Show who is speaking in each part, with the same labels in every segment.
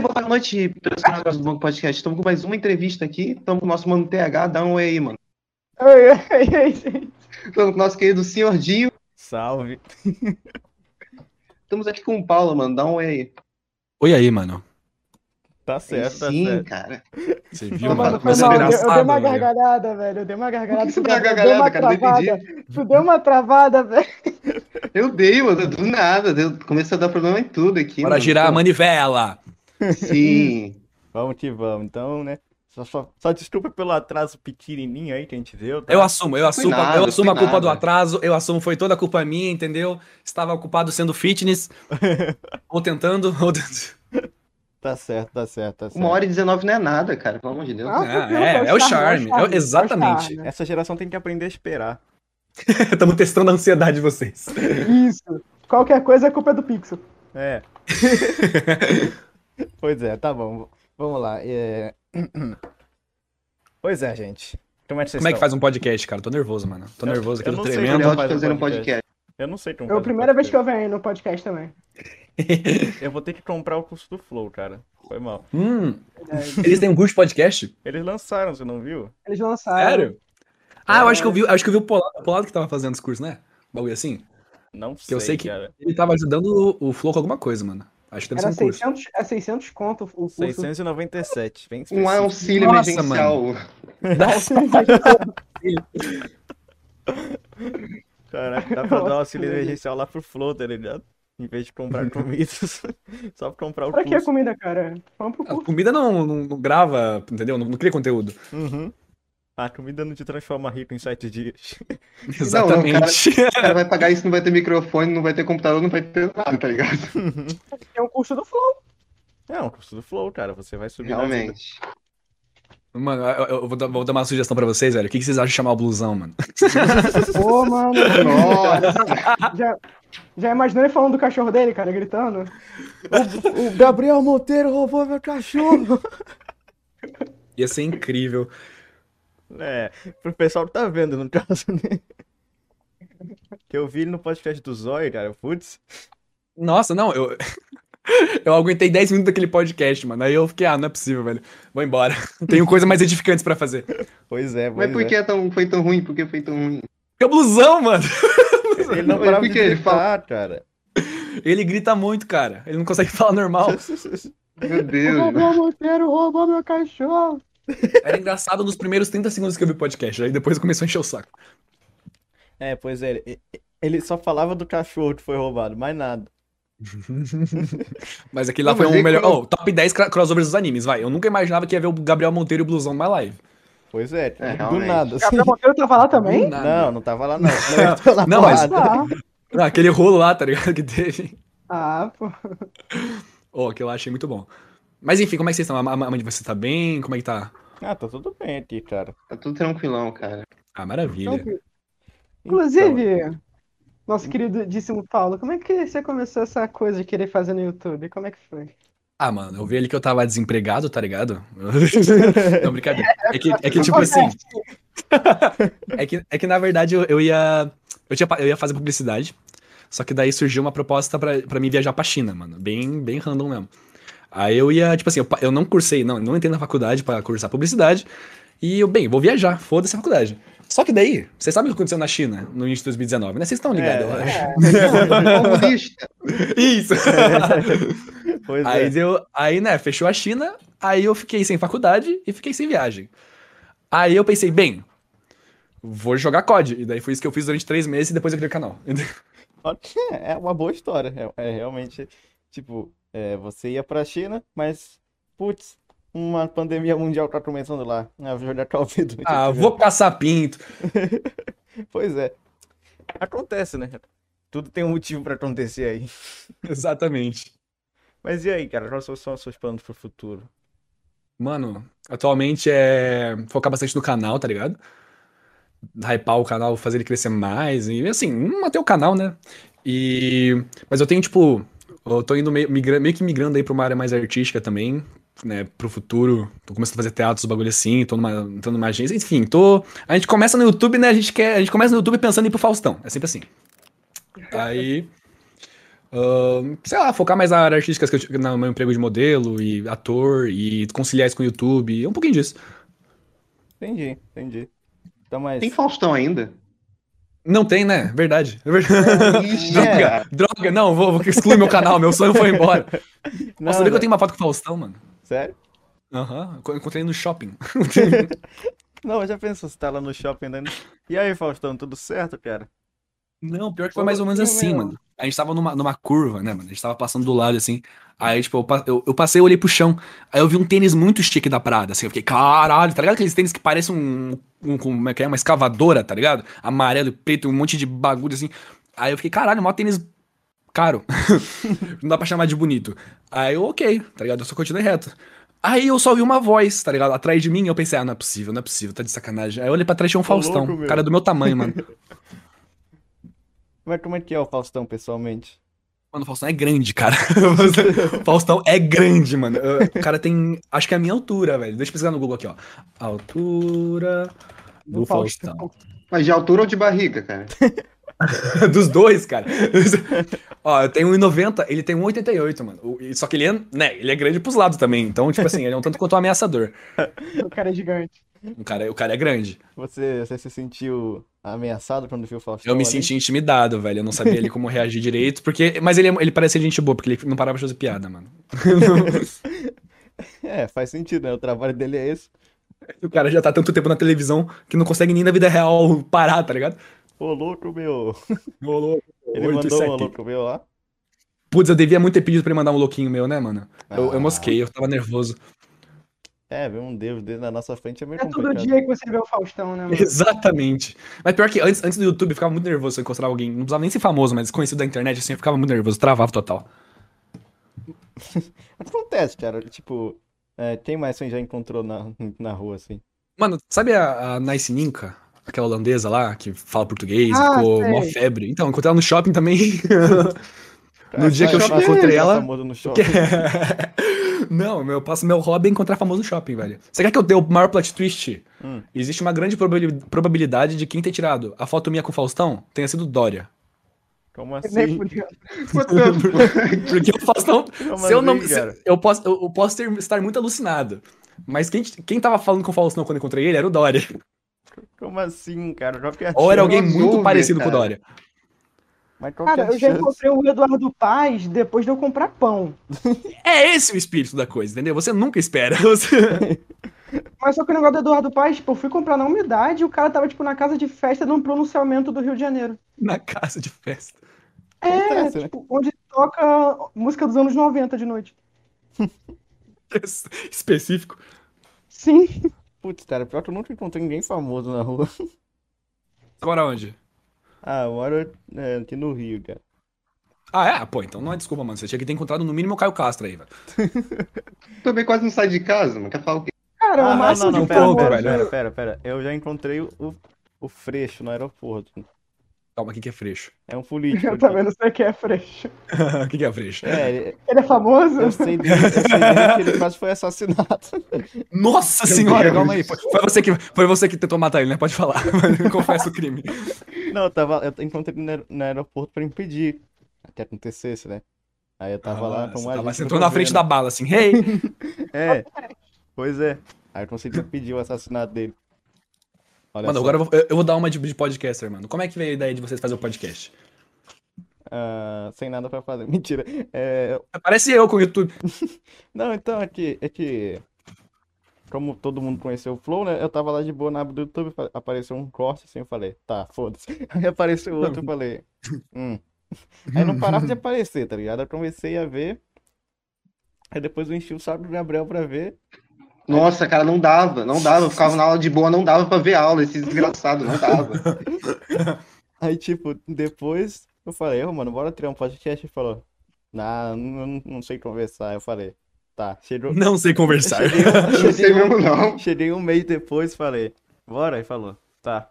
Speaker 1: boa noite, pessoal do Banco Podcast. Estamos com mais uma entrevista aqui. Estamos com o nosso mano TH. Dá um oi aí, mano.
Speaker 2: Oi, oi, oi, gente.
Speaker 1: Estamos com o nosso querido senhor Dinho.
Speaker 3: Salve.
Speaker 1: Estamos aqui com o Paulo, mano. Dá um oi aí.
Speaker 4: Oi aí, mano.
Speaker 3: Tá
Speaker 1: Aí
Speaker 3: certo, tá
Speaker 1: sim,
Speaker 3: certo.
Speaker 1: cara.
Speaker 4: Você
Speaker 2: Não,
Speaker 4: viu,
Speaker 2: mano,
Speaker 4: mano?
Speaker 2: foi
Speaker 4: Coisa
Speaker 2: mal, eu, eu dei
Speaker 4: engraçada,
Speaker 2: uma
Speaker 4: velho.
Speaker 2: gargalhada, velho. Eu dei uma gargalhada.
Speaker 1: Por que você
Speaker 2: tu
Speaker 1: deu uma
Speaker 2: deu-
Speaker 1: gargalhada,
Speaker 2: deu
Speaker 1: cara? Nem
Speaker 2: travada. Tu deu uma travada, velho.
Speaker 1: Eu dei, mano. Do nada. Deu... Começou a dar problema em tudo aqui.
Speaker 4: Para
Speaker 1: mano.
Speaker 4: girar a manivela.
Speaker 1: Sim.
Speaker 3: Vamos que vamos. Então, né? Só, só, só desculpa pelo atraso pequenininho aí que a gente deu, tá?
Speaker 4: Eu assumo, eu assumo,
Speaker 1: nada,
Speaker 4: eu assumo a
Speaker 1: foi
Speaker 4: culpa
Speaker 1: nada.
Speaker 4: do atraso, eu assumo, foi toda a culpa minha, entendeu? Estava ocupado sendo fitness, ou tentando, ou tentando.
Speaker 3: Tá certo, tá certo, tá certo.
Speaker 1: Uma hora e 19 não é nada, cara. Pelo amor de Deus.
Speaker 2: Ah,
Speaker 4: É,
Speaker 2: não,
Speaker 4: é,
Speaker 2: foi
Speaker 4: é o charme, é o-
Speaker 2: foi
Speaker 4: exatamente.
Speaker 2: charme.
Speaker 3: Essa geração tem que aprender a esperar.
Speaker 4: Estamos testando a ansiedade de vocês.
Speaker 2: Isso. Qualquer coisa a culpa é do Pixel.
Speaker 3: É. Pois é, tá bom. Vamos lá. é. Pois é, gente. Como é que vocês
Speaker 4: Como é que
Speaker 3: estão?
Speaker 4: faz um podcast, cara? Tô nervoso, mano. Tô
Speaker 3: Eu-
Speaker 4: nervoso aqui,
Speaker 3: eu
Speaker 4: tô
Speaker 3: não sei
Speaker 1: Melhor
Speaker 4: tremendo.
Speaker 3: como
Speaker 1: de fazer um podcast.
Speaker 3: Eu não sei como
Speaker 2: É a
Speaker 3: faz
Speaker 2: primeira vez que
Speaker 3: podcast.
Speaker 2: eu venho no podcast também.
Speaker 3: Eu vou ter que comprar o curso do Flow, cara. Foi mal.
Speaker 4: Hum, eles têm um curso de podcast?
Speaker 3: Eles lançaram, você não viu?
Speaker 2: Eles lançaram.
Speaker 4: Sério? Ah, eu acho que eu vi, acho que eu vi o Polado, o Polado que tava fazendo esse curso, né? Um Bagulho assim.
Speaker 3: Não
Speaker 4: Que
Speaker 3: sei,
Speaker 4: eu sei que-
Speaker 3: cara.
Speaker 4: Ele tava ajudando o, o Flow com alguma coisa, mano. Acho que deve
Speaker 2: Era
Speaker 4: ser um curso.
Speaker 2: 600, é 600 conto o curso.
Speaker 3: 697, bem
Speaker 1: Um
Speaker 3: específico.
Speaker 1: auxílio
Speaker 4: Nossa,
Speaker 1: emergencial.
Speaker 2: né?
Speaker 3: Caraca, dá pra dar um auxílio
Speaker 2: Nossa,
Speaker 3: emergencial lá pro Flow, tá ligado? Em vez de comprar comidas, só pra comprar o
Speaker 2: Pra que a
Speaker 3: curso.
Speaker 2: comida, cara? Vamos pro
Speaker 4: A
Speaker 2: curso.
Speaker 4: comida não, não, não grava, entendeu? Não, não cria conteúdo.
Speaker 3: Uhum. A comida não te transforma rico em sete dias.
Speaker 4: Exatamente.
Speaker 1: O cara vai pagar isso, não vai ter microfone, não vai ter computador, não vai ter nada, tá ligado?
Speaker 2: Tem um curso do Flow.
Speaker 3: É um curso do Flow, cara. Você vai subir na vida.
Speaker 1: Realmente.
Speaker 4: Mano, eu, eu vou, dar, vou dar uma sugestão pra vocês, velho. O que, que vocês acham de chamar o blusão, mano?
Speaker 2: Pô, mano.
Speaker 1: Nossa.
Speaker 2: Já, já imaginou ele falando do cachorro dele, cara, gritando?
Speaker 3: O Gabriel Monteiro roubou meu cachorro.
Speaker 4: Ia ser incrível.
Speaker 3: É, pro pessoal que tá vendo, no caso, né? Que eu vi ele no podcast do Zóio, cara. Putz.
Speaker 4: Nossa, não, eu. Eu aguentei 10 minutos daquele podcast, mano. Aí eu fiquei, ah, não é possível, velho. Vou embora. Tenho coisa mais edificantes pra fazer.
Speaker 3: Pois é, pois
Speaker 1: Mas por
Speaker 3: é.
Speaker 1: que é tão, foi tão ruim? Por que foi tão ruim?
Speaker 4: Porque é o blusão, mano.
Speaker 3: Ele não
Speaker 1: Mas
Speaker 3: parava
Speaker 1: por
Speaker 3: de
Speaker 1: que ele
Speaker 3: gritar,
Speaker 1: fala-
Speaker 3: cara.
Speaker 4: Ele grita muito, cara. Ele não consegue falar normal.
Speaker 1: Meu Deus.
Speaker 2: O
Speaker 1: mano.
Speaker 2: Gabriel Monteiro roubou meu cachorro.
Speaker 4: Era engraçado nos primeiros 30 segundos que eu vi o podcast. Aí depois começou a encher o saco.
Speaker 3: É, pois é. ele- Ele só falava do cachorro que foi roubado, mais nada.
Speaker 4: Mas aquele lá
Speaker 1: Não,
Speaker 4: foi
Speaker 1: mas
Speaker 4: um
Speaker 1: aí
Speaker 4: melhor.
Speaker 1: quando-
Speaker 4: Oh, top 10 cra- crossovers dos animes, vai. Eu nunca imaginava que ia ver o Gabriel Monteiro e o blusão numa live.
Speaker 3: Pois é, do
Speaker 1: realmente.
Speaker 3: nada, assim.
Speaker 2: Gabriel Monteiro tava lá
Speaker 4: Do
Speaker 2: também?
Speaker 4: nada.
Speaker 3: Não, não tava lá não. Não, eu tô lá
Speaker 4: Não, mas-
Speaker 3: porrada.
Speaker 2: Ah,
Speaker 4: Ah, aquele rolo lá, tá ligado? Que teve.
Speaker 2: ah, pô.
Speaker 4: Oh, que eu achei muito bom. Mas enfim, como é que vocês estão? A a- a mãe de você tá bem? Como é que tá?
Speaker 3: Ah, tá tudo bem aqui, cara.
Speaker 1: Tá tudo tranquilão, cara.
Speaker 4: Ah, maravilha.
Speaker 2: Então,
Speaker 3: Então.
Speaker 2: Inclusive, nosso queridíssimo Paulo, como é que você começou essa coisa de querer fazer no YouTube? Como é que foi?
Speaker 4: Ah, mano, eu vi ali que eu tava desempregado, tá ligado? Não, brincadeira. É que, é que tipo assim, é que, é que na verdade eu, eu ia. Eu, tinha, pa- eu ia fazer publicidade. Só que daí surgiu uma proposta pra, pra mim viajar pra China, mano. Bem, bem random mesmo. Aí eu ia, tipo assim, eu, pa- eu não cursei, não, não entrei na faculdade pra cursar publicidade. E eu, bem, vou viajar, foda-se a faculdade. Só que daí, vocês sabem o que aconteceu na China no início de 2019, né? Vocês estão ligados, eu
Speaker 3: É.
Speaker 4: acho.
Speaker 1: Comunista.
Speaker 4: Isso!
Speaker 3: Então, Pois
Speaker 4: Aí
Speaker 3: é.
Speaker 4: deu, aí né, fechou a China, aí eu fiquei sem faculdade e fiquei sem viagem. Aí eu pensei, bem, vou jogar COD. E daí foi isso que eu fiz durante três meses e depois eu criei o canal. Ah,
Speaker 3: É uma boa história. É, é realmente, tipo, é, você ia pra China, mas, putz, uma pandemia mundial tá começando lá. Ah, vou jogar Call of Duty.
Speaker 4: Ah, vou caçar pinto.
Speaker 3: Pois é. Acontece, né? Tudo tem um motivo pra acontecer aí.
Speaker 4: Exatamente.
Speaker 3: Mas e aí, cara? Quais são os seus planos pro futuro?
Speaker 4: Mano, atualmente é focar bastante no canal, tá ligado? Hypar o canal, fazer ele crescer mais e assim, manter o canal, né? E mas eu tenho tipo, eu tô indo meio, migra- meio que migrando aí pra uma área mais artística também, né, pro futuro. Tô começando a fazer teatros, bagulho assim, tô numa, entrando numa agência, enfim, tô a gente começa no YouTube, né? A gente quer, a gente começa no YouTube pensando em ir pro Faustão, é sempre assim. Aí ahn, sei lá, focar mais na área artística, que eu tive- no meu emprego de modelo e ator, e conciliar isso com o YouTube, um pouquinho disso.
Speaker 3: Entendi, entendi. Então, mas.
Speaker 1: Tem Faustão ainda?
Speaker 4: Não tem, né? Verdade. É verdade.
Speaker 1: Ixi,
Speaker 3: É.
Speaker 1: cara.
Speaker 4: Droga, não, vou, vou excluir meu canal, meu sonho foi embora.
Speaker 3: Não,
Speaker 4: Nossa, sabia que
Speaker 3: não,
Speaker 4: eu tenho uma foto com o Faustão, mano?
Speaker 3: Sério?
Speaker 4: Aham, eu encontrei no shopping.
Speaker 3: Não, eu já penso você tá lá no shopping andando. E aí, Faustão, tudo certo, cara?
Speaker 4: Não, pior que foi mais ou menos
Speaker 2: Pô,
Speaker 4: assim,
Speaker 2: meu.
Speaker 4: mano. A gente tava numa, numa curva, né, mano? A gente tava passando do lado, assim. Aí, tipo, eu, pa- eu, eu passei, eu olhei pro chão. Aí eu vi um tênis muito chique da Prada, assim. Eu fiquei, caralho, tá ligado? Aqueles tênis que parecem um, um- Como é que é? Uma escavadora, tá ligado? Amarelo, e preto, um monte de bagulho, assim. Aí eu fiquei, caralho, mó tênis caro. Não dá pra chamar de bonito. Aí eu, ok, tá ligado? Eu só continuei reto. Aí eu só vi uma voz, tá ligado? Atrás de mim, eu pensei, ah, não é possível, não é possível, tá de sacanagem. Aí eu olhei pra trás tinha um
Speaker 3: Ô,
Speaker 4: Faustão,
Speaker 3: louco, meu.
Speaker 4: cara do meu tamanho, mano.
Speaker 3: Mas como é que é o Faustão, pessoalmente?
Speaker 4: Mano, o Faustão é grande, cara. O Faustão é grande, mano. Eu- O cara tem. Acho que é a minha altura, velho. Deixa eu pesquisar no Google aqui, ó.
Speaker 2: é
Speaker 4: Altura do Faustão.
Speaker 1: Mas de altura ou de barriga, cara?
Speaker 4: Dos dois, cara. Ó, eu tenho 1,90, ele tem 1,88, mano. O- e- Só que ele é, né, ele é grande pros lados também. Então, tipo assim, ele é um tanto quanto um ameaçador.
Speaker 2: O cara é gigante.
Speaker 4: O cara, o cara é grande.
Speaker 3: Você, você se sentiu ameaçado quando viu o Faustão
Speaker 4: Eu me
Speaker 3: ali?
Speaker 4: senti intimidado, velho. Eu não sabia ele como reagir direito. porque Mas ele, é- ele parece gente boa, porque ele não parava de fazer piada, mano.
Speaker 3: É, faz sentido, né? O trabalho dele é esse.
Speaker 4: O cara já tá tanto tempo na televisão que não consegue nem na vida real parar, tá ligado?
Speaker 3: Ô, louco, meu.
Speaker 4: Ô, louco,
Speaker 3: Ele
Speaker 4: oito e
Speaker 3: mandou um ô,
Speaker 4: sete.
Speaker 3: louco, meu lá.
Speaker 4: Putz, eu devia muito ter pedido pra ele mandar um louquinho meu, né, mano? Eu, eu
Speaker 3: Ah,
Speaker 4: mosquei, eu tava nervoso.
Speaker 3: É, ver um Deus dele na nossa frente é meio
Speaker 2: É todo
Speaker 3: complicado.
Speaker 2: dia que você vê o Faustão, né, mano?
Speaker 4: Exatamente. Mas pior que antes, antes do YouTube eu ficava muito nervoso se eu encontrar alguém. Não precisava nem ser famoso, mas conhecido da internet, assim, eu ficava muito nervoso, travava total.
Speaker 3: Acontece, cara. Tipo, é, quem mais você já encontrou na, na rua, assim?
Speaker 4: Mano, sabe a, a Nice Ninka? Aquela holandesa lá que fala português,
Speaker 2: Ah,
Speaker 4: ficou
Speaker 2: sei.
Speaker 4: mó febre. Então, eu encontrei ela no shopping também.
Speaker 3: Cara,
Speaker 4: dia
Speaker 1: que eu
Speaker 3: faz- faz
Speaker 4: encontrei
Speaker 3: um
Speaker 4: ela-
Speaker 3: famoso no
Speaker 4: Que- é
Speaker 3: shopping.
Speaker 4: Não, meu, eu passo, meu hobby é encontrar famoso no shopping, velho. Você quer que eu dê o maior plot twist?
Speaker 3: Hum.
Speaker 4: Existe uma grande probabili- probabilidade de quem ter tirado a foto minha com o Faustão tenha sido Dória.
Speaker 3: Como
Speaker 2: Nem
Speaker 3: assim?
Speaker 2: fudeu.
Speaker 1: What the-
Speaker 4: Porque o Faustão.
Speaker 3: Como
Speaker 4: se eu não.
Speaker 3: assim,
Speaker 4: se-
Speaker 3: cara?
Speaker 4: eu posso, eu, eu posso ter- estar muito alucinado. Mas quem, quem tava falando com o Faustão quando eu encontrei ele era o Dória.
Speaker 3: Como assim, cara? Qual que é a
Speaker 4: Ou era
Speaker 3: chance?
Speaker 4: alguém muito
Speaker 1: Crossover,
Speaker 4: parecido com o
Speaker 1: cara.
Speaker 4: Dória.
Speaker 3: Mas qual que é
Speaker 2: Cara,
Speaker 3: a
Speaker 2: eu já
Speaker 3: chance?
Speaker 2: encontrei o Eduardo Paz depois de eu comprar pão.
Speaker 4: É esse o espírito da coisa, entendeu? Você nunca espera. Você-
Speaker 2: Mas só que o negócio do Eduardo Paz, tipo, eu fui comprar na umidade e o cara tava, tipo, na casa de festa de um pronunciamento do Rio de Janeiro.
Speaker 4: Na casa de festa.
Speaker 3: Acontece,
Speaker 2: É,
Speaker 3: né?
Speaker 2: tipo, onde toca música dos anos 90 de noite.
Speaker 4: Específico.
Speaker 2: Sim.
Speaker 3: Putz, cara, pior que eu nunca encontrei ninguém famoso na rua.
Speaker 4: Agora onde?
Speaker 3: Ah, eu moro é, aqui no Rio, cara.
Speaker 4: Ah, é? Pô, então não é desculpa, mano. Você tinha que ter encontrado no mínimo o Caio Castro aí, velho.
Speaker 1: Também quase não sai de casa, mano. Quer falar o quê?
Speaker 2: Cara, é
Speaker 3: Ah,
Speaker 2: o
Speaker 3: não,
Speaker 2: máximo
Speaker 3: não, não,
Speaker 2: de
Speaker 3: pera,
Speaker 4: pouco,
Speaker 2: famoso.
Speaker 3: pera,
Speaker 4: velho.
Speaker 3: pera, pera, pera. Eu já encontrei o, o Freixo no aeroporto.
Speaker 4: Calma, o que que é freixo?
Speaker 3: É um político.
Speaker 2: Eu
Speaker 3: aqui.
Speaker 2: também não sei o que é freixo.
Speaker 4: O que que é freixo?
Speaker 3: É, ele-
Speaker 2: Ele é famoso?
Speaker 3: eu sei dele, eu sei dele que ele quase foi assassinado.
Speaker 4: Nossa
Speaker 1: Meu
Speaker 4: senhora,
Speaker 1: Deus.
Speaker 4: calma aí. Foi, foi você que, foi você que tentou matar ele, né? Pode falar. Eu confesso o crime.
Speaker 3: Não, eu tava, eu encontrei ele no aer- no aeroporto pra impedir que acontecesse, né? Aí eu tava lá
Speaker 4: Ah, você
Speaker 3: com um
Speaker 4: tava-
Speaker 3: agente
Speaker 4: você
Speaker 3: do
Speaker 4: entrou na frente da
Speaker 3: governo.
Speaker 4: bala, assim, hey!
Speaker 3: É, pois é. Aí eu consegui impedir o assassinato dele. Olha
Speaker 4: Mano,
Speaker 3: só.
Speaker 4: agora eu vou, eu- eu vou dar uma de, de podcaster, mano. Como é que veio a ideia de vocês fazer o podcast?
Speaker 3: Ah, sem nada pra fazer. Mentira. É,
Speaker 4: Parece eu com o YouTube.
Speaker 3: Não, então é que, é que, como todo mundo conheceu o Flow, né? Eu tava lá de boa na aba do YouTube, fa- apareceu um corte assim, eu falei, tá, foda-se. Aí apareceu outro, eu falei, hum. Aí não parava de aparecer, tá ligado? Eu comecei a ver, aí depois eu enchi o saco do Gabriel pra ver.
Speaker 1: Nossa, cara, não dava, não dava. Eu ficava na aula de boa, não dava pra ver aula, esse desgraçado, não dava.
Speaker 3: Aí, tipo, depois eu falei, ô, mano, bora criar um podcast. Ele falou, nah, não, não- não sei conversar. Eu falei, tá, chegou.
Speaker 4: Não sei conversar.
Speaker 1: Não sei mesmo, não.
Speaker 3: Cheguei um mês depois, falei, bora? Ele falou, tá,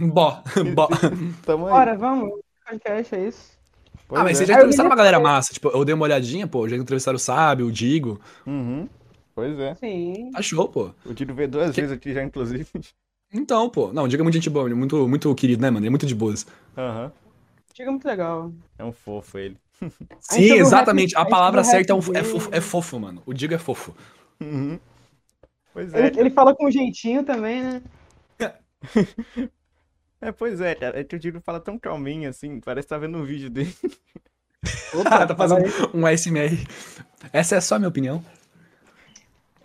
Speaker 4: Bó, bó.
Speaker 2: é.
Speaker 3: tamo aí.
Speaker 2: Bora, vamos. Podcast, é isso.
Speaker 3: Pois
Speaker 4: Ah, mas
Speaker 3: é.
Speaker 4: vocês já
Speaker 2: Aí eu
Speaker 4: entrevistaram
Speaker 2: me
Speaker 4: uma galera massa. Tipo, eu dei uma olhadinha, pô. Já entrevistaram o Sábio, o Digo.
Speaker 3: Uhum. Pois é.
Speaker 2: Sim.
Speaker 4: Tá show, pô.
Speaker 3: O Tiro veio duas vezes aqui já, inclusive.
Speaker 4: Então, pô. Não, o Digo é muito gente boa. Ele é muito, muito querido, né, mano? Ele é muito de boas.
Speaker 3: Aham.
Speaker 2: Chega muito legal.
Speaker 3: É um fofo ele.
Speaker 4: Sim,
Speaker 2: sobre o
Speaker 4: exatamente.
Speaker 2: rap-
Speaker 4: A
Speaker 2: aí
Speaker 4: palavra
Speaker 2: sobre o
Speaker 4: certa é, um,
Speaker 2: rap
Speaker 4: é,
Speaker 2: dele.
Speaker 4: fofo, é fofo, mano. O Digo é fofo.
Speaker 3: Uhum. Pois é,
Speaker 2: Ele, ele fala com jeitinho também, né?
Speaker 3: é, pois é, cara. É que o Digo fala tão calminho assim, parece que tá vendo um vídeo dele.
Speaker 2: Opa,
Speaker 4: tá fazendo
Speaker 2: aí.
Speaker 4: um ASMR. Essa é só a minha opinião.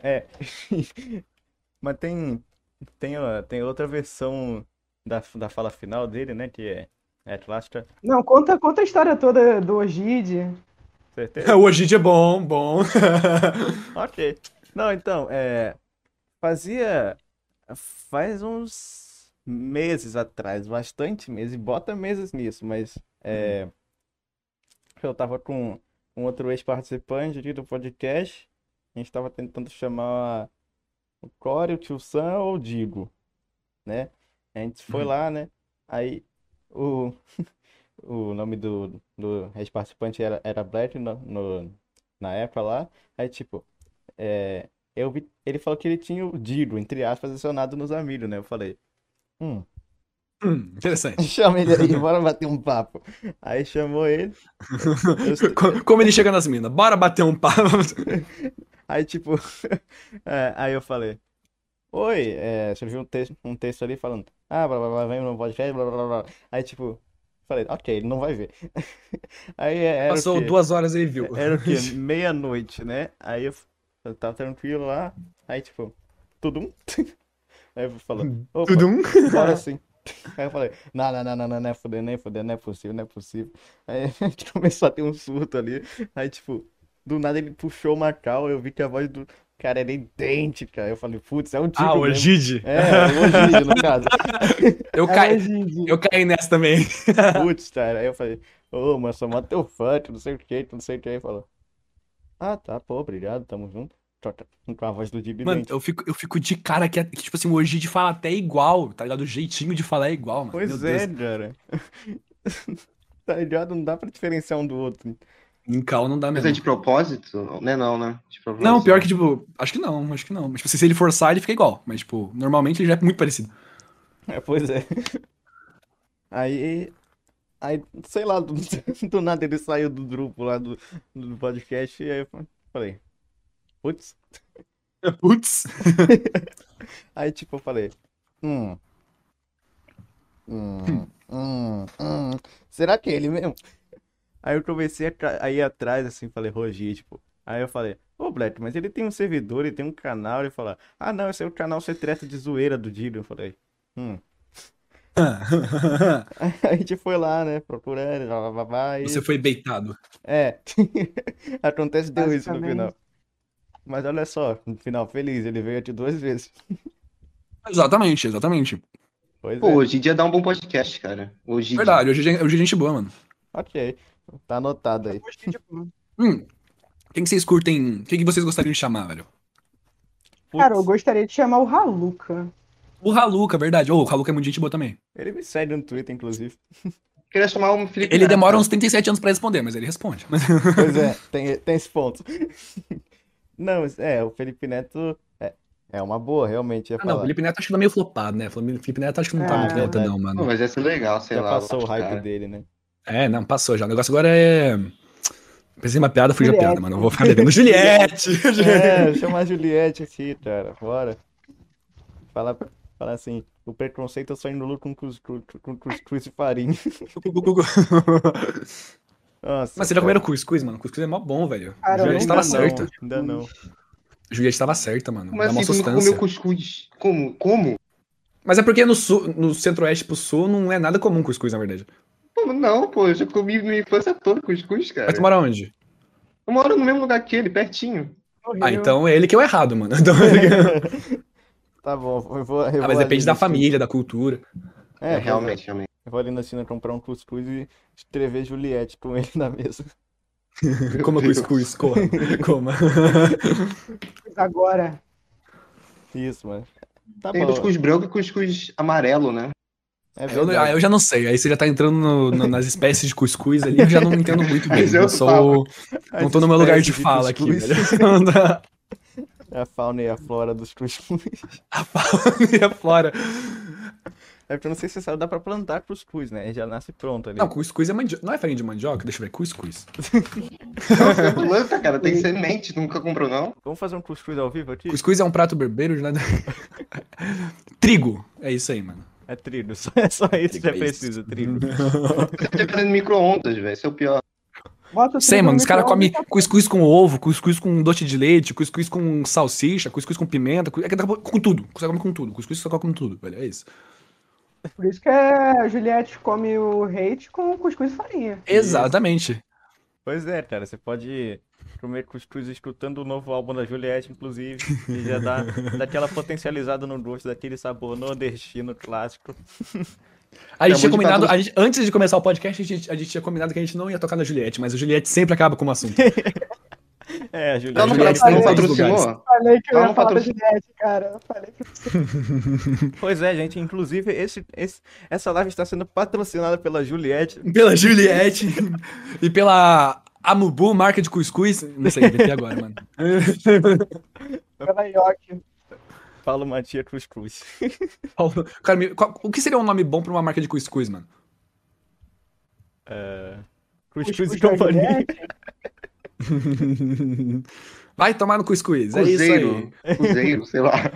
Speaker 3: É. Mas tem, tem, ó, tem outra versão da, da fala final dele, né? Que é, é a clássica.
Speaker 2: Não, conta, conta a história toda do Ogid.
Speaker 3: Certeza?
Speaker 4: Hoje em dia é bom, bom.
Speaker 3: Ok. Não, então, é, fazia faz uns meses atrás, bastante meses, bota meses nisso, mas é, eu tava com um outro ex-participante aqui do podcast, a gente tava tentando chamar o Core, o Tio Sam ou o Digo, né? A gente foi
Speaker 4: Uhum.
Speaker 3: lá, né? Aí o, o nome do, do ex-participante era, era Black no, no- na época lá, aí tipo, é, eu vi, ele falou que ele tinha o Digo, entre aspas, acionado nos amigos, né? Eu falei, hum,
Speaker 4: Hum, interessante.
Speaker 3: chama ele aí, bora bater um papo. Aí chamou ele, eu-
Speaker 4: Co- Como ele chega nas minas? Bora bater um papo.
Speaker 3: aí tipo, é, aí eu falei, oi, é, surgiu um texto, um texto ali falando, ah, blá blá blá, vem no podcast, blá blá blá. blá. Aí tipo, falei, ok, ele não vai ver. Aí é, era o
Speaker 4: Passou
Speaker 3: quê?
Speaker 4: duas horas e ele viu.
Speaker 3: Era o quê? Meia-noite, né? Aí eu, eu tava tranquilo lá, aí tipo, tudum. Aí eu falando, opa,
Speaker 4: Tudum.
Speaker 1: um?
Speaker 3: Agora sim. Aí eu falei, não, não, não, não, não, não é fuder, nem fuder, não é possível, não é possível. Aí a gente começou a ter um surto ali. Aí, tipo, do nada ele puxou uma cal, eu vi que a voz do cara era idêntica. Eu falei, putz, é o Digo
Speaker 4: Ah, o
Speaker 3: mesmo.
Speaker 4: Gigi.
Speaker 3: É, o Ogide, no caso.
Speaker 4: Eu
Speaker 2: É
Speaker 4: caí,
Speaker 2: Ogid.
Speaker 4: eu caí nessa também.
Speaker 3: Putz, cara. Aí eu falei, ô, mas sou mó teu fã, que não sei o que, que não sei o que. Aí falou, ah, tá, pô, obrigado, tamo junto. Troca- Com a voz do Digo
Speaker 4: Mano,
Speaker 3: idêntica.
Speaker 4: eu fico, eu fico de cara que, que, tipo assim, o Gigi fala até igual, tá ligado? O jeitinho de falar é igual, mano.
Speaker 3: Pois
Speaker 4: Meu
Speaker 3: é,
Speaker 4: Deus.
Speaker 3: cara. Tá ligado? Não dá pra diferenciar um do outro.
Speaker 4: Em cal não dá
Speaker 1: Mas
Speaker 4: mesmo.
Speaker 1: é de propósito? Não é não, né? De propósito.
Speaker 4: Não, pior que, tipo, acho que não, acho que não. Mas, tipo, se ele forçar, ele fica igual. Mas, tipo, normalmente ele já é muito parecido.
Speaker 3: É, pois é. Aí, aí, sei lá, do, do nada ele saiu do grupo lá do, do podcast e aí eu falei, putz.
Speaker 4: Putz.
Speaker 3: Aí tipo, eu falei, hum, hum, hum, hum, será que é ele mesmo? Aí eu comecei a, ca- a ir atrás, assim, falei, Rogi, tipo, aí eu falei, ô Black, mas ele tem um servidor, ele tem um canal, ele fala, ah não, esse é o canal secreto de zoeira do Dido, eu falei, hum. A gente foi lá, né, procurando, blá, blá, blá, blá, e...
Speaker 4: Você foi beitado.
Speaker 3: É, acontece deu isso no
Speaker 2: Basicamente.
Speaker 3: final. Mas olha só, no final feliz, ele veio aqui duas vezes.
Speaker 4: Exatamente, exatamente.
Speaker 3: Pois
Speaker 1: Pô,
Speaker 3: é,
Speaker 1: hoje em dia dá um bom podcast, cara. Hoje em dia.
Speaker 4: Verdade, hoje, é- hoje é gente boa, mano.
Speaker 3: ok, tá anotado aí.
Speaker 2: tipo,
Speaker 4: Hum. Quem que vocês curtem? Quem que vocês gostariam de chamar, velho?
Speaker 2: Cara, eu
Speaker 3: Putz,
Speaker 2: gostaria de chamar o Haluca.
Speaker 4: O Haluca, verdade. Ô, o Haluca é muito gente boa também.
Speaker 3: ele me segue no Twitter, inclusive.
Speaker 1: Queria chamar o Felipe
Speaker 4: Ele
Speaker 1: Neto.
Speaker 4: demora uns 37 anos pra responder, mas ele responde.
Speaker 3: Pois é, tem, tem esse ponto. Não, mas é, o Felipe Neto é, é uma boa, realmente, ia
Speaker 4: Ah, não, o
Speaker 3: falar.
Speaker 4: Felipe Neto acho que tá meio flopado, né? O Felipe Neto acho que não tá
Speaker 2: É,
Speaker 4: muito neta,
Speaker 3: verdade.
Speaker 4: não,
Speaker 1: Pô,
Speaker 4: mano.
Speaker 1: mas ia ser legal, sei
Speaker 3: Já
Speaker 1: lá.
Speaker 3: passou o
Speaker 1: eu acho,
Speaker 3: hype
Speaker 1: cara.
Speaker 3: dele, né?
Speaker 4: É, não, passou já. O negócio agora é. Pensei uma piada, fugiu a
Speaker 2: Juliette.
Speaker 4: piada, mano. Eu vou ficar devendo. Juliette!
Speaker 3: É, chama a Juliette aqui, cara, bora. Fala, fala assim, o preconceito eu só enrolo com cuscuz, com cuscuz e farinha. Nossa,
Speaker 4: Mas vocês já
Speaker 3: cara.
Speaker 4: comeram cuscuz, mano? Cuscuz é mó bom, velho.
Speaker 2: Cara, eu
Speaker 4: Juliette
Speaker 2: nunca
Speaker 4: tava
Speaker 2: não.
Speaker 4: certa.
Speaker 3: Ainda não.
Speaker 4: Juliette tava certa, mano.
Speaker 1: Mas
Speaker 4: Dá uma
Speaker 1: assim, tu nunca
Speaker 4: sustância.
Speaker 1: comeu cuscuz. Como? Como?
Speaker 4: Mas é porque no, sul, no centro-oeste pro sul não é nada comum cuscuz, na verdade.
Speaker 1: Pô, não, pô, eu já comi minha infância toda cuscuz, cara.
Speaker 4: Mas tu mora onde?
Speaker 1: Eu moro no mesmo lugar que ele, pertinho.
Speaker 4: Ah, então é ele que é o errado, mano. Então,
Speaker 3: Tá bom, eu vou. eu
Speaker 4: Ah,
Speaker 3: vou
Speaker 4: mas depende
Speaker 3: ali
Speaker 4: da
Speaker 3: na
Speaker 4: família, né? da cultura.
Speaker 3: China. É,
Speaker 1: É, realmente, realmente.
Speaker 3: Eu vou ali na China comprar um cuscuz e escrever Juliette com ele na mesa.
Speaker 4: Coma cuscuz, corra. Coma.
Speaker 2: então. Agora.
Speaker 3: Isso, mano. Tá
Speaker 1: Tem
Speaker 3: bom.
Speaker 1: cuscuz branco e cuscuz amarelo, né?
Speaker 3: É
Speaker 4: Eu,
Speaker 3: verdade.
Speaker 4: ah, eu já não sei. Aí você já tá entrando no- no- nas espécies de cuscuz ali, eu já não entendo muito bem.
Speaker 1: Mas eu
Speaker 4: Eu sou. Não tô no meu lugar de
Speaker 3: As espécies
Speaker 4: fala aqui,
Speaker 3: cuscuz. É
Speaker 4: velho.
Speaker 3: A fauna e a flora dos cuscuz.
Speaker 4: A fauna e a flora.
Speaker 3: É porque eu não sei se você sabe, dá pra plantar cuscuz, né? Ele já nasce pronto ali.
Speaker 4: Não, cuscuz é mandioca. Não é farinha de mandioca? Deixa eu ver. Cuscuz.
Speaker 1: Nossa, Então, é lança, cara, tem semente, nunca comprou, não?
Speaker 3: Vamos fazer um cuscuz ao vivo aqui?
Speaker 4: Cuscuz é um prato berbeiro de nada. trigo. É isso aí, mano.
Speaker 3: É trigo, só, é só isso que
Speaker 4: Trigo,
Speaker 3: já
Speaker 4: é isso.
Speaker 3: precisa, trigo.
Speaker 1: Você tá dependendo de micro-ondas, velho, esse é o pior.
Speaker 2: Bota o
Speaker 4: Sei,
Speaker 2: trigo
Speaker 4: mano.
Speaker 2: no
Speaker 4: Os caras comem
Speaker 2: micro-ondas
Speaker 4: cuscuz com ovo, cuscuz com doce de leite, cuscuz com salsicha, cuscuz com pimenta. Cus... É que daqui a pouco- com tudo. Você come com tudo. Cuscuz você come com tudo, velho. É isso.
Speaker 2: e tá- Por isso que a Juliette come o hate com cuscuz e farinha.
Speaker 4: Exatamente.
Speaker 3: Pois é, cara, você pode comer cuscuz escutando o novo álbum da Juliette, inclusive, e já dá, dá aquela potencializada no gosto, daquele sabor nordestino clássico.
Speaker 4: A gente
Speaker 1: Acabou
Speaker 4: tinha
Speaker 1: de
Speaker 4: combinado,
Speaker 1: falar
Speaker 4: a gente- antes de começar o podcast, a gente, a gente tinha combinado que a gente não ia tocar na Juliette, mas a Juliette sempre acaba com o assunto.
Speaker 3: É, a Juliette.
Speaker 1: Ela não,
Speaker 4: Juliette
Speaker 1: pra- não
Speaker 2: tá em
Speaker 4: todos os
Speaker 1: patrocinou?
Speaker 2: Falei que eu
Speaker 1: Ela
Speaker 2: ia
Speaker 1: não
Speaker 2: falar da
Speaker 1: patrocina.
Speaker 2: Juliette, cara. Eu Falei pra você.
Speaker 1: assim.
Speaker 3: Pois é, gente, inclusive esse, esse- essa live está sendo patrocinada pela Juliette.
Speaker 4: Pela Juliette e pela Amubu, marca de cuscuz. Não sei, inventei agora, mano.
Speaker 2: Pela York.
Speaker 3: Paulo Matia Cuscuz.
Speaker 4: Paulo- Cara, me- qual- o que seria um nome bom pra uma marca de cuscuz, mano?
Speaker 3: Cuscuz e
Speaker 1: é
Speaker 2: da
Speaker 3: companhia.
Speaker 2: Juliette.
Speaker 4: Vai tomar no cuscuz, é isso aí.
Speaker 1: Cruzeiro, cruzeiro, sei lá.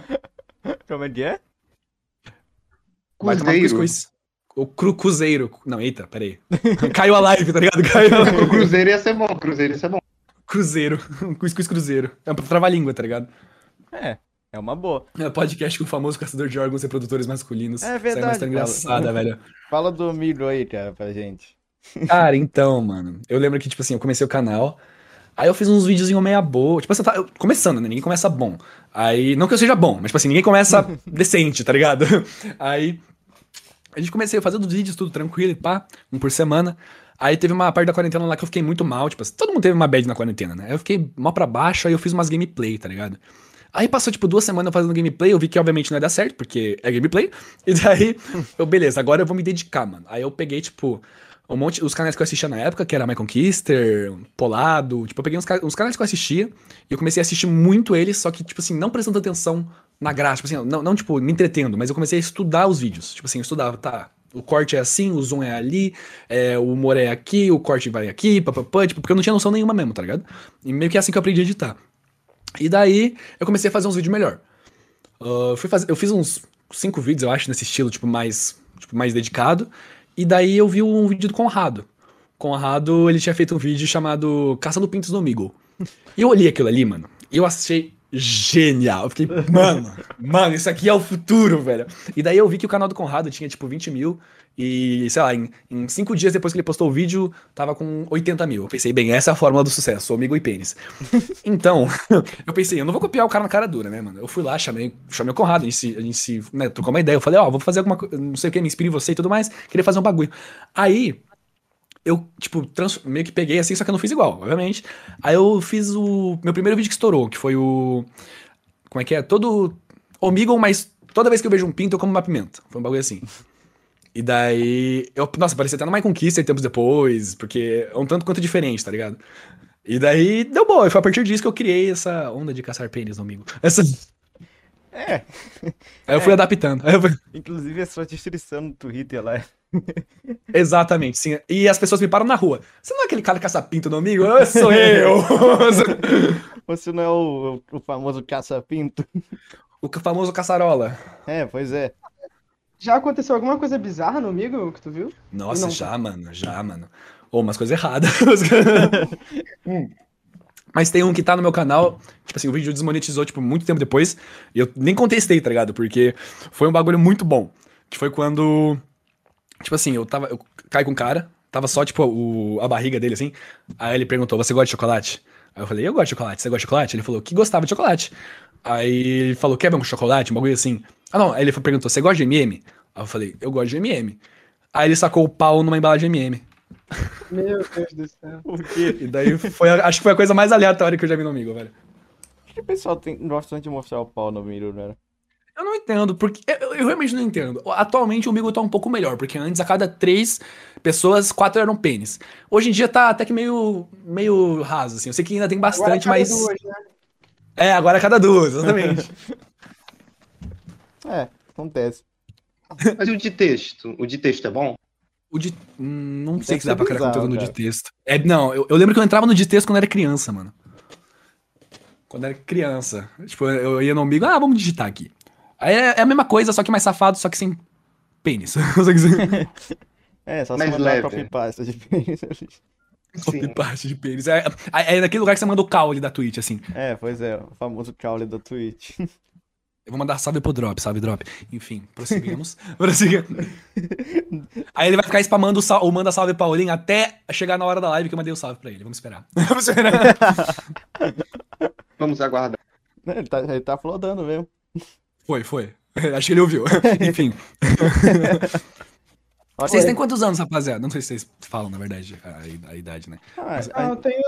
Speaker 3: Como é que é?
Speaker 4: Vai tomar no
Speaker 1: Cruzeiro.
Speaker 4: cuscuz. O cru cruzeiro. Não, eita, peraí. Caiu a live, tá ligado? Caiu a live.
Speaker 1: O Cruzeiro ia ser bom, o Cruzeiro ia ser bom.
Speaker 4: Cruzeiro. Cuscuz cruzeiro. É pra travar a língua, tá ligado?
Speaker 3: É, é uma boa.
Speaker 4: É podcast com o famoso caçador de órgãos reprodutores masculinos.
Speaker 3: É
Speaker 4: Essa é uma
Speaker 3: verdade,
Speaker 4: história
Speaker 3: Paulo.
Speaker 4: engraçada, velho.
Speaker 3: Fala do amigo aí, cara, pra gente.
Speaker 4: Cara, então, mano, eu lembro que, tipo assim, eu comecei o canal, aí eu fiz uns videozinhos meia boa, tipo assim, eu tava- eu- começando, né, ninguém começa bom, aí, não que eu seja bom, mas, tipo assim, ninguém começa decente, tá ligado? Aí, a gente comecei a fazer os vídeos, tudo tranquilo e pá, um por semana, aí teve uma parte da quarentena lá que eu fiquei muito mal, tipo assim, todo mundo teve uma bad na quarentena, né, aí eu fiquei mal pra baixo, aí eu fiz umas gameplay, tá ligado? Aí passou, tipo, duas semanas fazendo gameplay, eu vi que obviamente não ia dar certo, porque é gameplay, e daí, eu, beleza, agora eu vou me dedicar, mano, aí eu peguei, tipo... Um monte, os canais que eu assistia na época, que era My Conquister, Polado, tipo, eu peguei uns, ca- uns canais que eu assistia e eu comecei a assistir muito eles, só que, tipo assim, não prestando atenção na graça, tipo assim, não, não, tipo, me entretendo, mas eu comecei a estudar os vídeos, tipo assim, eu estudava, tá, o corte é assim, o zoom é ali, é, o humor é aqui, o corte vai aqui, papapã, tipo, porque eu não tinha noção nenhuma mesmo, tá ligado? E meio que é assim que eu aprendi a editar. E daí, eu comecei a fazer uns vídeos melhor. Ah, fui fazer, eu fiz uns cinco vídeos, eu acho, nesse estilo, tipo, mais, tipo, mais dedicado. E daí eu vi um vídeo do Conrado. Conrado, ele tinha feito um vídeo chamado Caçando Pintos no Omegle. E eu olhei aquilo ali, mano. E eu achei genial. Eu fiquei, mano, mano, isso aqui é o futuro, velho. E daí eu vi que o canal do Conrado tinha, tipo, 20 mil. E, sei lá, em, em cinco dias depois que ele postou o vídeo, tava com 80 mil. Eu pensei, bem, essa é a fórmula do sucesso, amigo e pênis. Então, eu pensei, eu não vou copiar o cara na cara dura, né, mano? Eu fui lá, chamei, chamei o Conrado, a gente, se- a gente se, né, trocou uma ideia. Eu falei, ó, vou fazer alguma coisa, não sei o que, me inspire em você e tudo mais. Queria fazer um bagulho. Aí, eu, tipo, trans- meio que peguei assim, só que eu não fiz igual, obviamente. Aí eu fiz o meu primeiro vídeo que estourou, que foi o. Como é que é? Todo. Omegle, mas toda vez que eu vejo um pinto, eu como uma pimenta. Foi um bagulho assim. E daí. Eu, nossa, parecia até no My Conquista tempos depois, porque é um tanto quanto diferente, tá ligado? E daí deu boa, e foi a partir disso que eu criei essa onda de caçar pênis no amigo. Essa...
Speaker 3: É,
Speaker 4: Aí eu fui adaptando. Aí eu fui-
Speaker 3: inclusive a sua descrição no Twitter lá.
Speaker 4: Exatamente, sim. E as pessoas me param na rua. Você não é aquele cara que caça pinto no amigo? Eu sou eu!
Speaker 3: Você não é o, o famoso caça-pinto?
Speaker 4: o famoso caçarola.
Speaker 3: É, pois é.
Speaker 2: Já aconteceu alguma coisa bizarra no amigo que tu viu?
Speaker 4: Nossa,
Speaker 2: Não.
Speaker 4: já, mano, já, mano. Ou umas coisas erradas. Mas tem um que tá no meu canal, tipo assim, o vídeo desmonetizou, tipo, muito tempo depois, e eu nem contestei, tá ligado? Porque foi um bagulho muito bom. Que foi quando, tipo assim, eu tava, eu caí com um cara, tava só, tipo, o, a barriga dele, assim, aí ele perguntou, você gosta de chocolate? Aí eu falei, eu gosto de chocolate, você gosta de chocolate? Ele falou, que gostava de chocolate. Aí ele falou, quer ver um chocolate, um bagulho assim? Ah, não, aí ele perguntou, você gosta de M&M? Aí eu falei, eu gosto de M&M. Aí ele sacou o pau numa embalagem MM.
Speaker 2: Meu Deus do céu.
Speaker 3: Por quê?
Speaker 4: E daí foi, a- acho que foi a coisa mais aleatória que eu já vi no amigo, velho.
Speaker 3: Porque o pessoal tem, gosta tanto de mostrar o pau no Miro, né?
Speaker 4: Eu não entendo, porque. Eu, eu realmente não entendo. Atualmente o amigo tá um pouco melhor, porque antes a cada três pessoas, quatro eram pênis. Hoje em dia tá até que meio, meio raso, assim. Eu sei que ainda tem
Speaker 2: Agora
Speaker 4: bastante,
Speaker 2: acaba
Speaker 4: mas.
Speaker 2: duas, né?
Speaker 4: É, agora a cada duas, exatamente.
Speaker 3: É, acontece.
Speaker 1: Mas e o de texto? O de texto é bom?
Speaker 4: O de. hum, Não sei
Speaker 3: Deve
Speaker 4: se dá
Speaker 3: ser
Speaker 4: pra criar
Speaker 3: bizarro,
Speaker 4: conteúdo
Speaker 3: cara.
Speaker 4: de texto. É, não, eu, eu lembro que eu entrava no de texto quando era criança, mano. Quando era criança. Tipo, eu eu ia no umbigo, ah, vamos digitar aqui. Aí é, é a mesma coisa, só que mais safado, só que sem pênis. Só que sem
Speaker 3: É, só se
Speaker 1: Mais
Speaker 3: mandar é
Speaker 1: leve.
Speaker 3: uma copy-pasta de pênis ali.
Speaker 1: Sim.
Speaker 4: parte de pênis. É, é, é naquele lugar que você manda o caule da Twitch, assim.
Speaker 3: É, pois é, o famoso caule da Twitch.
Speaker 4: Eu vou mandar salve pro drop, salve drop. Enfim, prosseguimos. prosseguimos. Aí ele vai ficar spamando o, sal, o manda salve Paulinho até chegar na hora da live que eu mandei o salve pra ele. Vamos esperar. Vamos esperar.
Speaker 1: Vamos aguardar.
Speaker 3: Né, Ele tá, ele tá flodando mesmo.
Speaker 4: Foi, foi. Acho que ele ouviu. Enfim.
Speaker 3: Olha
Speaker 4: Vocês
Speaker 3: aí.
Speaker 4: têm quantos anos, rapaziada? Não sei se vocês falam, na verdade, a, id- a idade, né?
Speaker 3: Ah,
Speaker 2: Ah, eu tenho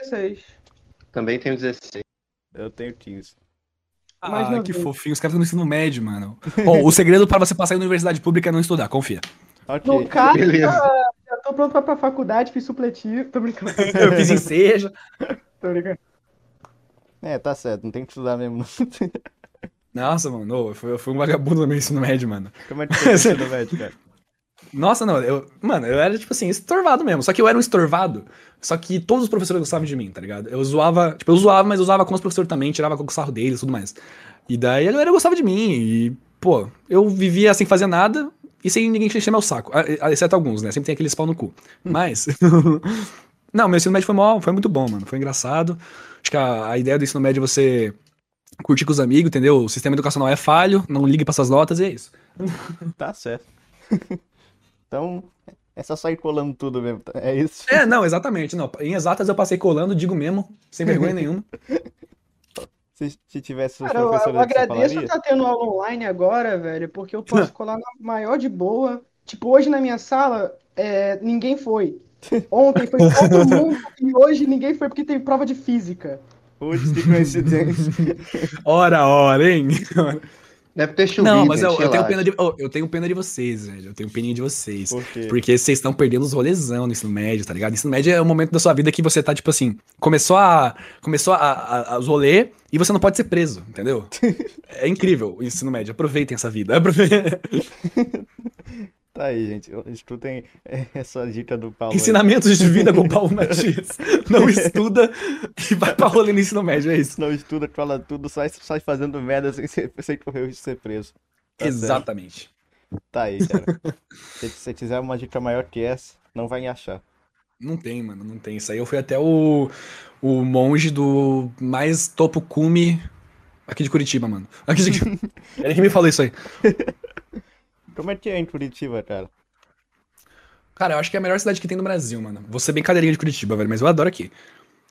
Speaker 2: 16.
Speaker 1: Também tenho 16.
Speaker 3: eu tenho 15.
Speaker 4: Ah,
Speaker 2: Mais novinho.
Speaker 4: que fofinho. Os caras estão no ensino médio, mano. Ó, o segredo pra você passar em universidade pública é não estudar, confia.
Speaker 3: Ok.
Speaker 2: No caso,
Speaker 1: Beleza.
Speaker 2: ah, já tô pronto pra ir pra faculdade, fiz supletivo. Tô brincando,
Speaker 4: Eu fiz ensejo.
Speaker 2: tô brincando.
Speaker 3: É, tá certo, não tem que estudar mesmo. não.
Speaker 4: Nossa, mano, ô, eu fui, eu fui um vagabundo no meu ensino médio, mano.
Speaker 3: Como é que foi isso no médico, cara?
Speaker 4: Nossa, não, eu, mano, eu era, tipo assim, estorvado mesmo. Só que eu era um estorvado, só que todos os professores gostavam de mim, tá ligado? Eu zoava, tipo, eu zoava, mas eu zoava com os professores também, tirava com o sarro deles e tudo mais. E daí a galera gostava de mim, e, pô, eu vivia sem fazer nada e sem ninguém encher meu saco. A- a- Exceto alguns, né? Sempre tem aqueles pau no cu. Mas. não, meu ensino médio foi, mó, foi muito bom, mano. Foi engraçado. Acho que a, a ideia do ensino médio é você curtir com os amigos, entendeu? O sistema educacional é falho, não ligue pra essas notas e é isso.
Speaker 3: Tá certo. Então, é só sair colando tudo mesmo, tá? é isso?
Speaker 4: É, não, exatamente. Não. Em exatas eu passei colando, digo mesmo, sem vergonha nenhuma.
Speaker 3: Se, se tivesse os
Speaker 2: Cara, eu,
Speaker 3: professores
Speaker 2: eu
Speaker 3: que você
Speaker 2: agradeço
Speaker 3: falaria?
Speaker 2: estar tendo aula online agora, velho, porque eu posso colar na maior de boa. Tipo, hoje na minha sala, é, ninguém foi. Ontem foi todo mundo e hoje ninguém foi porque tem prova de física.
Speaker 3: Putz, que coincidência.
Speaker 4: Ora, ora, hein?
Speaker 1: Deve ter chovido.
Speaker 4: Não, mas eu, eu tenho pena
Speaker 1: pena
Speaker 4: de, oh, eu tenho pena de vocês, velho. Eu tenho peninha de vocês.
Speaker 3: Por quê?
Speaker 4: Porque vocês estão perdendo os rolezão no ensino médio, tá ligado? Ensino médio é o momento da sua vida que você tá, tipo assim, começou a. Começou a, a, a os rolê e você não pode ser preso, entendeu? É incrível o ensino médio. Aproveitem essa vida. Aproveitem.
Speaker 3: Tá aí, gente. Escutem essa dica do Paulo. aí.
Speaker 4: Ensinamentos de vida com Paulo Matias. Não estuda e vai pra rolê no ensino médio, é isso.
Speaker 3: Não estuda, cola tudo, sai, sai fazendo merda sem, ser- sem correr o risco de ser preso. Tá certo.
Speaker 4: Exatamente.
Speaker 3: Tá aí, cara. Se você quiser uma dica maior que essa, não vai me achar.
Speaker 4: Não tem, mano, não tem. Isso aí eu fui até o, o monge do mais topo cume aqui de Curitiba, mano. Aqui de... Ele que me falou isso aí.
Speaker 3: Como é que é em Curitiba, cara?
Speaker 4: Cara, eu acho que é a melhor cidade que tem no Brasil, mano. Vou ser bem cadeirinha de Curitiba, velho, mas eu adoro aqui.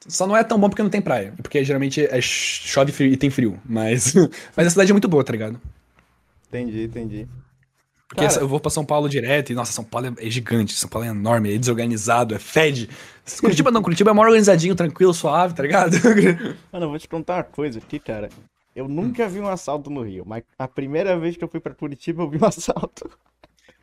Speaker 4: Só não é tão bom porque não tem praia. Porque geralmente é ch- chove frio e tem frio. Mas, mas a cidade é muito boa, tá ligado?
Speaker 3: Entendi, entendi.
Speaker 4: Porque
Speaker 3: Cara-
Speaker 4: essa- eu vou pra São Paulo direto e, nossa, São Paulo é- é gigante, São Paulo é enorme, é desorganizado, é fede. Curitiba não, Curitiba é maior organizadinho, tranquilo, suave, tá ligado?
Speaker 3: Mano, eu vou te contar uma coisa aqui, cara. Eu nunca vi um assalto no Rio, mas a primeira vez que eu fui pra Curitiba, eu vi um assalto.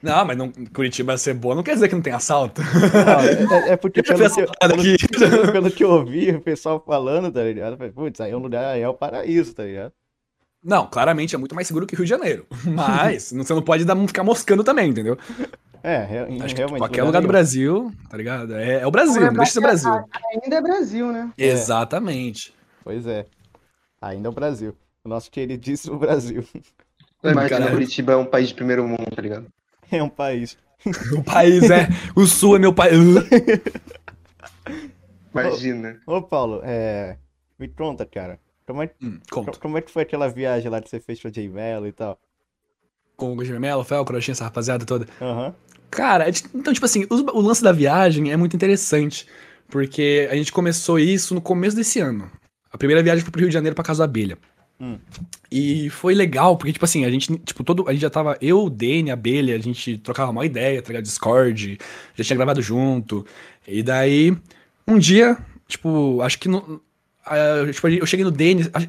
Speaker 4: Não, mas não, Curitiba ser boa não quer dizer que não tem assalto.
Speaker 3: Não, é, é porque
Speaker 4: Deixa eu
Speaker 3: pelo
Speaker 4: ver
Speaker 3: que,
Speaker 4: essa parada
Speaker 3: pelo-
Speaker 4: aqui.
Speaker 3: pelo- pelo que eu ouvi o pessoal falando, tá ligado? Eu falei, Putz, aí é um lugar, aí é o paraíso, tá ligado?
Speaker 4: Não, claramente é muito mais seguro que Rio de Janeiro. Mas não- você não pode dar, ficar moscando também, entendeu?
Speaker 3: É, re-
Speaker 4: Acho que
Speaker 3: realmente.
Speaker 4: qualquer lugar do
Speaker 3: nenhum.
Speaker 4: Brasil, tá ligado? É, é o Brasil, não
Speaker 2: Mas
Speaker 4: deixa de ser Brasil.
Speaker 2: Ainda é Brasil, né?
Speaker 3: é.
Speaker 4: Exatamente.
Speaker 3: Pois é. Ainda é o Brasil. O nosso queridíssimo Brasil.
Speaker 1: Imagina,
Speaker 4: Caralho.
Speaker 1: Curitiba é um país de primeiro mundo, tá ligado?
Speaker 3: É um país.
Speaker 4: O país é. O sul é meu país.
Speaker 1: Imagina.
Speaker 3: Ô, Paulo, é... me conta, cara. Como é,
Speaker 4: Hum, conto.
Speaker 3: como é que foi aquela viagem lá que você fez com a J Mello e tal?
Speaker 4: Com o Gemelo, Fel, Crochinha, essa rapaziada toda.
Speaker 3: Aham.
Speaker 4: Cara, é ti- então, tipo assim, os- o lance da viagem é muito interessante. Porque a gente começou isso no começo desse ano. A primeira viagem foi pro Rio de Janeiro pra Casa da Abelha.
Speaker 3: Hum.
Speaker 4: E foi legal, porque, tipo assim, a gente, tipo, todo. A gente já tava. Eu, Dene, abelha, a gente trocava uma ideia, tá ligado? Discord, já tinha gravado junto. E daí, um dia, tipo, acho que no. ah, tipo, eu cheguei no Dene. a-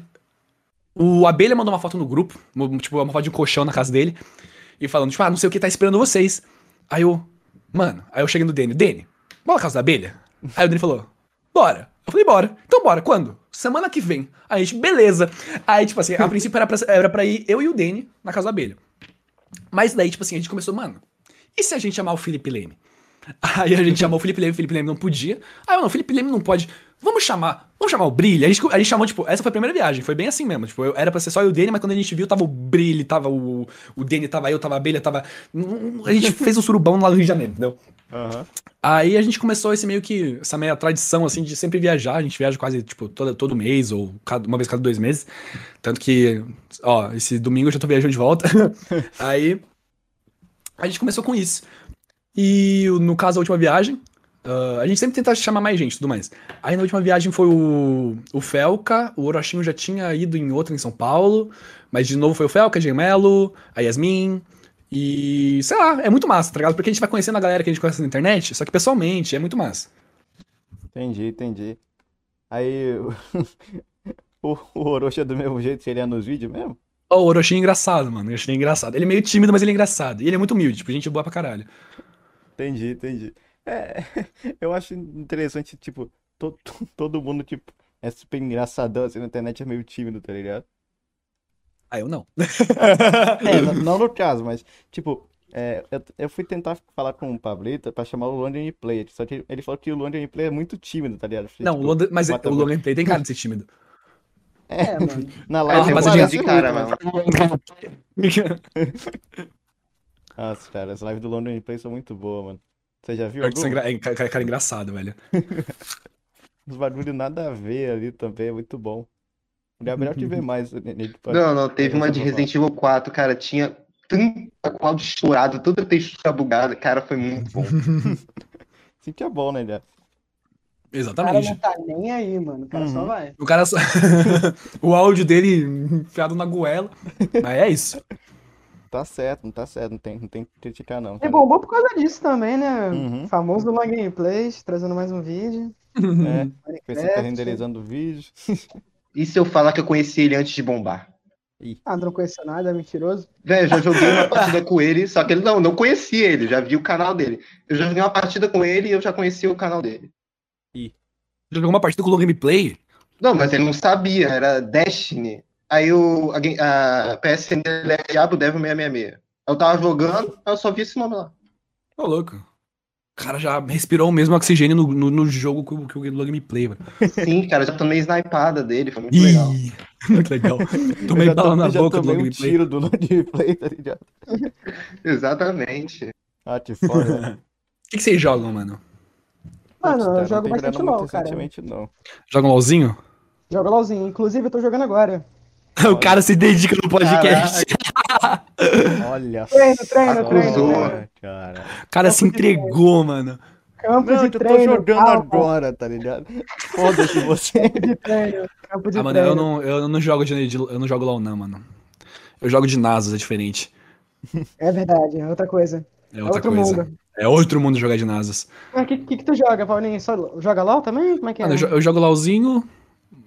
Speaker 4: o abelha mandou uma foto no grupo, mo- tipo, uma foto de um colchão na casa dele. E falando, tipo, ah, não sei o que tá esperando vocês. Aí eu. Mano, aí eu cheguei no Dene, Dene, bora na casa da abelha? Aí o Dene falou, bora. Eu falei, bora. Então bora, quando? Semana que vem. Aí tipo a gente, beleza. Aí, tipo assim, a princípio era pra, era pra ir eu e o Dene na casa da abelha. Mas daí, tipo assim, a gente começou, mano, e se a gente chamar o Felipe Leme? Aí a gente chamou o Felipe Leme, o Felipe Leme não podia. Aí, mano, o Felipe Leme não pode. Vamos chamar, vamos chamar o Brilho. A gente, a gente chamou, tipo, essa foi a primeira viagem, foi bem assim mesmo. Tipo, eu, era pra ser só eu e o Dene, mas quando a gente viu, tava o Brilho, tava o, o Dene, tava eu, tava a Abelha, tava. A gente fez um surubão lá no Rio de Janeiro, entendeu?
Speaker 3: Aham.
Speaker 4: Aí a gente começou esse meio que, essa meia tradição, assim, de sempre viajar. A gente viaja quase, tipo, todo, todo mês ou cada- uma vez cada dois meses. Tanto que, ó, esse domingo eu já tô viajando de volta. Aí a gente começou com isso. E o- no caso da última viagem, ah, a gente sempre tenta chamar mais gente e tudo mais. Aí na última viagem foi o, o Felca, o Orochinho já tinha ido em outra em São Paulo, mas de novo foi o Felca, Gemelo, a Yasmin. E sei lá, é muito massa, tá ligado? Porque a gente vai conhecendo a galera que a gente conhece na internet, só que pessoalmente é muito massa.
Speaker 3: Entendi, entendi. Aí o, o Orochi é do mesmo jeito que ele é nos vídeos mesmo?
Speaker 4: Ó, o Orochinho é engraçado, mano. Eu achei ele engraçado. Ele é meio tímido, mas ele é engraçado. E ele é muito humilde, tipo, gente boa pra caralho.
Speaker 3: Entendi, entendi. É, eu acho interessante, tipo, todo, todo mundo, tipo, é super engraçadão, assim, na internet é meio tímido, tá ligado?
Speaker 4: Ah, eu não.
Speaker 3: É, n- não no caso, mas, tipo, é, eu, eu fui tentar falar com o Pablito pra chamar o London Play, só que ele falou que o London Play é muito tímido, tá ligado?
Speaker 4: Não, o
Speaker 3: Tipo,
Speaker 4: London, mas
Speaker 3: bota
Speaker 4: o
Speaker 3: muito.
Speaker 4: London Play tem cara de ser tímido.
Speaker 2: É, mano.
Speaker 3: na
Speaker 1: Aí
Speaker 3: live
Speaker 1: tem um
Speaker 4: rapaziada,
Speaker 1: cara de
Speaker 3: muito,
Speaker 1: cara,
Speaker 3: mas-
Speaker 1: mano.
Speaker 3: Nossa, cara, as lives do London Play são muito boas, mano. Você já viu
Speaker 4: Pior que isso é
Speaker 3: alguma?
Speaker 4: engra- é ca- cara, engraçado, velho.
Speaker 3: Os bagulho nada a ver ali também, é muito bom. O Gabriel que vê mais nele. tipo, é,
Speaker 1: Não, não, teve uma de
Speaker 3: Vamos lá.
Speaker 1: Resident Evil 4, cara, tinha 30 áudio estourado, toda textura bugada, cara, foi muito bom.
Speaker 3: Sim que é bom, né, Gabriel?
Speaker 2: O cara
Speaker 4: Exatamente.
Speaker 2: não tá nem aí, mano. O cara só
Speaker 3: Uhum.
Speaker 2: vai.
Speaker 4: O cara. só- o áudio dele enfiado na goela. Mas é isso.
Speaker 3: Tá certo, não tá certo, não tem, não tem que criticar não, tá
Speaker 2: E
Speaker 3: cara.
Speaker 2: bombou por causa disso também, né?
Speaker 3: Uhum.
Speaker 2: Famoso do Long Gameplays, trazendo mais um vídeo.
Speaker 4: Hum.
Speaker 3: É, pensei que tá
Speaker 2: Minecraft.
Speaker 3: renderizando o vídeo.
Speaker 1: E se eu falar que eu conheci ele antes de bombar?
Speaker 2: Ah, não conheceu nada, é mentiroso.
Speaker 1: Velho, eu já joguei uma partida com ele, só que ele não, não conhecia ele, já vi o canal dele. Eu já joguei uma partida com ele e eu já conhecia o canal dele.
Speaker 4: Jogou uma partida com o Long Gameplay.
Speaker 1: Não, mas ele não sabia, era Destiny. Aí o, a, game- a PSN dele é Diabo Devil 666. Eu tava jogando, eu só vi esse nome lá.
Speaker 4: Ô, louco. O cara já respirou o mesmo oxigênio no, no, no jogo que o, que o Long Gameplay, mano.
Speaker 1: Sim, cara, já tomei snipada dele, foi muito
Speaker 4: Ih,
Speaker 1: legal.
Speaker 4: muito legal. Tomei
Speaker 3: Eu já
Speaker 4: bala
Speaker 3: to-
Speaker 4: na
Speaker 3: eu já
Speaker 4: boca do
Speaker 3: tomei
Speaker 4: Long
Speaker 3: um
Speaker 4: Gameplay.
Speaker 3: tiro do Lone Play, tá ligado?
Speaker 1: Exatamente.
Speaker 3: Ah, que foda. né?
Speaker 4: O que, que vocês jogam, mano?
Speaker 2: Mano,
Speaker 3: Putz, cara,
Speaker 2: eu jogo
Speaker 3: não tô
Speaker 2: bastante
Speaker 3: jogando muito
Speaker 2: LOL, cara.
Speaker 3: recentemente, não.
Speaker 4: Jogam LOLzinho?
Speaker 2: Jogo LOLzinho. Inclusive, eu tô jogando agora.
Speaker 4: O cara se dedica no podcast.
Speaker 3: Olha
Speaker 2: Treino,
Speaker 3: só, né,
Speaker 2: treino,
Speaker 1: treino,
Speaker 3: cara.
Speaker 4: O cara se entregou, mano.
Speaker 2: Campo
Speaker 3: Não,
Speaker 2: de
Speaker 3: eu tô
Speaker 2: treino,
Speaker 3: jogando
Speaker 2: palco
Speaker 3: agora, tá ligado? Foda-se você.
Speaker 2: de treino, campo de
Speaker 4: Ah, mano,
Speaker 2: treino.
Speaker 4: eu não, eu não jogo de, de- eu não jogo LOL, não, mano. Eu jogo de Nasus, é diferente.
Speaker 2: É verdade, é outra coisa.
Speaker 4: É outra
Speaker 2: outro
Speaker 4: coisa.
Speaker 2: mundo.
Speaker 4: É outro mundo jogar de Nasus.
Speaker 2: Mas o que, que que tu joga, Paulinho? Só joga LOL também? Como é que é?
Speaker 4: Mano, eu, jo- eu jogo LOLzinho,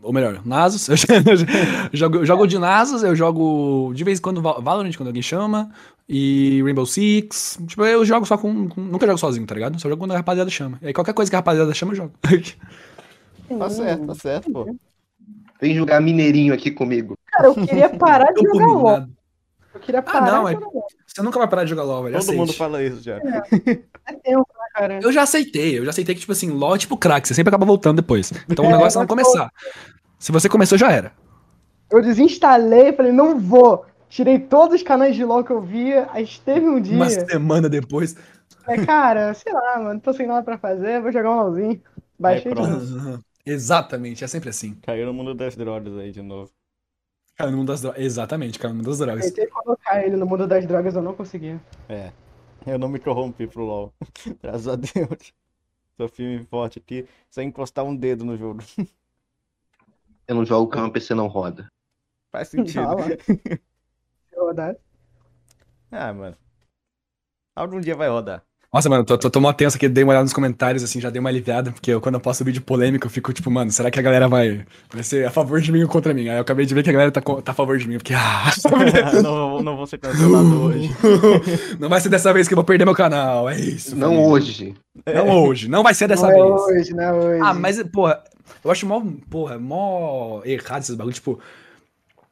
Speaker 4: ou melhor, Nasus. Eu jogo, eu jogo de Nasus, eu jogo de vez em quando Val- Valorant, quando alguém chama, e Rainbow Six. Tipo, eu jogo só com, com- Nunca jogo sozinho, tá ligado? Só jogo quando a rapaziada chama. E aí qualquer coisa que a rapaziada chama, eu jogo.
Speaker 3: Tá certo, tá certo, pô.
Speaker 1: Vem jogar mineirinho aqui comigo.
Speaker 2: Cara, eu queria parar de
Speaker 4: Eu
Speaker 2: jogar
Speaker 4: comigo,
Speaker 2: LOL.
Speaker 4: nada.
Speaker 2: Eu queria
Speaker 4: Ah,
Speaker 2: parar
Speaker 4: não,
Speaker 2: de
Speaker 4: é.
Speaker 2: jogar LOL.
Speaker 4: Você nunca vai parar de jogar LOL, velho.
Speaker 3: Todo mundo
Speaker 4: aceite.
Speaker 3: fala isso já.
Speaker 2: É tempo, né, cara?
Speaker 4: Eu já aceitei, eu já aceitei que, tipo assim, LOL é tipo crack, você sempre acaba voltando depois. Então o
Speaker 2: É,
Speaker 4: negócio é não
Speaker 2: mas
Speaker 4: começar. Se você começou, já era.
Speaker 2: Eu desinstalei, falei, não vou. Tirei todos os canais de LOL que eu via, aí teve um dia.
Speaker 4: Uma semana depois.
Speaker 2: É, cara, sei lá, mano, tô sem nada pra fazer, vou jogar um LOLzinho. Baixei
Speaker 3: Aí,
Speaker 2: de
Speaker 3: pronto.
Speaker 2: novo.
Speaker 4: Exatamente, é sempre assim.
Speaker 3: Caiu no mundo das drogas aí de novo.
Speaker 4: Cara, no mundo das drogas. Exatamente, cara, no mundo das drogas.
Speaker 2: Tentei colocar ele no mundo das drogas, eu não consegui.
Speaker 3: É. Eu não me corrompi pro LoL. Graças a Deus. Tô firme e forte aqui, sem encostar um dedo no jogo.
Speaker 1: Eu não jogo com PC não roda.
Speaker 3: Faz sentido.
Speaker 2: Fala. Eu vou dar-
Speaker 3: Ah, mano. Algum dia vai rodar.
Speaker 4: Nossa, mano, tô, tô, tô mó tenso aqui, dei uma olhada nos comentários, assim, já dei uma aliviada, porque eu, quando eu posto vídeo polêmico, eu fico tipo, mano, será que a galera vai, vai ser a favor de mim ou contra mim? Aí eu acabei de ver que a galera tá, co- tá a favor de mim, porque. Ah,
Speaker 3: não, vou- não vou ser cancelado hoje.
Speaker 4: não vai ser dessa vez que eu vou perder meu canal, é isso.
Speaker 1: Não
Speaker 4: família.
Speaker 1: hoje.
Speaker 4: Não hoje, não vai ser dessa
Speaker 2: é. não é
Speaker 4: vez.
Speaker 2: hoje, não é hoje.
Speaker 4: Ah, mas, porra, eu acho mó, porra, mó errado esses bagulho. Tipo,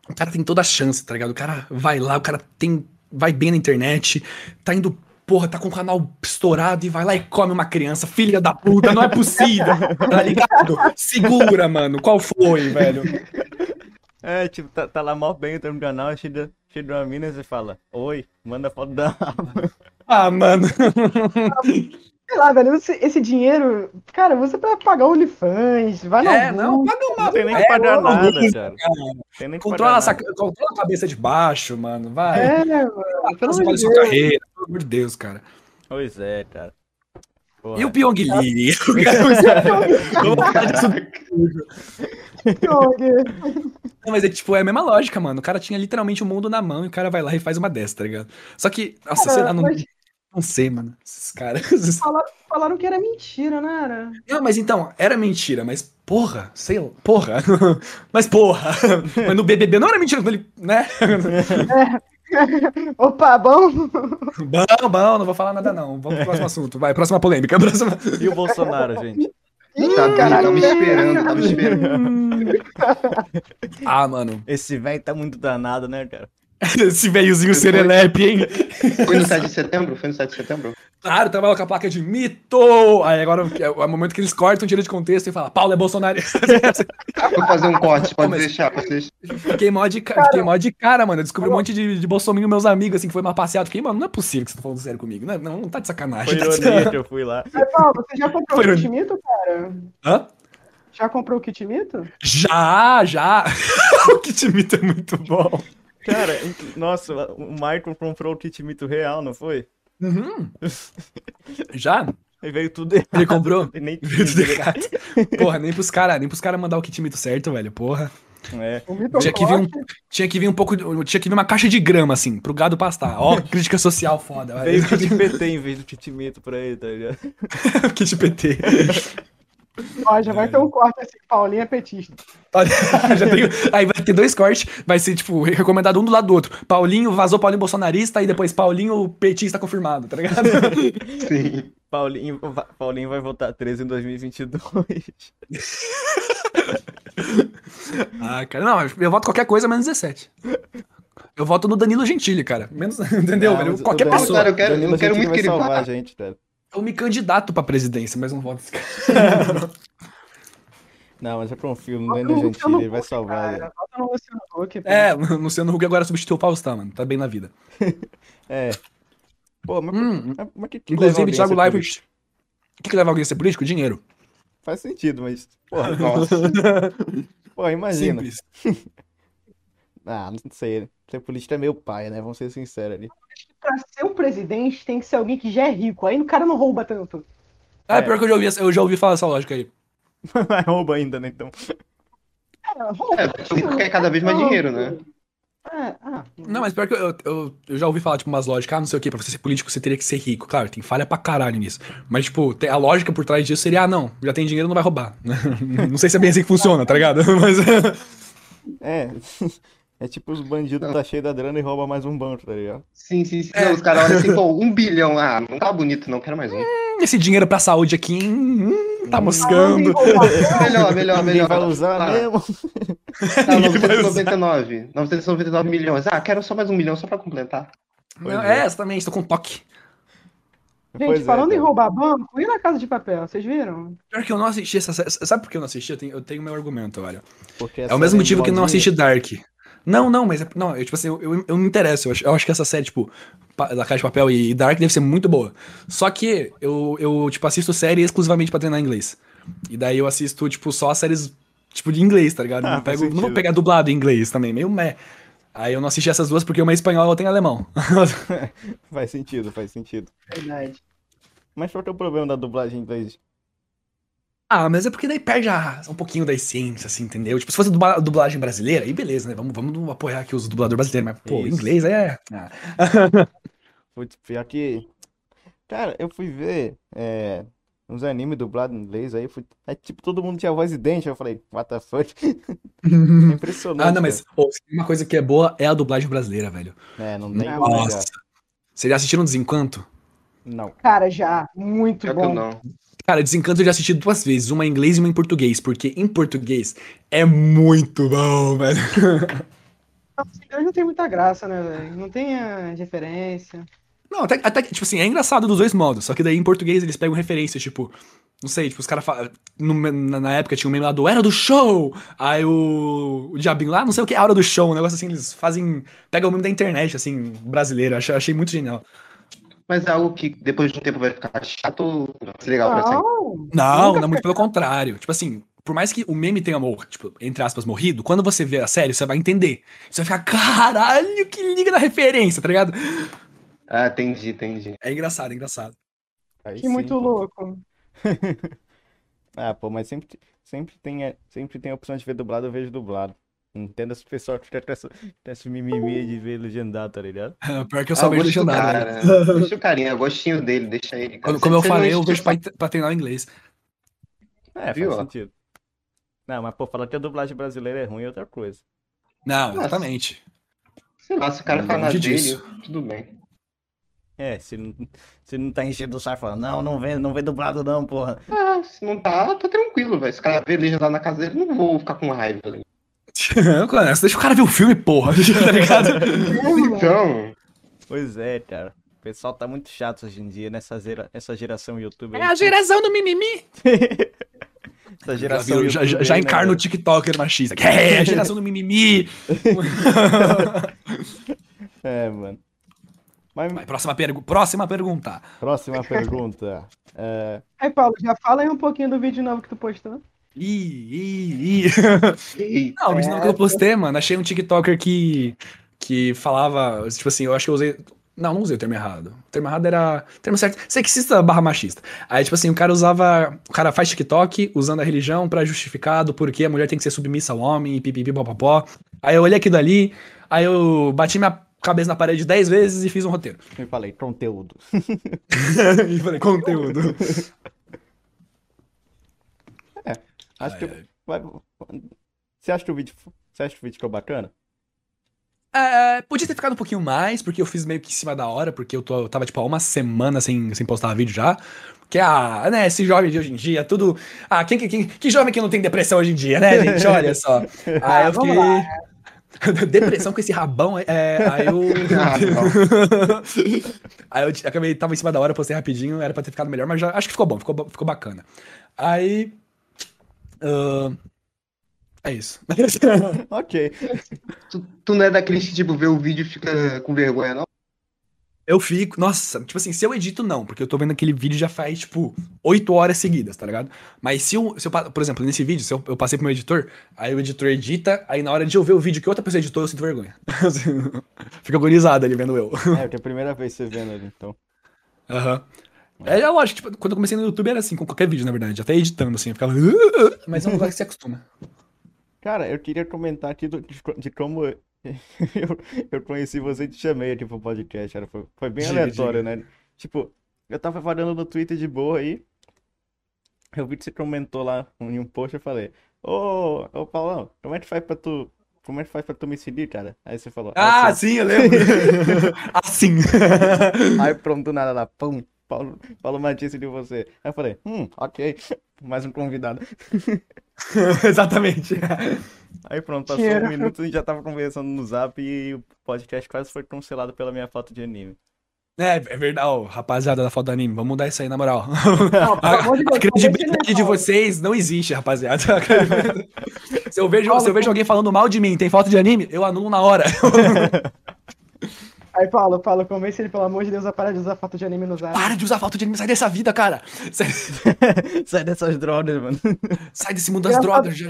Speaker 4: o cara tem toda a chance, tá ligado? O cara vai lá, o cara tem vai bem na internet, tá indo, porra, tá com o canal estourado e vai lá e come uma criança, filha da puta, não é possível, tá ligado? Segura, mano, qual foi, velho?
Speaker 3: É, tipo, tá, tá lá mó bem entrando no canal, é cheio de, cheio de uma mina, você fala, oi, manda foto da raba.
Speaker 4: Ah, mano.
Speaker 2: Sei lá, velho, esse, esse dinheiro, cara, você vai pagar OnlyFans, vai na
Speaker 4: É,
Speaker 2: Google.
Speaker 4: não, paga uma
Speaker 3: Não tem nem
Speaker 4: é,
Speaker 3: que pagar
Speaker 4: ô,
Speaker 3: nada,
Speaker 4: Luiz,
Speaker 3: cara. Tem nem que
Speaker 4: Controla,
Speaker 3: pagar
Speaker 4: essa,
Speaker 3: nada.
Speaker 4: controla a cabeça de baixo, mano, vai.
Speaker 2: É, mano. pelo amor
Speaker 4: Olha
Speaker 2: de
Speaker 4: sua
Speaker 2: Deus.
Speaker 4: carreira, pelo amor de Deus, cara.
Speaker 3: Pois é, cara. Porra.
Speaker 4: E o Pyong Lee?
Speaker 2: Pyong.
Speaker 4: Não, mas é que, tipo, é a mesma lógica, mano. O cara tinha literalmente o mundo na mão e o cara vai lá e faz uma dessa, tá ligado? Só que, nossa,
Speaker 2: Cara,
Speaker 4: sei lá, não,
Speaker 2: tá, mas-
Speaker 4: não sei, mano. Esses caras. esses-
Speaker 2: Falaram que era mentira, não era?
Speaker 4: Não, mas então, era mentira, mas porra, sei lá, porra. mas porra. mas no BBB não era mentira quando ele, né?
Speaker 2: Opa, bom?
Speaker 4: bom, bom, não vou falar nada não. Vamos pro próximo assunto. Vai, próxima polêmica. Próxima...
Speaker 3: E o Bolsonaro, gente?
Speaker 1: Sabia,
Speaker 2: caralho.
Speaker 1: tava Tá, esperando, tava esperando.
Speaker 4: Ah, mano.
Speaker 3: Esse velho tá muito danado, né, cara?
Speaker 4: Esse veiozinho serelepe, hein?
Speaker 1: Foi no 7 de setembro? Foi no 7 de setembro?
Speaker 4: Claro, trabalha com a placa de mito. Aí agora é o momento que eles cortam, tira de contexto e fala, Paulo é Bolsonaro.
Speaker 1: Vou fazer um corte, pode
Speaker 4: Mas-
Speaker 1: deixar, pode deixar.
Speaker 4: Fiquei mó de, ca- fiquei mó de cara, mano. Eu descobri um monte de, de bolsominho meus amigos, assim, que foi uma passeada. Fiquei, mano, não é possível que você tá falando sério comigo. Não, não, não tá de
Speaker 3: Foi
Speaker 4: sacanagem. tá de-
Speaker 3: ironia que eu fui lá.
Speaker 2: Mas, Paulo, você já comprou o
Speaker 4: Foi.
Speaker 2: kit mito, cara?
Speaker 4: Hã?
Speaker 2: Já comprou o kit mito?
Speaker 4: Já, já. o Kit Mito é muito bom.
Speaker 3: Cara, ent- nossa, o Michael comprou o kit mito real, não foi?
Speaker 4: Uhum. Já?
Speaker 3: E veio tudo errado.
Speaker 4: Ele comprou?
Speaker 3: E nem
Speaker 4: Veio do Decato. Porra, nem pros caras, nem pros caras mandar o kit mito certo, velho. Porra.
Speaker 3: É.
Speaker 2: O Vitor
Speaker 4: Tinha que vir um, tinha que vir um pouco. de- Tinha que vir uma caixa de grama, assim, pro gado pastar. Ó, crítica social foda,
Speaker 3: Veio
Speaker 4: velho.
Speaker 3: o kit PT em vez do kit mito pra ele, tá ligado?
Speaker 4: kit PT.
Speaker 2: Ó, já
Speaker 1: É.
Speaker 2: vai ter um corte assim, Paulinha é petista.
Speaker 4: Olha, já tem- aí vai ter dois cortes, vai ser, tipo, recomendado um do lado do outro. Paulinho vazou Paulinho bolsonarista e depois Paulinho petista confirmado, tá ligado?
Speaker 1: Sim.
Speaker 3: Paulinho, va- Paulinho vai votar 13 em 2022.
Speaker 4: ah, cara, não, eu voto qualquer coisa menos 17. Eu voto no Danilo Gentili, cara. Menos, entendeu,
Speaker 3: Ah,
Speaker 4: velho?
Speaker 3: mas o
Speaker 4: Qualquer
Speaker 3: Danilo-
Speaker 4: pessoa.
Speaker 1: Cara, eu quero- eu
Speaker 3: Danilo
Speaker 1: quero
Speaker 3: Gentili
Speaker 1: muito
Speaker 3: vai
Speaker 1: que ele
Speaker 3: salvar
Speaker 1: vá.
Speaker 3: a gente, cara.
Speaker 4: Eu me candidato pra presidência, mas não voto nesse cara.
Speaker 3: Não, mas é eu confio no
Speaker 2: Bota
Speaker 3: Danilo
Speaker 2: no
Speaker 3: Gentili,
Speaker 2: Luciano
Speaker 3: ele vai
Speaker 2: Huck,
Speaker 3: salvar.
Speaker 2: cara.
Speaker 3: ele.
Speaker 2: Bota no Luciano Huck. pô.
Speaker 4: É, o Luciano Huck agora substituiu o Faustão, mano. Tá bem na vida.
Speaker 3: É. Pô, mas,
Speaker 4: Hum,
Speaker 3: mas- mas que que leva
Speaker 4: inclusive,
Speaker 3: alguém a
Speaker 4: Thiago
Speaker 3: ser
Speaker 4: Leifert. O que, que leva alguém a ser político? Dinheiro.
Speaker 3: político? Faz sentido, mas. Porra,
Speaker 1: Nossa.
Speaker 3: porra, imagina.
Speaker 4: Simples.
Speaker 3: Ah, não sei. Ser político é meu pai, né? Vamos ser sinceros ali.
Speaker 2: Pra ser o presidente, tem que ser alguém que já é rico. Aí o cara não rouba tanto.
Speaker 4: Ah,
Speaker 3: É.
Speaker 4: pior que eu já ouvi, essa- eu já ouvi falar essa lógica aí.
Speaker 3: Vai rouba ainda, né? Então.
Speaker 2: Cara, rouba.
Speaker 1: É, porque rico quer cada vez mais dinheiro, né?
Speaker 2: É, ah,
Speaker 4: Não, mas pior que eu, eu, eu já ouvi falar, tipo, umas lógicas, ah, não sei o que, pra você ser político você teria que ser rico. Claro, tem falha pra caralho nisso. Mas, tipo, tem- a lógica por trás disso seria, ah, não, já tem dinheiro, não vai roubar. não sei se é bem assim que funciona, tá ligado? Mas.
Speaker 3: É. É tipo os bandidos tá cheio da grana e rouba mais um banco, tá ligado?
Speaker 1: Sim, sim, sim. Não, os caras olham assim, pô, um bilhão. Ah, não tá bonito, não, quero mais um.
Speaker 4: Esse dinheiro pra saúde aqui, hum, hum, tá moscando.
Speaker 1: Melhor, melhor,
Speaker 3: Ninguém
Speaker 1: melhor.
Speaker 3: vai usar né?
Speaker 1: Ah,
Speaker 3: mesmo.
Speaker 1: Tá,
Speaker 4: Ninguém vai
Speaker 1: 999. 999 milhões. Ah, quero só mais um milhão, só pra completar.
Speaker 4: Não, é, exatamente, tô com toque.
Speaker 2: Gente,
Speaker 3: Pois é,
Speaker 2: falando em
Speaker 3: cara.
Speaker 2: roubar banco, e na Casa de Papel? Vocês viram?
Speaker 4: Pior que eu não assisti essa série. Sabe por que eu não assisti? Eu tenho, eu tenho meu argumento, olha.
Speaker 3: Porque
Speaker 4: É o
Speaker 3: essa
Speaker 4: mesmo
Speaker 3: é
Speaker 4: motivo que eu não
Speaker 3: modinha.
Speaker 4: assisti Dark. Não, não, mas é- não, eu, tipo assim, eu, eu, eu me interesso. Eu acho, eu acho que essa série, tipo, pa- da Caixa de Papel e Dark deve ser muito boa. Só que eu, eu tipo, assisto série exclusivamente pra treinar inglês. E daí eu assisto, tipo, só as séries, tipo, de inglês, tá ligado?
Speaker 3: Ah,
Speaker 4: não,
Speaker 3: faz
Speaker 4: pego, não vou
Speaker 3: sentido.
Speaker 4: pegar dublado em inglês também, meio meh. Aí eu não assisti essas duas porque uma é espanhola e outra é em alemão.
Speaker 3: Faz sentido, faz sentido.
Speaker 2: Verdade.
Speaker 3: Mas qual que é o problema da dublagem em inglês?
Speaker 4: ah, mas é porque daí perde a- um pouquinho da essência, assim, entendeu? Tipo, se fosse dubla- dublagem brasileira, aí beleza, né? Vamos, vamos apoiar aqui os dubladores brasileiros, mas, pô,
Speaker 3: Isso.
Speaker 4: inglês é. Ah.
Speaker 3: Putz, pior que. Cara, eu fui ver é, uns animes dublados em inglês aí. Fui... Aí, tipo, todo mundo tinha voz idêntica. Eu falei, what the fuck? É impressionante.
Speaker 4: Ah, não, mas ô, se tem uma coisa que é boa é a dublagem brasileira, velho.
Speaker 3: cara. É, não tem como
Speaker 4: Nossa.
Speaker 3: negar.
Speaker 4: Vocês já assistiram Desencanto?
Speaker 3: Não.
Speaker 2: Cara, já. Muito
Speaker 1: Pior que eu
Speaker 2: bom.
Speaker 1: não.
Speaker 4: Cara, Desencanto eu já assisti duas vezes, uma em inglês e uma em português, porque em português é muito bom, velho.
Speaker 2: Hoje não tem muita graça, né, velho? Não tem a referência.
Speaker 4: Não, até, até que, tipo assim, é engraçado dos dois modos, só que daí em português eles pegam referências, tipo, não sei, tipo, os caras falam. Na, na época tinha um meme lá do Era do Show! Aí o, o Diabinho lá, não sei o que é a hora do show, um negócio assim, eles fazem. Pegam o meme da internet, assim, brasileiro, achei, achei muito genial.
Speaker 1: Mas é algo que depois de um tempo vai ficar chato ou legal
Speaker 2: Ah.
Speaker 1: pra sempre?
Speaker 2: Não,
Speaker 4: Não,
Speaker 2: Nunca
Speaker 4: não, muito pelo contrário. Tipo assim, por mais que o meme tenha, mor- tipo, entre aspas, morrido, quando você vê a série, você vai entender. Você vai ficar, caralho, que liga na referência, tá ligado?
Speaker 1: Ah, entendi, entendi.
Speaker 4: É engraçado, é engraçado.
Speaker 3: Aí
Speaker 2: que
Speaker 3: sim,
Speaker 2: muito
Speaker 3: pô.
Speaker 2: louco.
Speaker 3: Ah, pô, mas sempre, sempre tem, é, sempre tem a opção de ver dublado, eu vejo dublado. Não Entendo esse pessoal que tem essa, tem esse mimimi de ver legendado, tá ligado?
Speaker 4: Pior que eu só vejo
Speaker 1: gosto do
Speaker 4: legendado. né?
Speaker 1: Ah, cara. Deixa o carinha, eu gostinho dele, deixa ele. cara.
Speaker 4: Quando- Como eu
Speaker 1: Você não é
Speaker 4: falei, eu
Speaker 1: enche o
Speaker 4: vejo pra, pra treinar o inglês.
Speaker 3: É, faz
Speaker 1: Viu, ó?
Speaker 3: sentido. Não, mas pô, falar que a dublagem brasileira é ruim é outra coisa.
Speaker 4: Não,
Speaker 1: Nossa.
Speaker 4: exatamente.
Speaker 1: Sei lá, Ah, se o cara
Speaker 4: Não,
Speaker 1: falar na
Speaker 4: longe
Speaker 1: dele,
Speaker 4: disso.
Speaker 1: tudo bem.
Speaker 3: É, se não, se não tá enchendo o saco, falando, não, não vê, não vê dublado não, porra.
Speaker 1: Ah, se não tá, tá tranquilo, velho. Se o cara vê legendado na casa dele, não vou ficar com raiva. né? velho.
Speaker 4: é, Você deixa o cara ver o filme, porra, tá ligado?
Speaker 1: Então,
Speaker 3: Pois é, cara. O pessoal tá muito chato hoje em dia, nessa gera, essa geração youtuber. aí.
Speaker 4: É geração do mimimi.
Speaker 3: Essa
Speaker 4: Já,
Speaker 3: geração
Speaker 4: já,
Speaker 3: youtuber
Speaker 4: já
Speaker 3: aí, né,
Speaker 4: encarna o
Speaker 3: velho?
Speaker 4: TikToker machista. É, a geração do mimimi.
Speaker 3: É, mano. Mas,
Speaker 4: Vai, próxima, pergu próxima pergunta.
Speaker 3: próxima pergunta. É,
Speaker 2: Aí, Paulo, já fala aí um pouquinho do vídeo novo que tu postou.
Speaker 4: Ih, ih, ih.
Speaker 1: ei,
Speaker 4: Não, o original que eu postei, mano, achei um TikToker que, que falava, tipo assim, eu acho que eu usei. Não, não usei o termo errado. O termo errado era. o termo certo. Sexista barra machista. Aí, tipo assim, o cara usava. O cara faz TikTok usando a religião pra justificar do porquê a mulher tem que ser submissa ao homem e pipipi, popopó. Aí eu olhei aquilo ali, aí eu bati minha cabeça na parede 10 vezes e fiz um roteiro.
Speaker 3: eu falei, conteúdo.
Speaker 4: e falei, conteúdo.
Speaker 3: Acho que
Speaker 4: Ai, ai.
Speaker 3: vai- Você acha que o vídeo, você acha que o vídeo ficou bacana?
Speaker 4: É, podia ter ficado um pouquinho mais, porque eu fiz meio que em cima da hora, porque eu, tô- eu tava, tipo, há uma semana sem, sem postar vídeo já. Porque, ah, né, esse jovem de hoje em dia, tudo. Ah, quem, quem, quem- que jovem que não tem depressão hoje em dia, né, gente? Olha só. Aí eu
Speaker 2: vamos
Speaker 4: fiquei. Depressão com esse rabão, é, aí eu.
Speaker 1: Ah,
Speaker 4: aí eu t- acabei, tava em cima da hora, postei rapidinho, era pra ter ficado melhor, mas já, acho que ficou bom, ficou, bo- ficou bacana. Aí. ah, é isso.
Speaker 3: Ok. É,
Speaker 1: tu, tu não é daqueles que, tipo, vê o vídeo e fica com vergonha, não?
Speaker 4: Eu fico, nossa, tipo assim, se eu edito, não, porque eu tô vendo aquele vídeo já faz, tipo, oito horas seguidas, tá ligado? Mas se eu, se eu pa- por exemplo, nesse vídeo, se eu, eu passei pro meu editor, aí o editor edita, aí na hora de eu ver o vídeo que outra pessoa editou, eu sinto vergonha. Fica agonizado ali vendo eu.
Speaker 3: É, que é a primeira vez você vendo ele, então.
Speaker 4: Aham. É, é lógico, tipo, quando eu comecei no YouTube era assim, com qualquer vídeo, na verdade, até editando, assim, eu ficava. Mas é um lugar que se acostuma.
Speaker 3: Cara, eu queria comentar aqui do- de, co- de como eu, eu conheci você e te chamei aqui pro podcast, cara. Foi, foi bem
Speaker 4: Diga,
Speaker 3: aleatório, né? Tipo, eu tava falando no Twitter de boa aí. Eu vi que você comentou lá em um post, eu falei, ô, ô Paulão, como é que faz pra tu. Como é que faz pra tu me seguir, cara? Aí você falou,
Speaker 4: Ah,
Speaker 3: assim.
Speaker 4: sim, eu lembro. assim.
Speaker 3: Aí pronto, nada lá, pum, Paulo, Paulo Matias seguiu você. Aí eu falei, hum, ok, mais um convidado.
Speaker 4: Exatamente.
Speaker 3: Aí pronto, passou
Speaker 2: Cheiro.
Speaker 3: um minuto e já tava conversando no zap e o podcast quase foi cancelado pela minha falta de anime.
Speaker 4: É, é verdade, ó, rapaziada da foto do anime, vamos mudar isso aí, na moral.
Speaker 2: Não, pelo
Speaker 4: A,
Speaker 2: amor de
Speaker 4: a
Speaker 2: Deus,
Speaker 4: credibilidade de
Speaker 2: Paulo.
Speaker 4: vocês não existe, rapaziada. se, eu vejo, se eu vejo alguém falando mal de mim, tem foto de anime, eu anulo na hora.
Speaker 2: Aí, Paulo, Paulo, convence ele, pelo amor de Deus, a parar de usar foto de anime no
Speaker 3: É.
Speaker 2: zap.
Speaker 4: Para de usar foto de anime, sai dessa vida, cara. Sai,
Speaker 3: Sai dessas drogas, mano.
Speaker 4: sai desse mundo das drogas. já-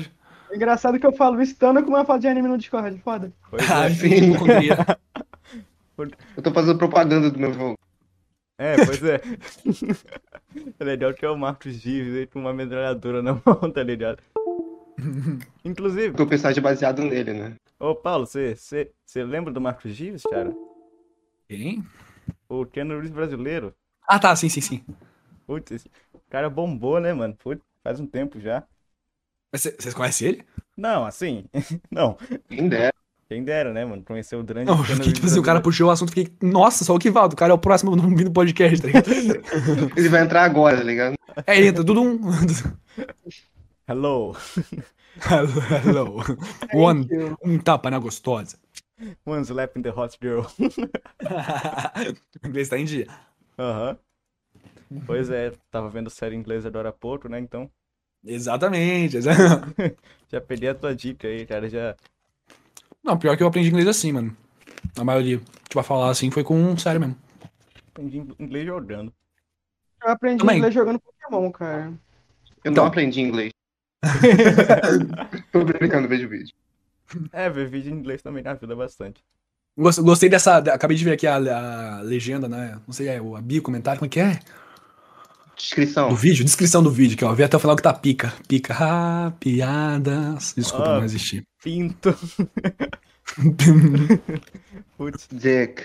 Speaker 2: É Engraçado que eu falo isso estando com uma foto de anime no Discord, foda.
Speaker 3: Pois
Speaker 4: Ah,
Speaker 3: é.
Speaker 4: enfim, hipocondria.
Speaker 1: Eu tô fazendo propaganda do meu jogo.
Speaker 3: É, pois é. É legal que é o Marcos Gives aí com uma metralhadora na mão, tá ligado? Inclusive,
Speaker 1: Porque o personagem é baseado nele, né?
Speaker 3: ô Paulo, você lembra do Marcos Gives, cara?
Speaker 4: Quem?
Speaker 3: O Ken Reeves brasileiro.
Speaker 4: Ah, tá, sim, sim, sim.
Speaker 3: Putz, esse cara bombou, né, mano? Putz, faz um tempo já.
Speaker 4: Mas cê- vocês conhecem ele?
Speaker 3: Não, assim, não.
Speaker 1: Quem dera.
Speaker 3: Quem dera, né, mano? Conhecer o grande
Speaker 4: Não, eu
Speaker 3: Keanu
Speaker 4: fiquei,
Speaker 3: Reeves
Speaker 4: tipo assim, o cara
Speaker 3: brasileiro.
Speaker 4: puxou o assunto, fiquei, nossa, só o Kivaldo, o cara é o próximo nome do podcast, tá ligado?
Speaker 1: Ele vai entrar agora, tá ligado?
Speaker 4: É, ele entra, tudo um.
Speaker 3: Hello. Tá
Speaker 4: Hello. One, um tapa na gostosa.
Speaker 3: One slap in the hot girl.
Speaker 4: o inglês tá em dia.
Speaker 3: Aham. Pois é, tava vendo série inglesa agora há pouco, né? Então,
Speaker 4: Exatamente. exa-
Speaker 3: já peguei a tua dica aí, cara. Já.
Speaker 4: Não, pior que eu aprendi inglês assim, mano. Na maioria. Tipo, a falar assim foi com sério mesmo.
Speaker 3: Aprendi inglês jogando.
Speaker 2: Eu aprendi
Speaker 4: Também.
Speaker 2: inglês jogando Pokémon, cara.
Speaker 1: Eu não
Speaker 4: Então.
Speaker 1: aprendi inglês. Tô brincando, vejo o vídeo.
Speaker 3: É, ver vídeo em inglês também ajuda bastante.
Speaker 4: Gost- Gostei dessa. da- Acabei de ver aqui a, a legenda, né? Não sei, é o a bio, comentário, como é que é?
Speaker 1: Descrição.
Speaker 4: Do vídeo, descrição do vídeo, que ó, vê até o final que tá pica. Pica, ah, piadas. Desculpa,
Speaker 3: Ah.
Speaker 4: não existi.
Speaker 3: Pinto. Putz.
Speaker 1: Dick.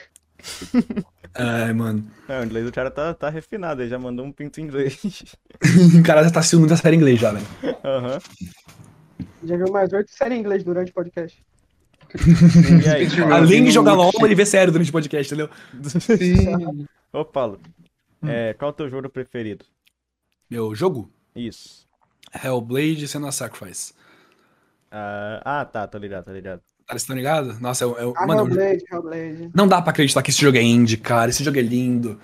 Speaker 4: Ai, mano.
Speaker 3: É, o inglês do cara tá, tá refinado, ele já mandou um pinto em inglês.
Speaker 4: O cara já tá assistindo muita série em inglês já, velho.
Speaker 3: Aham.
Speaker 2: Já viu mais oito séries em inglês durante o podcast.
Speaker 3: E aí?
Speaker 1: Speedrun. Eu
Speaker 4: Além
Speaker 1: vi
Speaker 4: de
Speaker 1: no
Speaker 4: jogar LOL,
Speaker 1: Wiki.
Speaker 4: ele vê sério durante o podcast, entendeu?
Speaker 1: Sim.
Speaker 3: Ô, Paulo, é, qual o teu jogo preferido?
Speaker 4: Meu jogo?
Speaker 3: Isso.
Speaker 4: Hellblade sendo a Sacrifice.
Speaker 3: Ah, ah, tá, tô ligado, tô ligado.
Speaker 4: Cara, vocês estão ligados? Nossa, é eu, eu,
Speaker 2: Ah,
Speaker 4: mano, eu-
Speaker 2: Hellblade, Hellblade.
Speaker 4: não dá pra acreditar que esse jogo é indie, cara. Esse jogo é lindo.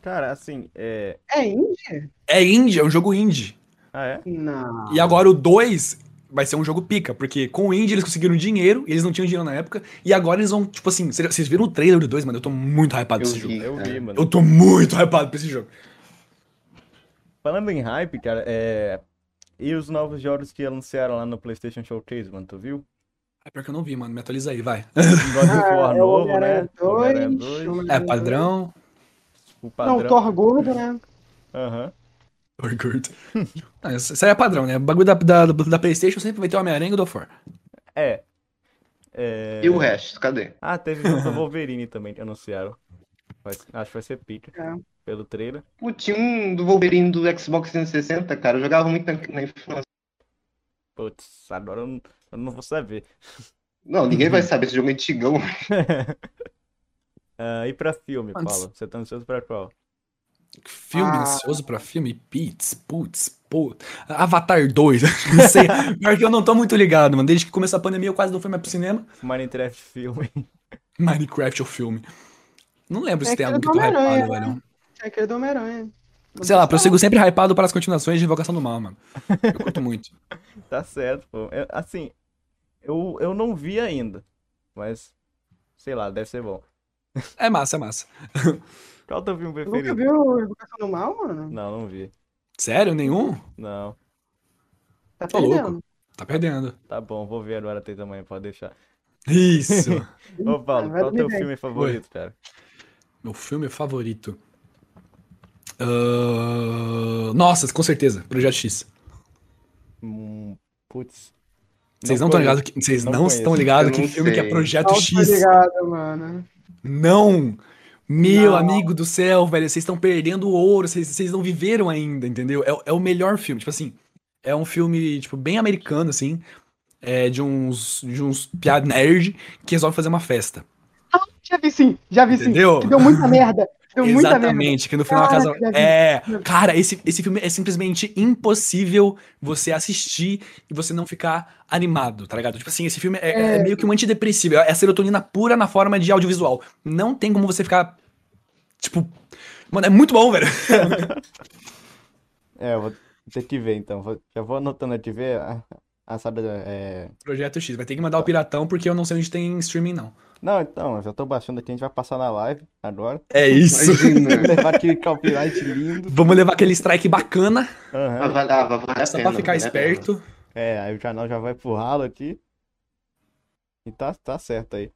Speaker 3: Cara, assim, é.
Speaker 2: É indie?
Speaker 4: É indie, é um jogo indie.
Speaker 3: Ah, é?
Speaker 2: Não.
Speaker 4: E agora o 2 vai ser um jogo pica, porque com o Indie eles conseguiram dinheiro, e eles não tinham dinheiro na época, e agora eles vão, tipo assim, vocês vocês viram o trailer do 2, mano? Eu tô muito hypado
Speaker 1: Eu
Speaker 4: pra esse jogo.
Speaker 1: vi.
Speaker 3: Eu vi, mano.
Speaker 4: Eu tô muito hypado pra esse jogo.
Speaker 3: Falando em hype, cara, é. E os novos jogos que anunciaram lá no PlayStation Showcase, mano, tu viu? Um
Speaker 4: É pior que eu não vi, mano. Me atualiza aí, vai.
Speaker 3: God of War
Speaker 2: é o
Speaker 3: novo,
Speaker 2: Homem-Aranha
Speaker 3: né?
Speaker 2: dois,
Speaker 3: Homem-Aranha
Speaker 2: Homem-
Speaker 4: É padrão.
Speaker 3: o
Speaker 2: Não,
Speaker 3: padrão.
Speaker 2: Thor Gordo, né?
Speaker 3: Aham.
Speaker 4: Oi, Kurt. Não, isso isso aí é padrão, né? O bagulho da, da, da PlayStation sempre vai ter o Homem-Aranha e o God of War.
Speaker 3: É. É.
Speaker 1: E o resto, cadê?
Speaker 3: Ah, teve o do Wolverine também que anunciaram. Vai- acho que vai ser pica.
Speaker 2: É.
Speaker 3: Pelo trailer.
Speaker 1: Pô, tinha um do Wolverine do Xbox 360, cara. Eu jogava muito na, na infância.
Speaker 3: Putz, agora eu não, eu não vou saber.
Speaker 1: Não, ninguém
Speaker 4: Uhum.
Speaker 1: vai saber esse jogo é antigão.
Speaker 3: Ah, e pra filme,
Speaker 4: Antes-
Speaker 3: Paulo? Você tá ansioso pra qual?
Speaker 4: Filme
Speaker 2: Ah.
Speaker 4: ansioso pra filme? Pits, putz, pô. Avatar 2, não sei. Pior que eu não tô muito ligado, mano. Desde que começou a pandemia eu quase não fui mais pro cinema.
Speaker 3: Minecraft filme.
Speaker 4: Minecraft é o filme. Não lembro se
Speaker 2: É
Speaker 4: tem
Speaker 2: aquele
Speaker 4: algo que eu
Speaker 2: do
Speaker 4: tô
Speaker 2: Homem-Aranha,
Speaker 4: hypado, velho.
Speaker 2: É aquele do Homem-Aranha.
Speaker 4: Sei lá, eu sigo sempre hypado para as continuações de Invocação do Mal, mano. Eu curto muito.
Speaker 3: Tá certo, pô. Eu- assim, eu, eu não vi ainda. Mas, sei lá, deve ser bom.
Speaker 4: É massa, é massa.
Speaker 3: Qual teu filme
Speaker 2: Tu Nunca
Speaker 3: preferido?
Speaker 2: Ah, viu Educação do Mal, mano?
Speaker 3: Não, não vi.
Speaker 4: Sério? Nenhum?
Speaker 3: Não.
Speaker 2: Tá
Speaker 4: Tô louco.
Speaker 2: perdendo.
Speaker 4: Tá perdendo.
Speaker 3: Tá bom, vou ver agora tem tamanho, pode deixar.
Speaker 4: Isso.
Speaker 3: Ô, Paulo,
Speaker 2: Hum, vai
Speaker 3: qual o teu
Speaker 2: dormir
Speaker 3: filme favorito, cara?
Speaker 4: Meu filme favorito. Ahn, Nossa, com certeza. Projeto X.
Speaker 3: Hum, putz.
Speaker 4: Vocês
Speaker 3: Não
Speaker 4: não estão
Speaker 3: conheço.
Speaker 4: ligados que. Vocês
Speaker 3: Não
Speaker 4: não,
Speaker 3: conheço.
Speaker 4: estão ligados
Speaker 1: Eu
Speaker 4: que
Speaker 1: não
Speaker 4: filme que é
Speaker 1: sei.
Speaker 4: Projeto
Speaker 2: Não, tô
Speaker 4: X.
Speaker 2: ligado, mano.
Speaker 4: Não! Meu
Speaker 2: Não.
Speaker 4: amigo do céu, velho, vocês estão perdendo o ouro, vocês, vocês não viveram ainda, entendeu? É, o- é o melhor filme, tipo assim, é um filme, tipo, bem americano, assim, é, de uns, de uns piada nerd que resolve fazer uma festa,
Speaker 2: Já vi sim, já vi sim.
Speaker 4: entendeu?
Speaker 2: Que deu muita merda. que Deu muita merda.
Speaker 4: Exatamente, que no final a
Speaker 2: Cara,
Speaker 4: casa.
Speaker 2: já vi.
Speaker 4: É. Cara, esse, esse filme é simplesmente impossível você assistir e você não ficar animado, tá ligado? Tipo assim, esse filme é, é meio que um antidepressivo. É a serotonina pura na forma de audiovisual. Não tem como você ficar. Tipo. Mano, é muito bom, velho.
Speaker 3: É, eu vou ter que ver então. Vou- já vou anotando aqui ver a, a saga. É...
Speaker 4: Projeto X, vai ter que mandar o piratão porque eu não sei onde tem streaming, não.
Speaker 3: Não, então, eu já tô baixando aqui, a gente vai passar na live agora.
Speaker 4: É isso.
Speaker 1: Imagina.
Speaker 3: Levar aquele copyright lindo.
Speaker 4: Vamos levar aquele strike bacana,
Speaker 3: Aham.
Speaker 1: Ah, vale- ah, vale a
Speaker 4: só
Speaker 1: pena,
Speaker 4: pra ficar
Speaker 1: vale a pena.
Speaker 4: esperto.
Speaker 3: É, aí o canal já vai pro ralo aqui. E tá, tá certo aí.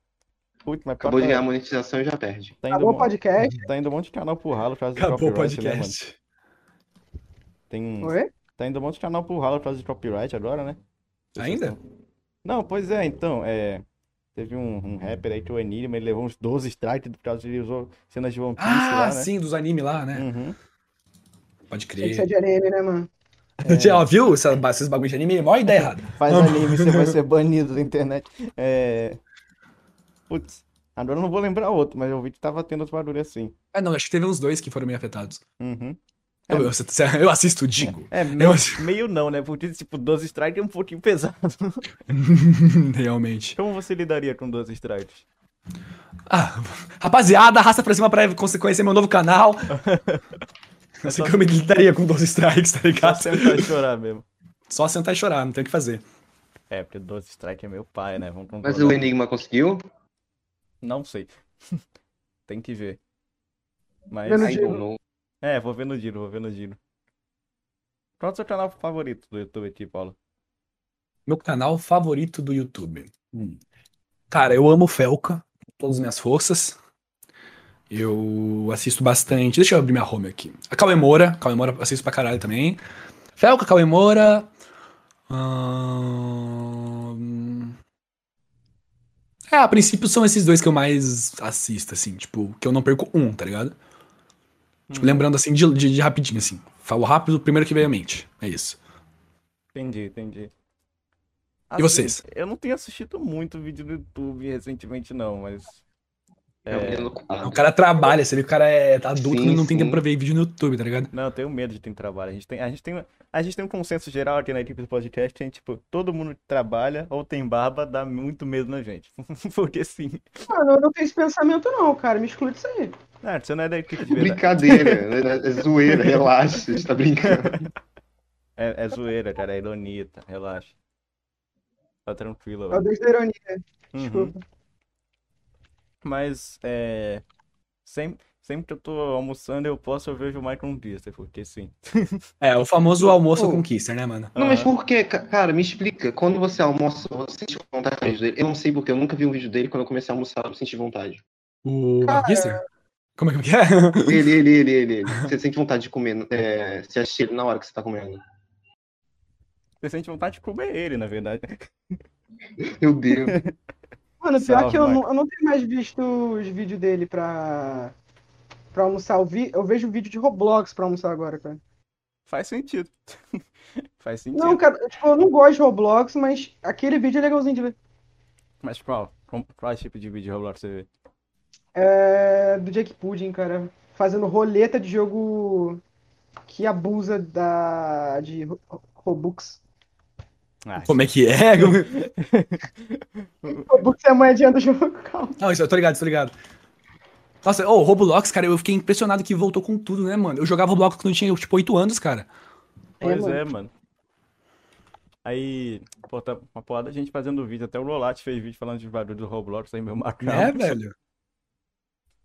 Speaker 3: Putz, mas
Speaker 1: Acabou de ganhar
Speaker 3: papo-
Speaker 1: a monetização e já perde.
Speaker 3: tá indo,
Speaker 2: Acabou
Speaker 3: um,
Speaker 2: o podcast.
Speaker 3: tá indo um monte de canal pro ralo por causa de
Speaker 4: Acabou o
Speaker 3: copyright, né, mano?
Speaker 4: podcast.
Speaker 3: Tem,
Speaker 2: Oi?
Speaker 3: tá indo um monte de canal pro ralo por causa de copyright agora, né?
Speaker 4: Ainda?
Speaker 3: Não, pois é, então, é. Teve um, um rapper aí que o Enigma, ele levou uns 12 strikes por causa de usou cenas de One Piece lá,
Speaker 4: Ah,
Speaker 3: né?
Speaker 4: sim, dos animes lá, né?
Speaker 3: Uhum.
Speaker 4: Pode
Speaker 2: Tinha que
Speaker 4: crer.
Speaker 2: ser de anime, né, mano?
Speaker 4: Já viu essa- esses bagulhos de anime? Mó ideia errada.
Speaker 3: Faz
Speaker 4: Ah.
Speaker 3: anime, você vai ser banido da internet. É. Putz, agora eu não vou lembrar outro, mas eu vi que tava tendo outro barulho assim.
Speaker 4: Ah, não, acho que teve uns dois que foram meio afetados.
Speaker 3: Uhum.
Speaker 4: Eu, eu- eu assisto, digo.
Speaker 3: É, meio,
Speaker 4: acho-
Speaker 3: meio não, né? Porque, tipo, 12 strikes é um pouquinho pesado.
Speaker 4: Realmente.
Speaker 3: Como você lidaria com 12 strikes?
Speaker 4: Ah, rapaziada, arrasta pra cima pra cons- conhecer meu novo canal. Eu sei que eu me lidaria com 12 strikes, tá
Speaker 3: Pra
Speaker 4: ligado?
Speaker 3: sentar e chorar mesmo.
Speaker 4: Só sentar e chorar, não tem o que fazer.
Speaker 3: É, porque 12 strikes é meu pai, né? Vamos
Speaker 1: Mas
Speaker 3: concordar.
Speaker 1: o Enigma conseguiu?
Speaker 3: Não sei. Tem que ver. Mas.
Speaker 2: Eu não
Speaker 1: I
Speaker 2: digo.
Speaker 1: don't know.
Speaker 3: É, vou ver no giro, vou ver no giro. Qual é o seu canal favorito do YouTube aqui, Paulo?
Speaker 4: Meu canal favorito do YouTube. Hum. Cara, eu amo Felca, com todas as minhas forças. Eu assisto bastante. Deixa eu abrir minha home aqui. A Cauê Moura, Cauê Moura eu assisto pra caralho também. Felca, Cauê Moura. ahn, É, a princípio são esses dois que eu mais assisto, assim, tipo, que eu não perco um, tá ligado? Tipo, lembrando assim, de, de- de rapidinho, assim. Falo rápido, o primeiro que veio à mente. É isso.
Speaker 3: Entendi, entendi.
Speaker 4: E vocês?
Speaker 3: Assim, Eu não tenho assistido muito vídeo do YouTube recentemente, não, mas.
Speaker 1: É um
Speaker 3: É,
Speaker 1: menino ocupado.
Speaker 4: O cara trabalha, você vê que o cara é adulto
Speaker 1: Sim,
Speaker 4: e não tem
Speaker 1: sim.
Speaker 4: tempo pra ver vídeo no YouTube, tá ligado?
Speaker 3: Não, eu tenho medo de ter trabalho. A gente tem, a gente tem, a gente tem um consenso geral aqui na equipe do podcast, tem tipo, todo mundo que trabalha ou tem barba dá muito medo na gente. Porque sim.
Speaker 2: Mano, eu não tenho esse pensamento, não, cara. Me exclui disso aí.
Speaker 3: Ah, você não é da equipe de verdade.
Speaker 1: Brincadeira, né? é zoeira, relaxa, você tá brincando.
Speaker 3: É, é zoeira, cara, é ironia, tá? Relaxa. Tá
Speaker 1: Ah,
Speaker 3: tranquilo,
Speaker 2: Eu
Speaker 3: velho.
Speaker 2: deixo É da ironia,
Speaker 3: Uhum.
Speaker 2: desculpa.
Speaker 3: Mas é. Sempre, sempre que eu tô almoçando, eu posso, eu vejo o Michael Pista, porque sim.
Speaker 4: É, o famoso almoço
Speaker 1: Pô.
Speaker 4: com Kister, né, mano?
Speaker 1: Não, mas
Speaker 3: Aham.
Speaker 1: por que, cara, me explica, quando você almoça, você sente vontade de ver vídeo dele? Eu não sei porque, eu nunca vi um vídeo dele, quando eu comecei a almoçar, eu não senti vontade.
Speaker 4: O
Speaker 2: Cara.
Speaker 4: Kister? Como é que é?
Speaker 1: Ele, ele, ele, ele, ele. Você sente vontade de comer, é, você acha ele na hora que você tá comendo.
Speaker 3: Você sente vontade de comer ele, na verdade.
Speaker 1: Meu Deus.
Speaker 2: Mano, pior
Speaker 3: Salve,
Speaker 2: que eu
Speaker 3: Michael.
Speaker 2: não, eu não tenho mais visto os vídeos dele pra, pra almoçar. Eu, vi, eu vejo vídeo de Roblox pra almoçar agora, cara.
Speaker 3: Faz sentido. Faz sentido.
Speaker 2: Não, cara, tipo, eu não gosto de Roblox, mas aquele vídeo é legalzinho de ver.
Speaker 3: Mas qual? Qual, qual tipo de vídeo Roblox você vê?
Speaker 2: É, do Jake Pudding, cara. Fazendo roleta de jogo que abusa da, de Ro- Robux.
Speaker 3: Ah,
Speaker 4: Como é que é? Como-
Speaker 2: Robux é a moedinha do jogo, calma.
Speaker 4: é? Não, isso, eu tô ligado, tô ligado. Nossa, ô, Roblox, cara, eu fiquei impressionado que voltou com tudo, né, mano? Eu jogava Roblox quando eu tinha, tipo, 8 anos, cara.
Speaker 3: Pois
Speaker 2: mano.
Speaker 3: é, mano. Aí, pô, tá uma porrada de gente fazendo vídeo. Até o Lolat fez vídeo falando de barulho do Roblox aí, meu macaco.
Speaker 4: É, velho.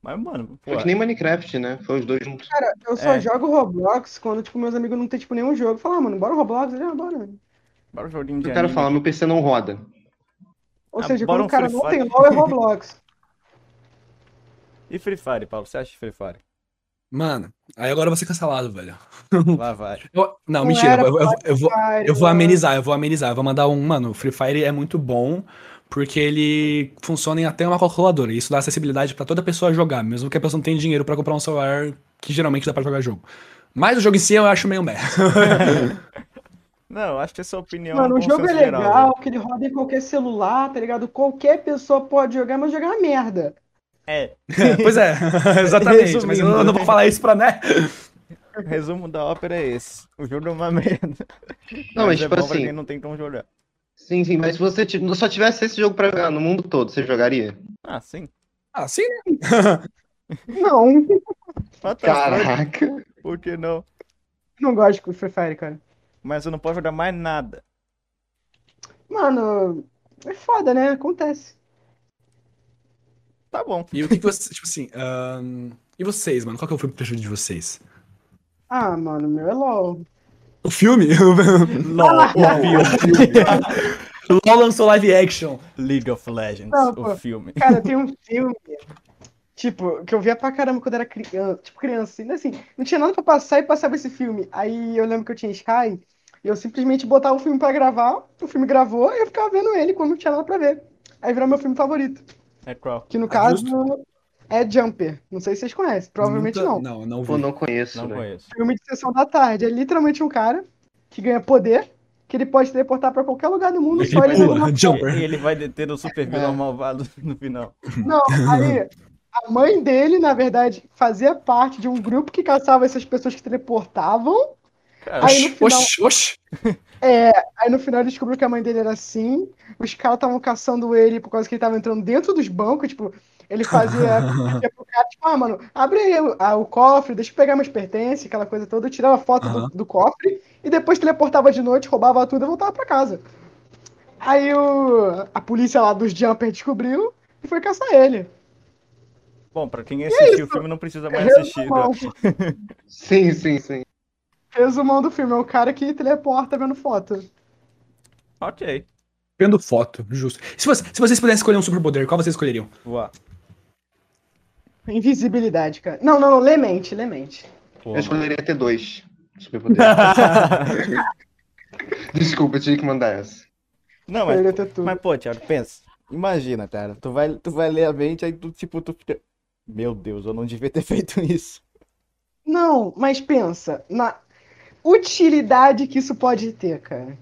Speaker 3: Mas, mano, pô,
Speaker 1: Foi É que nem Minecraft, né? Foi os dois juntos.
Speaker 2: Cara, eu só
Speaker 3: É.
Speaker 2: jogo Roblox quando, tipo, meus amigos não tem, tipo, nenhum jogo. Falar, ah, mano, bora Roblox, ele, ah, bora, mano.
Speaker 3: bora um joguinho de
Speaker 1: Eu quero
Speaker 3: anime.
Speaker 1: falar, meu PC não roda.
Speaker 2: Ou
Speaker 3: Ah,
Speaker 2: seja,
Speaker 3: bora
Speaker 2: quando
Speaker 3: um
Speaker 2: o cara
Speaker 3: Free
Speaker 2: não
Speaker 3: Fire.
Speaker 2: tem LOL, é Roblox.
Speaker 3: E Free Fire, Paulo? Você acha Free Fire?
Speaker 4: Mano, aí agora eu vou ser cancelado, velho.
Speaker 3: Lá vai.
Speaker 4: Eu- não,
Speaker 2: Não
Speaker 4: mentira,
Speaker 2: era
Speaker 4: eu, eu- eu- eu vou,
Speaker 2: Cara,
Speaker 4: eu vou amenizar, eu vou amenizar. Eu vou mandar um, mano, o Free Fire é muito bom, porque ele funciona em até uma calculadora. E isso dá acessibilidade pra toda pessoa jogar, mesmo que a pessoa não tenha dinheiro pra comprar um celular que geralmente dá pra jogar jogo. Mas o jogo em si eu acho meio merda.
Speaker 3: Não, eu acho que essa opinião é um
Speaker 2: Mano, o jogo é
Speaker 3: consenso geral, né?
Speaker 2: legal, que ele roda em qualquer celular, tá ligado? Qualquer pessoa pode jogar, mas jogar é uma merda.
Speaker 3: É,
Speaker 4: pois é, exatamente. mas eu,
Speaker 3: Resumindo.
Speaker 4: eu não vou falar isso pra né.
Speaker 3: o resumo da ópera é esse. O jogo é uma merda.
Speaker 1: Não, mas,
Speaker 3: é
Speaker 1: tipo
Speaker 3: bom pra
Speaker 1: assim-
Speaker 3: quem não tem como jogar.
Speaker 1: Sim, sim, mas se você ti- só tivesse esse jogo pra jogar no mundo todo, você jogaria?
Speaker 3: Ah, sim.
Speaker 4: Ah, sim. né?
Speaker 2: Não,
Speaker 3: Fantástico.
Speaker 1: Caraca.
Speaker 3: Por que não?
Speaker 2: não gosto de Free Fire, cara.
Speaker 3: Mas eu não posso jogar mais nada.
Speaker 2: Mano, é foda, né? Acontece.
Speaker 3: Tá bom.
Speaker 4: E o que, que você, tipo assim, ahn, e vocês, mano? Qual que é o filme preferido de vocês?
Speaker 2: Ah, mano, meu é LOL.
Speaker 4: O filme? LOL, o filme. LOL lançou live action.
Speaker 3: League of Legends,
Speaker 2: Não,
Speaker 3: o
Speaker 2: pô.
Speaker 3: filme.
Speaker 2: Cara, tem um filme, tipo, que eu via pra caramba quando era criança, tipo, criança, ainda assim, não tinha nada pra passar e passava esse filme. Aí eu lembro que eu tinha Sky, e eu simplesmente botava o filme pra gravar, o filme gravou, e eu ficava vendo ele quando não tinha nada pra ver. Aí virou meu filme favorito,
Speaker 3: É qual?
Speaker 2: que no
Speaker 4: Ah,
Speaker 2: caso é Jumper. Não sei se vocês conhecem, provavelmente
Speaker 4: Nunca-
Speaker 2: não.
Speaker 4: Não, não vi.
Speaker 1: Pô, não conheço,
Speaker 3: Não
Speaker 1: né?
Speaker 3: conheço.
Speaker 2: Filme de sessão da tarde, é literalmente um cara que ganha poder, que ele pode teleportar pra qualquer lugar do mundo,
Speaker 4: Ele
Speaker 2: só ele
Speaker 4: pula,
Speaker 2: levando uma
Speaker 4: jumper.
Speaker 2: É.
Speaker 3: E ele vai deter o super vilão malvado no final.
Speaker 2: Não, aí, A mãe dele, na verdade, fazia parte de um grupo que caçava essas pessoas que teleportavam. Aí no final-
Speaker 4: Oxi, oxi.
Speaker 2: Aí no final ele descobriu que a mãe dele era assim. Os caras estavam caçando ele por causa que ele tava entrando dentro dos bancos. Tipo, ele fazia. pedia pro cara, tipo, ah, mano, abre aí o, a- o cofre, deixa eu pegar meus pertences, aquela coisa toda. Eu tirava foto do,
Speaker 4: Aham.
Speaker 2: do cofre e depois teleportava de noite, roubava tudo e voltava pra casa. Aí o, a polícia lá dos Jumper descobriu e foi caçar ele.
Speaker 3: Bom, pra quem assistiu o filme não precisa mais assistir. né?
Speaker 2: Resumão,
Speaker 1: Sim, sim, sim.
Speaker 2: resumão do filme: é o cara que teleporta vendo foto.
Speaker 3: Ok.
Speaker 4: Vendo foto, justo. Se, você- se vocês pudessem escolher um superpoder, qual vocês escolheriam?
Speaker 3: Boa.
Speaker 2: Invisibilidade, cara. Não, não, não, lemente, lemente.
Speaker 1: Eu escolheria ter dois superpoderes. Desculpa, eu tinha que mandar essa.
Speaker 3: Não, mas
Speaker 2: Poderia ter tudo.
Speaker 3: Mas, pô, Thiago, pensa. Imagina, cara. Tu vai, tu vai ler a mente, aí tu, tipo, tu fica. Meu Deus, eu não devia ter feito isso.
Speaker 2: Não, mas pensa na utilidade que isso pode ter, cara.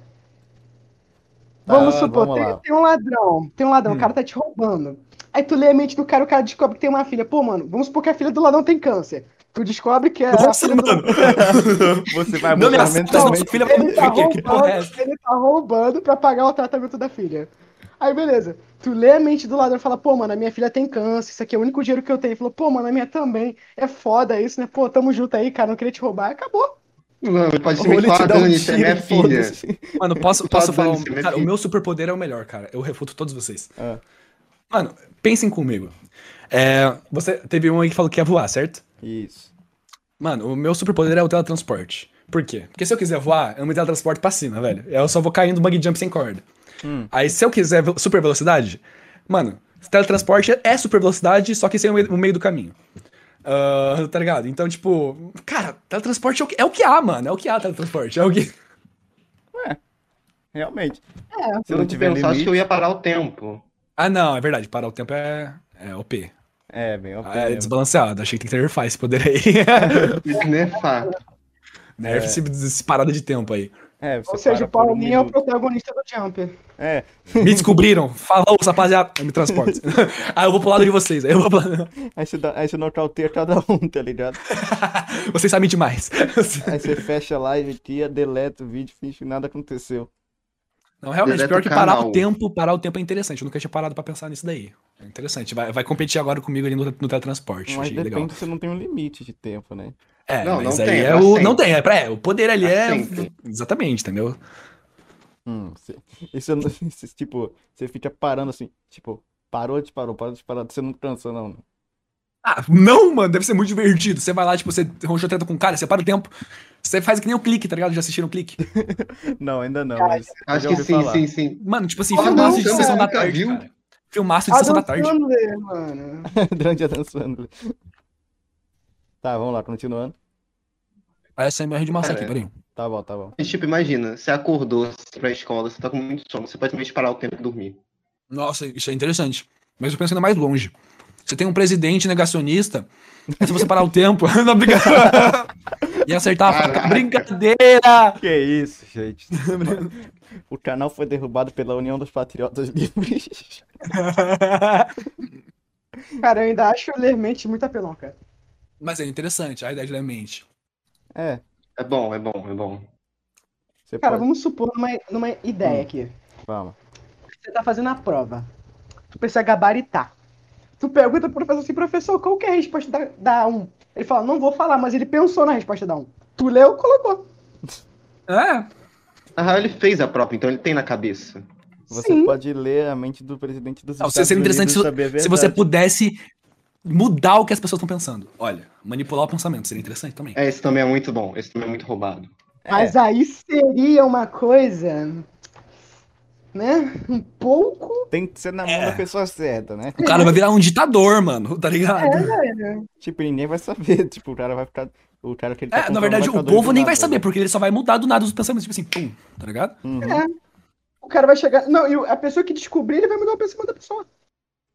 Speaker 3: Tá,
Speaker 2: Vamos supor,
Speaker 3: vamos
Speaker 2: tem,
Speaker 3: lá.
Speaker 2: tem um ladrão, tem um ladrão,
Speaker 4: Hum.
Speaker 2: o cara tá te roubando. Aí tu lê a mente do cara, o cara descobre que tem uma filha. Pô, mano, vamos supor que a filha do ladrão tem câncer. Tu descobre que é a
Speaker 4: Nossa,
Speaker 2: filha do
Speaker 4: mano.
Speaker 3: Você vai
Speaker 4: Não me
Speaker 3: mudar
Speaker 4: assusta,
Speaker 2: não,
Speaker 4: nossa
Speaker 3: mentalmente.
Speaker 4: filha.
Speaker 2: Ele tá,
Speaker 4: Por quê? Que porra é essa?
Speaker 2: roubando, ele tá roubando pra pagar o tratamento da filha. Aí, beleza. Tu lê a mente do ladrão e fala, pô, mano, a minha filha tem câncer, isso aqui é o único dinheiro que eu tenho. Ele falou, pô, mano, a minha também. É foda isso, né? Pô, tamo junto aí, cara, não queria te roubar. Acabou.
Speaker 1: Não, ele pode
Speaker 3: Ou ele
Speaker 1: simplesmente
Speaker 3: te
Speaker 1: falar,
Speaker 3: dá um
Speaker 1: Dani, você é
Speaker 3: tiro,
Speaker 1: minha filha.
Speaker 3: foda-se.
Speaker 4: Mano, posso,
Speaker 1: Tá
Speaker 4: posso falar. um-
Speaker 1: dando-se, né,
Speaker 4: Cara, o
Speaker 1: filho?
Speaker 4: meu superpoder é o melhor, cara. Eu refuto todos vocês.
Speaker 3: Ah.
Speaker 4: Mano, pensem comigo. É, você teve um aí que falou que ia voar, certo?
Speaker 3: Isso.
Speaker 4: Mano, o meu superpoder é o teletransporte. Por quê? Porque se eu quiser voar, eu me teletransporto pra cima, velho. Eu só vou caindo bug jump sem corda.
Speaker 3: Hum.
Speaker 4: Aí se eu quiser ve- super velocidade, mano, teletransporte é super velocidade, só que sem o me- o meio do caminho. Ah, tá ligado? Então, tipo, cara, teletransporte é o que, é o que há, mano. É o que há, teletransporte. É o que.
Speaker 3: Realmente.
Speaker 2: É.
Speaker 3: Se não tiver
Speaker 1: pensar, acho que
Speaker 3: limite.
Speaker 1: eu ia parar o tempo.
Speaker 4: Ah, não, é verdade. Parar o tempo é, é OP.
Speaker 3: É, bem,
Speaker 4: Ah, é
Speaker 3: ok.
Speaker 4: desbalanceado. Achei que tem que nerfar esse poder aí.
Speaker 1: Nerfar.
Speaker 4: Nerf esse, esse parada de tempo aí.
Speaker 3: É, você
Speaker 2: Ou seja,
Speaker 3: para
Speaker 2: o
Speaker 3: por um
Speaker 2: Paulinho é o
Speaker 3: minuto.
Speaker 2: protagonista do Jumper.
Speaker 3: É,
Speaker 4: Me descobriram. Falou, rapaziada. Eu me transporto. aí eu vou pro lado de vocês. Aí eu vou pro lado...
Speaker 3: aí você, dá, aí você nocauteia cada um, tá ligado?
Speaker 4: Vocês sabem demais.
Speaker 3: Aí você fecha a live, tira, deleta o vídeo, finge que nada aconteceu.
Speaker 4: Não, realmente,
Speaker 1: Direto
Speaker 4: pior que
Speaker 1: ao
Speaker 4: parar
Speaker 1: canal.
Speaker 4: o tempo, parar o tempo é interessante. Eu nunca tinha parado pra pensar nisso daí. É interessante. Vai, vai competir agora comigo ali no, no teletransporte.
Speaker 3: Mas
Speaker 4: Achei legal.
Speaker 3: depende se você não tem um limite de tempo, né?
Speaker 4: É,
Speaker 1: Não,
Speaker 4: mas
Speaker 1: não
Speaker 4: aí
Speaker 1: tem, é
Speaker 4: é
Speaker 1: pra
Speaker 4: o.
Speaker 1: sempre.
Speaker 4: Não tem, é pra. É, o poder ali
Speaker 1: Pra
Speaker 4: é.
Speaker 1: sempre.
Speaker 4: Exatamente, entendeu?
Speaker 3: Hum, cê- isso, eu não- isso, tipo, você fica parando assim, tipo, parou, disparou, parou, disparou, você não cansa, não. né?
Speaker 4: Ah, não, mano, deve ser muito divertido. Você vai lá, tipo, você ronchou treta com o cara, você para o tempo. Você faz que nem o clique, tá ligado? Já assistiram o clique?
Speaker 3: Não, ainda não, mas eu
Speaker 1: Acho
Speaker 3: já
Speaker 1: que
Speaker 3: ouvi
Speaker 1: sim,
Speaker 3: falar.
Speaker 1: sim, sim.
Speaker 4: Mano, tipo assim,
Speaker 2: Ah,
Speaker 4: filmaço
Speaker 2: não,
Speaker 4: de
Speaker 2: cara,
Speaker 4: sessão da
Speaker 1: nunca
Speaker 4: tarde.
Speaker 1: viu? Ah,
Speaker 4: Cara. Filmaço de sessão da
Speaker 2: Adam
Speaker 4: tarde.
Speaker 2: Sandler, mano.
Speaker 3: Durante a dançando. Tá, vamos lá, continuando.
Speaker 4: A SMR de maçã
Speaker 1: Cara,
Speaker 4: aqui, peraí.
Speaker 3: Tá bom, tá bom.
Speaker 1: Mas, Tipo, imagina, você acordou você pra escola, você tá com muito sono, você pode simplesmente parar o tempo e dormir.
Speaker 4: Nossa, isso é interessante. Mas eu penso ainda mais longe. Você tem um presidente negacionista, aí se você parar o tempo, não, brincadeira. e acertar a faca.
Speaker 1: Caraca.
Speaker 4: Brincadeira!
Speaker 3: Que isso, gente. O canal foi derrubado pela União dos Patriotas Livres.
Speaker 2: Cara, eu ainda acho o Lermente muito apelão, cara.
Speaker 4: Mas é interessante, a ideia da mente.
Speaker 3: É,
Speaker 1: É bom, é bom, é bom.
Speaker 3: você
Speaker 2: Cara,
Speaker 3: pode. Hum.
Speaker 2: vamos supor numa, numa ideia aqui.
Speaker 3: Vamos.
Speaker 2: Você tá fazendo a prova. Tu precisa gabaritar. Tu pergunta pro professor assim, professor, qual que é a resposta da, da 1? Ele fala, não vou falar, mas ele pensou na resposta da 1. Tu leu, colocou.
Speaker 4: É,
Speaker 1: Na real, ele fez a prova, então ele tem na cabeça.
Speaker 3: Você
Speaker 2: Sim.
Speaker 3: pode ler a mente do presidente dos
Speaker 4: Não,
Speaker 3: Estados
Speaker 4: seria interessante
Speaker 3: Unidos
Speaker 4: se-
Speaker 3: e saber a
Speaker 4: se você
Speaker 3: verdade.
Speaker 4: pudesse mudar o que as pessoas estão pensando. Olha, manipular o pensamento seria interessante também.
Speaker 1: É, esse também é muito bom, esse também é muito roubado.
Speaker 3: É,
Speaker 2: Mas aí seria uma coisa, né? Um pouco...
Speaker 3: tem que ser na mão
Speaker 4: É.
Speaker 3: da pessoa certa, né?
Speaker 4: O cara vai virar um ditador, mano, tá ligado?
Speaker 2: né?
Speaker 3: Tipo, ninguém vai saber. Tipo, o cara vai ficar. O cara que ele tá
Speaker 4: É, na
Speaker 3: controlando
Speaker 4: verdade,
Speaker 3: vai ficar
Speaker 4: o
Speaker 3: doido
Speaker 4: povo
Speaker 3: do
Speaker 4: nem
Speaker 3: nada,
Speaker 4: vai saber,
Speaker 3: né?
Speaker 4: porque ele só vai mudar do nada os pensamentos, tipo assim, pum, tá ligado?
Speaker 3: Uhum.
Speaker 2: O cara vai chegar... Não, e a pessoa que descobrir, ele vai mudar o pensamento da pessoa.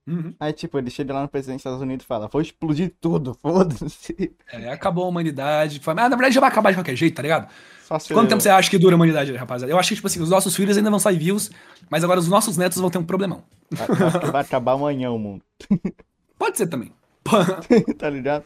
Speaker 4: Uhum.
Speaker 3: Aí, tipo, ele chega lá no presidente dos Estados Unidos e fala: Vou explodir tudo, foda-se.
Speaker 4: É, acabou a humanidade. fala, Ah, na verdade já vai acabar de qualquer jeito, tá ligado?
Speaker 3: Só se
Speaker 4: Quanto tempo você acha que dura a humanidade, rapaziada? Eu acho que, tipo assim, os nossos filhos ainda vão sair vivos, mas agora os nossos netos vão ter um problemão.
Speaker 3: Acho que vai acabar amanhã o mundo.
Speaker 4: Pode ser também.
Speaker 3: tá ligado?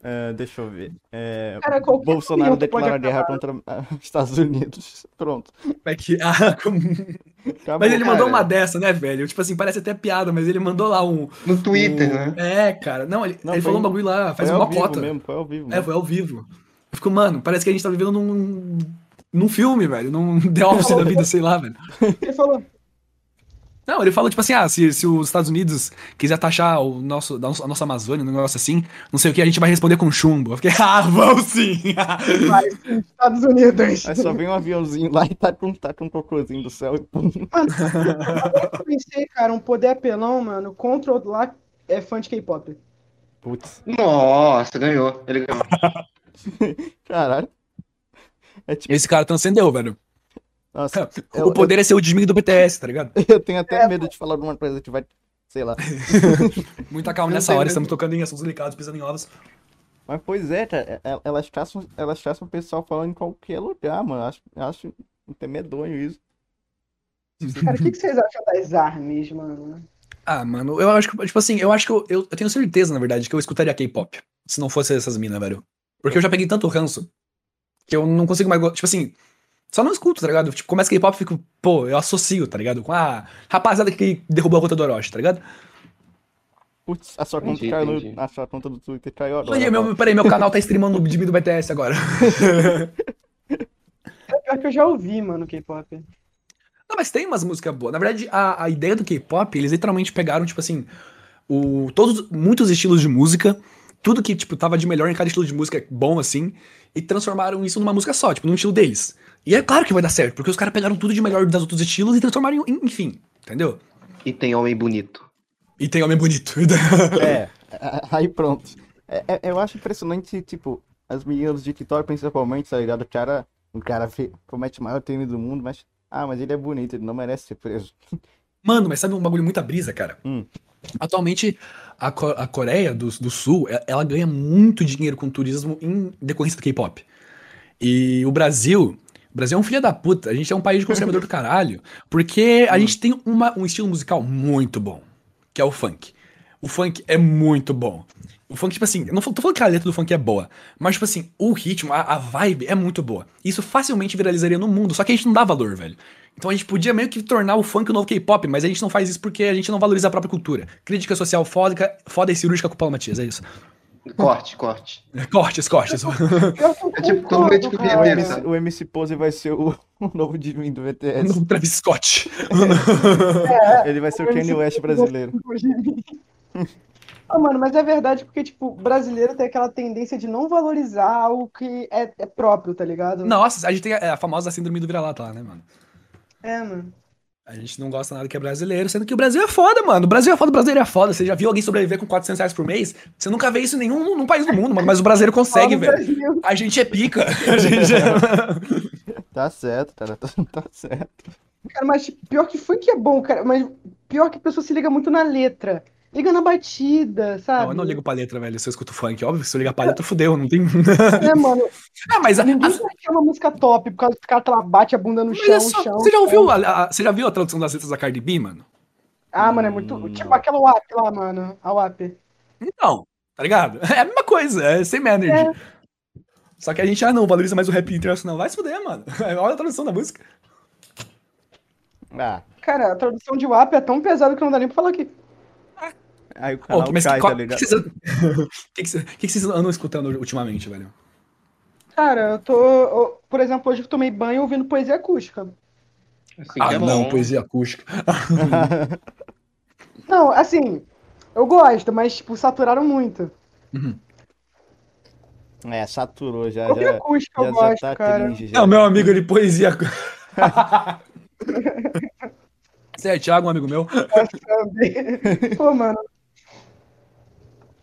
Speaker 3: É, deixa eu ver. É,
Speaker 2: Cara, qualquer
Speaker 3: Bolsonaro
Speaker 2: momento pode
Speaker 3: declara guerra contra os Estados Unidos. Pronto.
Speaker 4: Como é que- Ah, como-
Speaker 3: Tá Acabou.
Speaker 4: Mas ele mandou
Speaker 1: cara.
Speaker 4: uma dessa, né, velho? Tipo assim, parece até piada, mas ele mandou lá um.
Speaker 1: No Twitter,
Speaker 4: um-
Speaker 1: né?
Speaker 4: É, cara. Não, ele,
Speaker 3: Não,
Speaker 4: ele
Speaker 3: foi-
Speaker 4: falou um bagulho lá, faz
Speaker 3: Foi ao
Speaker 4: uma
Speaker 3: vivo
Speaker 4: cota.
Speaker 3: mesmo, né? foi ao vivo.
Speaker 4: É, foi ao vivo. Eu fico, mano, parece que a gente tá vivendo num. num filme, velho. Num The Office da vida, sei lá, velho.
Speaker 2: Ele falou,
Speaker 4: Não, ele falou, tipo assim, ah, se, se os Estados Unidos quiser taxar o nosso, da nossa- a nossa Amazônia, um negócio assim, não sei o que, a gente vai responder com chumbo. Eu fiquei, ah, vamos sim!
Speaker 2: Estados Unidos.
Speaker 3: Aí só vem um aviãozinho lá e taca um, taca um cocôzinho do céu e pum.
Speaker 2: Eu pensei, cara, um poder apelão, mano, contra o lá é fã de K-pop.
Speaker 3: Putz,
Speaker 1: Nossa, ganhou. Ele ganhou.
Speaker 3: caralho. É tipo,
Speaker 4: Esse cara transcendeu, velho.
Speaker 3: nossa,
Speaker 4: O poder é ser o Jimmy do BTS, tá ligado?
Speaker 3: eu, eu tenho
Speaker 1: É,
Speaker 3: até medo de falar alguma coisa que vai, sei lá.
Speaker 4: Muita calma
Speaker 1: Não
Speaker 4: nessa
Speaker 1: tem
Speaker 4: hora,
Speaker 1: mesmo.
Speaker 4: estamos tocando em assuntos delicados, pisando em ovos.
Speaker 3: Mas pois é, cara, e- elas traçam, elas traçam o pessoal falando em qualquer lugar, mano. Acho, acho até medonho isso.
Speaker 2: Cara, o que, que vocês acham das armas, mano?
Speaker 4: Ah, mano, eu acho que, tipo assim, eu acho que eu, eu, eu tenho certeza, na verdade, que eu escutaria K-pop. Se não fosse essas minas, velho. Porque eu já peguei tanto ranço que eu não consigo mais. go- Tipo assim, só não escuto, tá ligado? Tipo, começa K-pop e fico, pô, eu associo, tá ligado? Com a rapaziada que derrubou a conta do Orochi, tá ligado?
Speaker 3: Putz, a sua conta
Speaker 1: Entendi,
Speaker 3: caiu no-
Speaker 1: entendi.
Speaker 3: a sua conta do Twitter caiu agora.
Speaker 4: Peraí, meu, peraí, meu canal tá streamando o Jimmy do BTS agora.
Speaker 2: É pior que eu já ouvi, mano, K-pop.
Speaker 4: Não, mas tem umas músicas boas. Na verdade, a, a ideia do K-pop, eles literalmente pegaram, tipo assim, o, todos, muitos estilos de música, tudo que, tipo, tava de melhor em cada estilo de música bom, assim, e transformaram isso numa música só, tipo, num estilo deles. E é claro que vai dar certo, porque os caras pegaram tudo de melhor dos outros estilos e transformaram em, enfim, entendeu?
Speaker 1: E tem homem bonito.
Speaker 4: E tem homem bonito.
Speaker 3: É, a- aí pronto. É- é- eu acho impressionante, tipo, as meninas de TikTok, principalmente, tá ligado? O cara, o cara fe- promete o maior time do mundo, mas. Ah, mas ele é bonito, ele não merece ser preso.
Speaker 4: Mano, mas sabe um bagulho muita brisa, cara?
Speaker 3: Hum.
Speaker 4: Atualmente, a, Co- a Coreia do, do Sul, e- ela ganha muito dinheiro com turismo em decorrência do K-pop. E o Brasil, o Brasil é um filho da puta, a gente é um país conservador do caralho, porque a gente tem uma- um estilo musical muito bom, que é o funk. O funk é muito bom. O funk, tipo assim, eu não fal- tô falando que a letra do funk é boa, mas, tipo assim, o ritmo, a, a vibe é muito boa. Isso facilmente viralizaria no mundo, só que a gente não dá valor, velho. Então a gente podia meio que tornar o funk o novo K-pop, mas a gente não faz isso porque a gente não valoriza a própria cultura. Crítica social foda, foda e cirúrgica com o Paulo Matias, é isso.
Speaker 1: Corte, corte.
Speaker 4: É. Cortes, cortes.
Speaker 2: Eu sou
Speaker 1: É tipo,
Speaker 2: concordo,
Speaker 1: totalmente que
Speaker 2: cara.
Speaker 3: O
Speaker 1: É,
Speaker 3: MC,
Speaker 1: sabe?
Speaker 3: o MC Pose vai ser o, o novo Jimmy do BTS.
Speaker 4: No Travis Scott.
Speaker 1: é?
Speaker 3: Ele vai ser o
Speaker 2: o
Speaker 3: Kanye
Speaker 2: MC
Speaker 3: West brasileiro.
Speaker 2: Ah, mano, mas é verdade porque, tipo, brasileiro tem aquela tendência de não valorizar algo que é, é próprio, tá ligado?
Speaker 4: Nossa, a gente tem a, a famosa síndrome do vira-lata lá, né, mano?
Speaker 2: É, mano.
Speaker 4: A gente não gosta nada que é brasileiro, sendo que o Brasil é foda, mano. O Brasil é foda, o brasileiro é foda. Você já viu alguém sobreviver com 400 reais por mês? Você nunca vê isso em nenhum num país do mundo, mano. Mas o brasileiro consegue,
Speaker 2: Fala,
Speaker 4: velho.
Speaker 2: Brasil.
Speaker 4: A gente é pica. A gente é...
Speaker 3: Tá certo, cara. Tá, tá certo.
Speaker 2: Cara, mas tipo, pior que funk é bom, cara. Mas pior que a pessoa se liga muito na letra. Liga na batida, sabe?
Speaker 4: Não, eu não ligo pra letra, velho. Se eu escuto funk, óbvio que se eu ligar pra letra, fudeu. Não tem.
Speaker 2: É, mano,
Speaker 4: Ah, mas a-
Speaker 2: ninguém
Speaker 4: as
Speaker 2: vai achar uma música top por causa que o cara tá lá, bate a bunda no
Speaker 4: Mas
Speaker 2: chão,
Speaker 4: é só-
Speaker 2: um chão.
Speaker 4: você já
Speaker 2: chão.
Speaker 4: ouviu a, a- você já viu a tradução das letras da Cardi B, mano?
Speaker 2: Ah, mano, é muito.
Speaker 3: Hum,
Speaker 2: tipo
Speaker 3: não.
Speaker 2: aquela WAP lá, mano. A WAP.
Speaker 4: Então, tá ligado? É a mesma coisa, é sem energy.
Speaker 2: É.
Speaker 4: Só que a gente ah, não valoriza mais o rap internacional. Vai se fuder, mano. Olha a tradução da música.
Speaker 3: Ah,
Speaker 2: Cara, a tradução de WAP é tão pesada que não dá nem pra falar aqui.
Speaker 3: aí o
Speaker 4: Ô,
Speaker 3: canal
Speaker 4: mas
Speaker 3: cai,
Speaker 4: qual-
Speaker 3: tá ligado?
Speaker 4: que vocês andam- que que cê- que que vocês andam escutando ultimamente, velho?
Speaker 2: Cara, eu tô. eu- por exemplo, hoje eu tomei banho ouvindo poesia acústica.
Speaker 1: Assim,
Speaker 4: ah,
Speaker 1: que é
Speaker 4: não,
Speaker 1: bom.
Speaker 4: poesia acústica.
Speaker 2: Não, assim, eu gosto, mas, tipo, saturaram muito.
Speaker 3: É, saturou já,
Speaker 4: é,
Speaker 2: Qualquer
Speaker 3: já.
Speaker 2: acústica
Speaker 3: Já,
Speaker 2: eu
Speaker 3: já
Speaker 2: gosto,
Speaker 3: tá
Speaker 2: cara.
Speaker 3: cringe já.
Speaker 4: Não, meu amigo, ele poesia. acú- Você é Thiago, um amigo meu.
Speaker 2: Sabe? Pô, mano,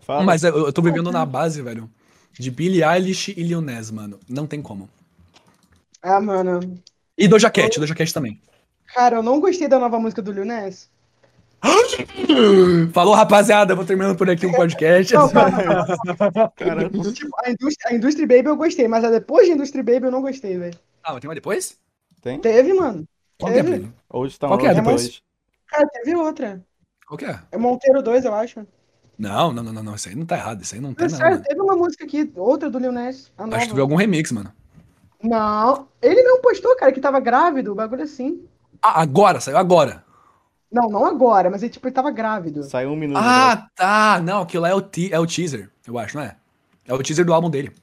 Speaker 3: Fala.
Speaker 4: Mas eu, eu tô vivendo na base, velho. De Billie Eilish e Lil Nas, mano. Não tem como.
Speaker 2: ah, mano.
Speaker 4: E Doja Cat, Doja Cat também.
Speaker 2: Cara, eu não gostei da nova música do Lil Nas.
Speaker 4: Falou, rapaziada, vou terminando por aqui o podcast.
Speaker 2: Não, mano,
Speaker 3: Cara,
Speaker 2: tipo, a indústria, a Industry Baby eu gostei, mas a depois de Industry Baby eu não gostei, velho.
Speaker 4: Ah, mas tem uma depois?
Speaker 3: tem?
Speaker 2: Teve, mano.
Speaker 4: Qual que é,
Speaker 2: Teve.
Speaker 4: Bruno?
Speaker 3: Hoje tá
Speaker 4: Qual
Speaker 3: um
Speaker 4: que é
Speaker 3: hoje
Speaker 4: depois?
Speaker 3: dois.
Speaker 2: Cara, teve outra.
Speaker 4: Qual que é?
Speaker 2: É Monteiro 2, eu acho.
Speaker 4: Não, não, não, não, não, Isso aí não tá errado. Isso aí não tá
Speaker 2: É
Speaker 4: nada.
Speaker 2: sério, teve uma música aqui, outra do Lil Nas, a
Speaker 4: Acho que tu
Speaker 2: nova.
Speaker 4: viu algum remix, mano.
Speaker 2: Não, ele não postou, cara, que tava grávido, o bagulho assim.
Speaker 4: Ah, agora, saiu agora.
Speaker 2: Não, não agora, mas ele, tipo, ele tava grávido.
Speaker 3: Saiu um minuto. né?
Speaker 4: Ah, tá. Não, aquilo lá é o, te- é o teaser, eu acho, não é? É o teaser do álbum dele.
Speaker 3: né?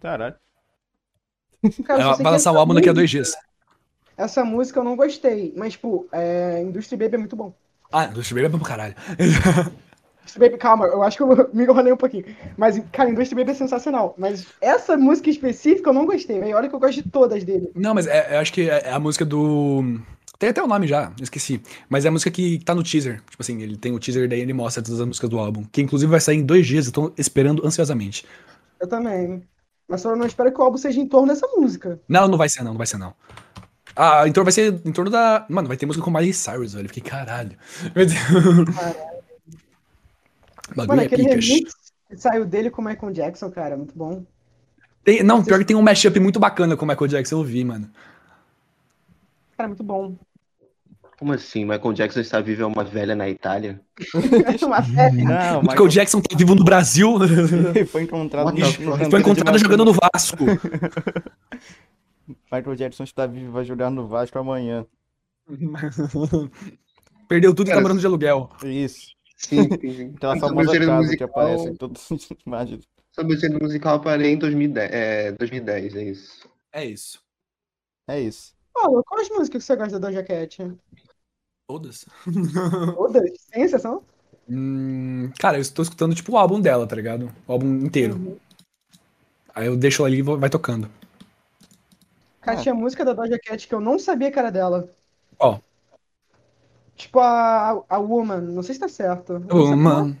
Speaker 3: Caralho.
Speaker 2: Cara, eu só sei
Speaker 4: Ela É, vai
Speaker 2: que
Speaker 4: lançar o
Speaker 2: essa
Speaker 4: álbum daqui a
Speaker 2: música-
Speaker 4: dois dias.
Speaker 2: Essa música eu não gostei, mas, tipo, é... Industry Baby é muito bom.
Speaker 4: Ah, do Baby é bom pra caralho.
Speaker 2: Industry Baby, calma, eu acho que eu me enrolei um pouquinho. Mas, cara, Industry Baby é sensacional. Mas essa música específica eu não gostei, velho. Olha que eu gosto de todas dele.
Speaker 4: Não, mas é- eu acho que é é a música do. Tem até o nome já, esqueci. Mas é a música que tá no teaser. Tipo assim, ele tem o teaser daí ele mostra todas as músicas do álbum. Que inclusive vai sair em dois dias, eu tô esperando ansiosamente.
Speaker 2: Eu também. Mas só não espero que o álbum seja em torno dessa música.
Speaker 4: Não, não vai ser, não, não vai ser, não. Ah, então vai ser em torno da. Mano, vai ter música com Miley Cyrus, velho. Eu Fiquei caralho. Meu Deus. O Bagulho
Speaker 2: Mano,
Speaker 4: é
Speaker 2: aquele
Speaker 4: picas.
Speaker 2: remix que saiu dele com o Michael Jackson, cara, é muito bom.
Speaker 4: Tem- não, pior que tem um mashup muito bacana com o Michael Jackson, eu vi, mano.
Speaker 2: Cara, é muito bom.
Speaker 1: Como assim? Michael Jackson está vivo é uma velha na Itália?
Speaker 2: Uma série.
Speaker 3: Não,
Speaker 4: Michael Jackson tá vivo no Brasil.
Speaker 3: Jackson foi encontrado
Speaker 1: What
Speaker 3: na-
Speaker 1: the
Speaker 3: no
Speaker 1: fuck?
Speaker 3: canteiro
Speaker 4: Foi
Speaker 3: de
Speaker 4: encontrado
Speaker 3: Machu-
Speaker 4: jogando no Vasco.
Speaker 3: Michael Jackson está vivo e vai jogar no Vasco amanhã.
Speaker 4: Perdeu tudo e tá
Speaker 1: Cara,
Speaker 4: morando de aluguel.
Speaker 3: Isso.
Speaker 1: Sim, sim.
Speaker 3: Aquela
Speaker 1: Sobre o
Speaker 3: famosa
Speaker 1: gênero
Speaker 3: casa que
Speaker 1: musical-
Speaker 3: aparece em todas as imagens.
Speaker 1: Sobre o gênero musical, eu parei em 2010, é, 2010, é isso.
Speaker 4: É isso.
Speaker 3: É isso.
Speaker 2: Paulo, quais músicas que você gosta da Doja Cat?
Speaker 4: Todas?
Speaker 2: Todas? Sem exceção?
Speaker 4: Hum, cara, eu estou escutando tipo o álbum dela, tá ligado? O álbum inteiro. Aí eu deixo ela ali e vou- vai tocando.
Speaker 2: Cara,
Speaker 3: Ah.
Speaker 2: tinha música da Doja Cat que eu não sabia que era dela.
Speaker 4: Qual?
Speaker 2: Tipo a, a Woman, não sei se tá certo. Eu não
Speaker 4: Ô,
Speaker 2: sabia-
Speaker 4: mano.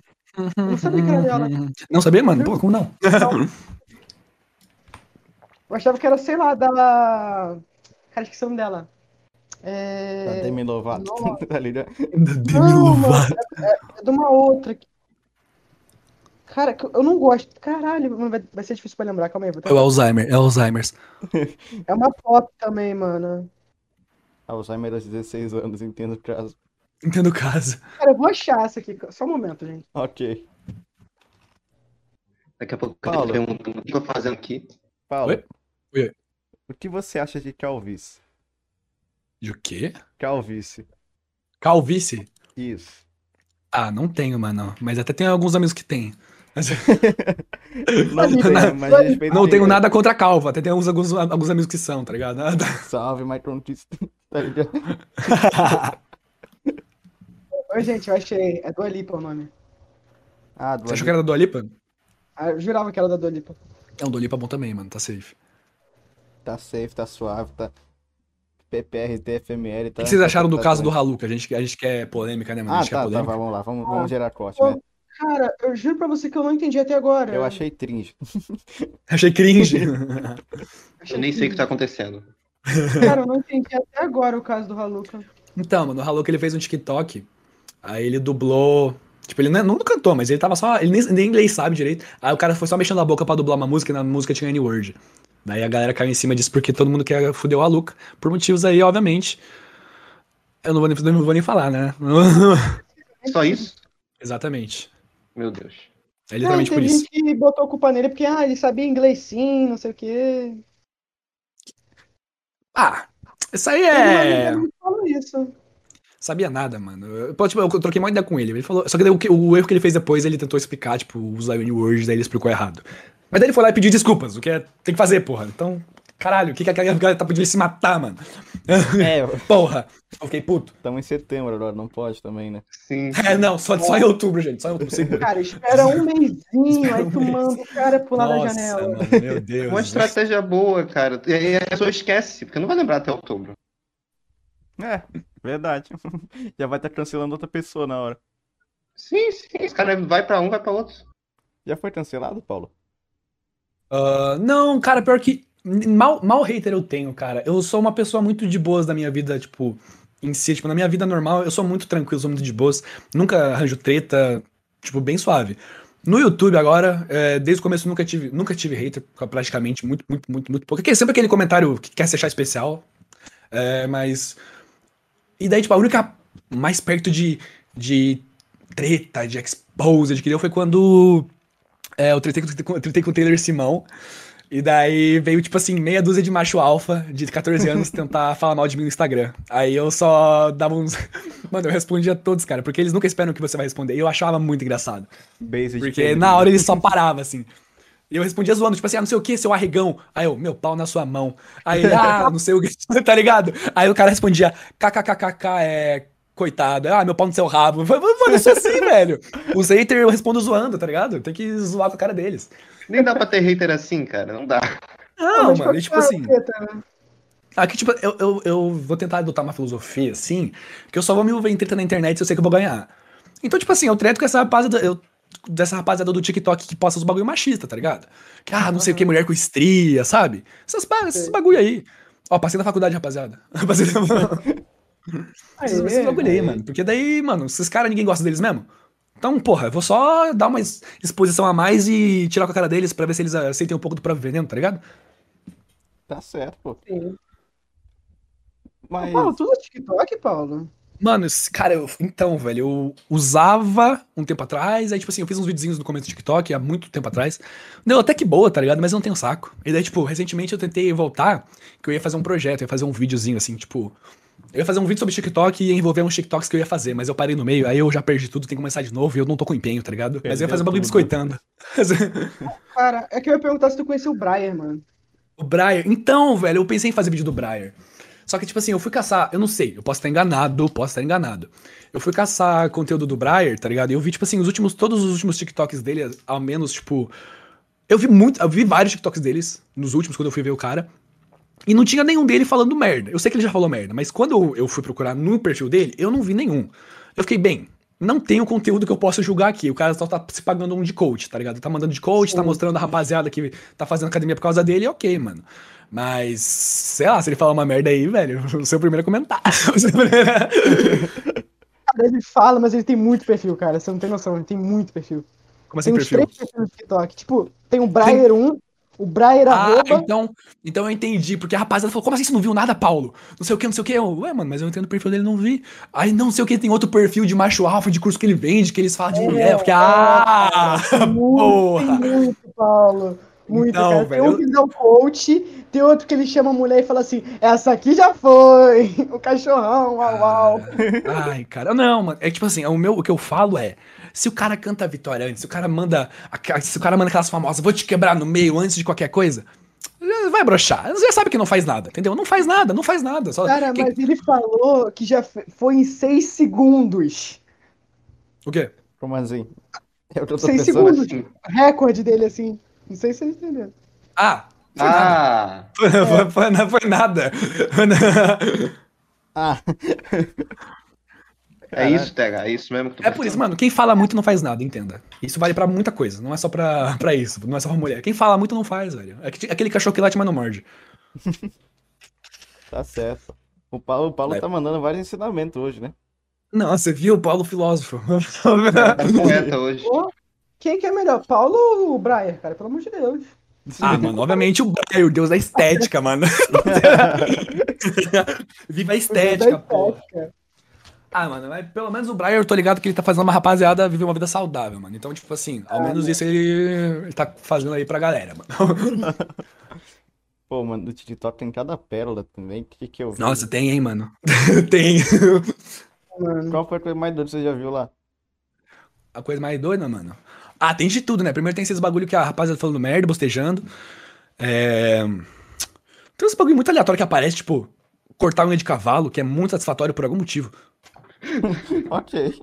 Speaker 2: não sabia que
Speaker 4: uhum,
Speaker 2: era dela.
Speaker 4: Não sabia, mano? Pô, como não?
Speaker 2: Eu achava que era, sei lá, da. Cara, esqueci o nome dela. É.
Speaker 3: Da Tá, Demi Lovato.
Speaker 2: Nossa.
Speaker 3: Tá ligado?
Speaker 4: Da Demi
Speaker 2: Não, mano,
Speaker 4: Lovato.
Speaker 2: é, é de uma outra. que- Cara, que eu não gosto. Caralho, mano, vai, vai ser difícil pra lembrar. Calma aí. Vou
Speaker 4: É o
Speaker 2: tentar.
Speaker 4: Alzheimer, é o Alzheimer's.
Speaker 2: É uma pop também, mano.
Speaker 3: Alzheimer aos 16 anos, entendo o caso.
Speaker 4: Entendo o caso.
Speaker 2: Cara, eu vou achar isso aqui. Só um momento, gente.
Speaker 3: Ok.
Speaker 1: Daqui a pouco
Speaker 3: Paulo.
Speaker 1: eu tô perguntando o que eu tô fazendo aqui.
Speaker 3: Paulo.
Speaker 4: Oi? Oi.
Speaker 3: O que você acha de calvície?
Speaker 4: De o quê?
Speaker 3: Calvície.
Speaker 4: Calvície?
Speaker 3: Isso.
Speaker 4: Ah, não tenho, mano. Mas até tem alguns amigos que têm. Mas-
Speaker 3: Não tenho, mas respeito
Speaker 4: Não
Speaker 3: quem
Speaker 4: tenho
Speaker 3: é.
Speaker 4: nada contra a calva. Até tem alguns, alguns, alguns amigos que são, tá ligado? Ah, tá.
Speaker 3: Salve, Michael Jackson. Tá ligado?
Speaker 2: Oi, gente, eu achei. É Dua Lipa o nome.
Speaker 3: Ah, do
Speaker 4: Você achou que era da Dua Lipa?
Speaker 2: Ah, Eu jurava que era da Dua Lipa.
Speaker 4: É, um Dua Lipa é bom também, mano. Tá safe.
Speaker 3: Tá safe, tá suave, tá. PPR, TFML,
Speaker 4: O
Speaker 3: tá.
Speaker 4: que vocês acharam do
Speaker 3: tá
Speaker 4: caso do
Speaker 3: tranquilo.
Speaker 4: Haluca? A gente, a gente quer polêmica, né, mano? A
Speaker 3: Ah,
Speaker 4: gente quer
Speaker 3: tá, tá,
Speaker 4: polêmica.
Speaker 3: vamos lá, vamos, vamos gerar corte,
Speaker 2: Pô,
Speaker 3: né?
Speaker 2: Cara, eu juro pra você que eu não entendi até agora.
Speaker 4: é.
Speaker 3: Eu achei cringe.
Speaker 4: Achei cringe.
Speaker 1: Eu nem sei o que tá acontecendo.
Speaker 2: Cara, eu não entendi até agora o caso do Haluca.
Speaker 4: então, mano, o Haluca ele fez um TikTok. Aí ele dublou. Tipo, ele não, não cantou, mas ele tava só. Ele nem, nem inglês sabe direito. Aí o cara foi só mexendo a boca pra dublar uma música e na música tinha N-Word. Daí a galera caiu em cima disso porque todo mundo quer fuder o Haluca. Por motivos aí, obviamente. Eu não vou nem, não vou nem falar, né?
Speaker 1: Só isso?
Speaker 4: Exatamente.
Speaker 1: Meu Deus.
Speaker 4: É literalmente
Speaker 2: ah,
Speaker 4: por
Speaker 2: teve
Speaker 4: isso.
Speaker 2: gente que botou a culpa nele porque, ah, ele sabia inglês sim, não sei o quê.
Speaker 4: Ah, isso aí
Speaker 2: Teve um
Speaker 4: é.
Speaker 2: amigo meu que falou isso.
Speaker 4: Sabia nada, mano. Eu, pô, tipo, eu troquei uma ideia com ele. Ele falou. Só que daí o, que- o erro que ele fez depois, ele tentou explicar, tipo, usar o N-word, daí ele explicou errado. Mas daí ele foi lá e pediu desculpas, o que é, tem que fazer, porra. Então, caralho, o que, que aquela galera tá pedindo se matar, mano?
Speaker 3: É,
Speaker 4: Porra! Eu fiquei puto.
Speaker 3: estamos em setembro agora, não pode também, né?
Speaker 1: Sim.
Speaker 4: É, não, só, só em outubro, gente. Só em outubro. Segura.
Speaker 2: Cara, espera um mêsinho,
Speaker 4: Espera
Speaker 2: aí
Speaker 4: um
Speaker 2: tu
Speaker 4: mês.
Speaker 2: manda o cara pular da
Speaker 4: Nossa,
Speaker 2: janela.
Speaker 4: mano, meu Deus.
Speaker 1: Uma estratégia boa, cara. E aí a pessoa esquece, porque não vai lembrar até outubro.
Speaker 3: É, verdade. Já vai estar cancelando outra pessoa na hora.
Speaker 1: Sim, sim. Esse cara vai pra um, vai pra outro.
Speaker 3: Já foi cancelado, Paulo?
Speaker 4: Ah, não, cara, pior que mal, mal hater eu tenho, cara. Eu sou uma pessoa muito de boas da minha vida, tipo, em si, tipo, na minha vida normal, eu sou muito tranquilo, sou muito de boas, nunca arranjo treta, tipo, bem suave. No YouTube agora, é, desde o começo nunca tive, nunca tive hater, praticamente, muito, muito, muito, muito pouco. Porque é sempre aquele comentário que quer se achar especial, é, mas e daí, tipo, a única mais perto de, de treta de exposed que deu foi quando é, eu tretei com, tretei com o Taylor Simão. E daí veio, tipo assim, meia dúzia de macho alfa de 14 anos tentar falar mal de mim no Instagram. Aí eu só dava uns. Mano, eu respondia a todos, cara, porque eles nunca esperam que você vai responder. E eu achava muito engraçado.
Speaker 3: Base de
Speaker 4: Porque
Speaker 3: Pedro.
Speaker 4: na hora ele só parava, assim. E eu respondia zoando, tipo assim, ah, não sei o que, seu arregão. Aí eu, meu pau na sua mão. Aí ele, ah, não sei o que, tá ligado? Aí o cara respondia, kkkk, é. Coitado, ah, meu pau no seu rabo. Eu falei, Mano, eu sou assim, velho. Os haters eu respondo zoando, tá ligado? Tem que zoar com a cara deles.
Speaker 1: Nem dá pra ter hater assim, cara. Não dá.
Speaker 4: Não,
Speaker 2: Mas,
Speaker 4: mano, e, tipo
Speaker 2: ah,
Speaker 4: assim.
Speaker 2: treta, né?
Speaker 4: Aqui, tipo, eu, eu, eu vou tentar adotar uma filosofia, assim, que eu só vou me envolver em treta na internet se eu sei que eu vou ganhar. Então, tipo assim, eu treto com essa rapaziada, eu, dessa rapaziada do TikTok que posta os bagulho machista, tá ligado? Que, ah, não sei o que, mulher com estria, sabe? Essas, pa- esses bagulho aí. Ó, passei na faculdade, rapaziada. Passei na
Speaker 2: Aê,
Speaker 4: esses, esses bagulho
Speaker 2: é.
Speaker 4: aí, mano. Porque daí, mano, esses caras ninguém gosta deles mesmo. Então, porra, eu vou só dar uma es- exposição a mais e tirar com a cara deles pra ver se eles aceitem um pouco do próprio veneno, tá ligado?
Speaker 3: Tá certo, pô.
Speaker 2: sim.
Speaker 3: Mas.
Speaker 2: Paulo, tu usa TikTok, Paulo?
Speaker 4: Mano, esse- cara, eu- então, velho, eu usava um tempo atrás, aí, tipo assim, eu fiz uns videozinhos no começo do TikTok há muito tempo atrás. Deu até que boa, tá ligado? Mas eu não tenho saco. E daí, tipo, recentemente eu tentei voltar, que eu ia fazer um projeto, eu ia fazer um videozinho, assim, tipo. Eu ia fazer um vídeo sobre TikTok e ia envolver uns TikToks que eu ia fazer, mas eu parei no meio, aí eu já perdi tudo, tem que começar de novo e eu não tô com empenho, tá ligado? mas eu ia
Speaker 3: Perdeu
Speaker 4: fazer um bagulho
Speaker 3: tudo.
Speaker 4: biscoitando.
Speaker 2: Cara, é que eu ia perguntar se tu conhecia o Brian, mano.
Speaker 4: O Briar. Então, velho, eu pensei em fazer vídeo do Briar. Só que, tipo assim, eu fui caçar. Eu não sei, eu posso estar enganado, posso estar enganado. Eu fui caçar conteúdo do Briar, tá ligado? E eu vi, tipo assim, os últimos, todos os últimos TikToks dele, ao menos, tipo. Eu vi muito. Eu vi vários TikToks deles, nos últimos, quando eu fui ver o cara. E não tinha nenhum dele falando merda. Eu sei que ele já falou merda, mas quando eu, eu fui procurar no perfil dele, eu não vi nenhum. Eu fiquei, bem, não tem o conteúdo que eu possa julgar aqui. O cara só tá se pagando um de coach, tá ligado? Tá mandando de coach, tá mostrando a rapaziada que tá fazendo academia por causa dele, ok, mano. Mas, sei lá, se ele falar uma merda aí, velho, o seu é primeiro comentário.
Speaker 2: Cara, ele fala, mas ele tem muito perfil, cara. Você não tem noção, ele tem muito perfil.
Speaker 4: Como assim,
Speaker 2: Tem uns
Speaker 4: perfil?
Speaker 2: três perfis no TikTok. Tipo, tem o Brian 1, o Brian
Speaker 4: Ah,
Speaker 2: arroba.
Speaker 4: então, então eu entendi, porque a rapaziada falou, como assim você não viu nada, Paulo? Não sei o que, não sei o que. Eu, Ué, mano, mas eu entendo o perfil dele, não vi. Aí não sei o que, tem outro perfil de macho alfa, de curso que ele vende, que eles
Speaker 2: É,
Speaker 4: falam de mulher. Eu fiquei, ah,
Speaker 2: Muito,
Speaker 4: porra.
Speaker 2: tem muito, Paulo. Muito,
Speaker 4: Então,
Speaker 2: cara. Tem
Speaker 4: velho,
Speaker 2: um que dá o coach, tem outro que ele chama a mulher e fala assim, essa aqui já foi, o cachorrão,
Speaker 4: Ah.
Speaker 2: uau, uau.
Speaker 4: Ai, cara, não, mano. É tipo assim, o, meu, o que eu falo é: se o cara canta a vitória antes, se o cara manda. aqua- Se o cara manda aquelas famosas, vou te quebrar no meio antes de qualquer coisa, já vai broxar. Você já sabe que não faz nada, entendeu? Não faz nada, não faz nada. Só,
Speaker 2: Cara,
Speaker 4: que-
Speaker 2: mas ele falou que já fe- foi em seis segundos.
Speaker 4: O quê?
Speaker 3: Como assim? É o que eu tô
Speaker 2: Seis
Speaker 3: pensando.
Speaker 2: segundos. Recorde dele, assim. Não sei se você entendeu.
Speaker 4: Ah! Foi nada.
Speaker 1: Ah,
Speaker 4: Foi, foi- foi na- foi nada.
Speaker 3: Ah,
Speaker 1: é isso, Tega. É isso mesmo que tu
Speaker 4: É por isso, mano, quem fala muito não faz nada, entenda. Isso vale pra muita coisa, não é só pra, pra isso, não é só pra mulher. Quem fala muito não faz, velho. É que- aquele cachorro que late, mas não morde.
Speaker 3: tá certo. O Paulo, o Paulo
Speaker 4: Vai.
Speaker 1: É.
Speaker 3: tá mandando vários ensinamentos hoje, né?
Speaker 4: Não, você viu, Paulo Filósofo?
Speaker 1: tá poeta hoje.
Speaker 2: Ô, Quem que é melhor, Paulo ou o Brian, cara? Pelo amor de Deus.
Speaker 4: Ah, mano, obviamente o Brian, é o deus da estética, mano. Viva a estética, pô. Ah, mano, mas pelo menos o Brian, eu tô ligado que ele tá fazendo uma rapaziada viver uma vida saudável, mano. Então, tipo assim, ao
Speaker 2: Ah,
Speaker 4: menos
Speaker 2: mano.
Speaker 4: isso ele, ele tá fazendo aí pra galera, mano.
Speaker 3: Pô, mano, do TikTok tem cada pérola também. Que que eu vi?
Speaker 4: Nossa, tem, hein, mano. tem.
Speaker 2: Mano.
Speaker 3: Qual foi a coisa mais doida que você já viu lá?
Speaker 4: A coisa mais doida, mano. Ah, tem de tudo, né? Primeiro tem esses bagulho que a rapaziada tá falando merda, bostejando. É... Tem uns bagulho muito aleatório que aparece, tipo, cortar unha de cavalo, que é muito satisfatório por algum motivo.
Speaker 3: Ok.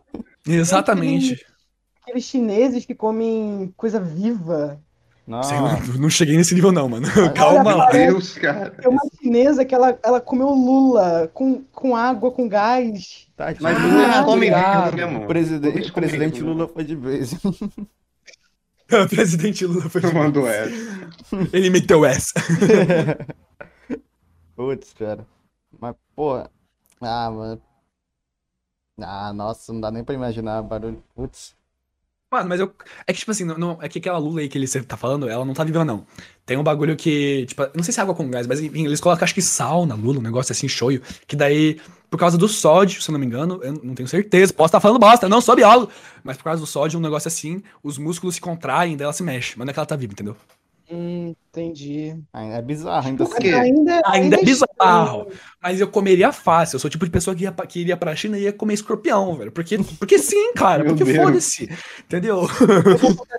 Speaker 4: Exatamente.
Speaker 2: Aqueles chineses que comem coisa viva.
Speaker 4: Sei,
Speaker 3: Nossa.
Speaker 4: eu não cheguei nesse nível, não, mano. Calma
Speaker 2: Olha,
Speaker 4: lá.
Speaker 1: Meu Deus, cara.
Speaker 2: Tem uma chinesa que ela, ela comeu lula com, com água, com gás.
Speaker 3: Tá
Speaker 1: Mas é
Speaker 3: de-
Speaker 1: Lula
Speaker 2: Ah,
Speaker 1: come
Speaker 3: Obrigado.
Speaker 1: vivo mesmo.
Speaker 3: O presidente,
Speaker 1: Lula
Speaker 3: o presidente
Speaker 1: come vivo.
Speaker 3: Lula foi de vez.
Speaker 4: O presidente Lula foi.
Speaker 1: Tu mandou essa.
Speaker 4: Ele meteu essa.
Speaker 3: Putz, cara. Mas, porra. Ah, mano. Ah, nossa, não dá nem pra imaginar o barulho. Putz.
Speaker 4: Mano, mas eu. É que, tipo assim, não, não- é que aquela Lula aí que ele cê tá falando, ela não tá viva, não. Tem um bagulho que, tipo, não sei se é água com gás, mas enfim, eles colocam, acho que sal na Lula, um negócio assim, shoyu, que daí, por causa do sódio, se eu não me engano, eu não tenho certeza, posso estar falando bosta, não sou biólogo, mas por causa do sódio, um negócio assim, os músculos se contraem, daí ela se mexe, mas não é que ela tá viva, entendeu?
Speaker 2: Hum, entendi.
Speaker 3: Ainda é bizarro, ainda
Speaker 1: Por
Speaker 3: assim.
Speaker 1: quê?
Speaker 2: Ainda,
Speaker 4: Ainda é
Speaker 2: estranho.
Speaker 4: bizarro, mas eu comeria fácil, eu sou o tipo de pessoa que, ia pra, que iria pra China e ia comer escorpião, velho, porque, porque sim, cara,
Speaker 1: Meu
Speaker 4: porque
Speaker 1: Deus.
Speaker 4: foda-se, entendeu?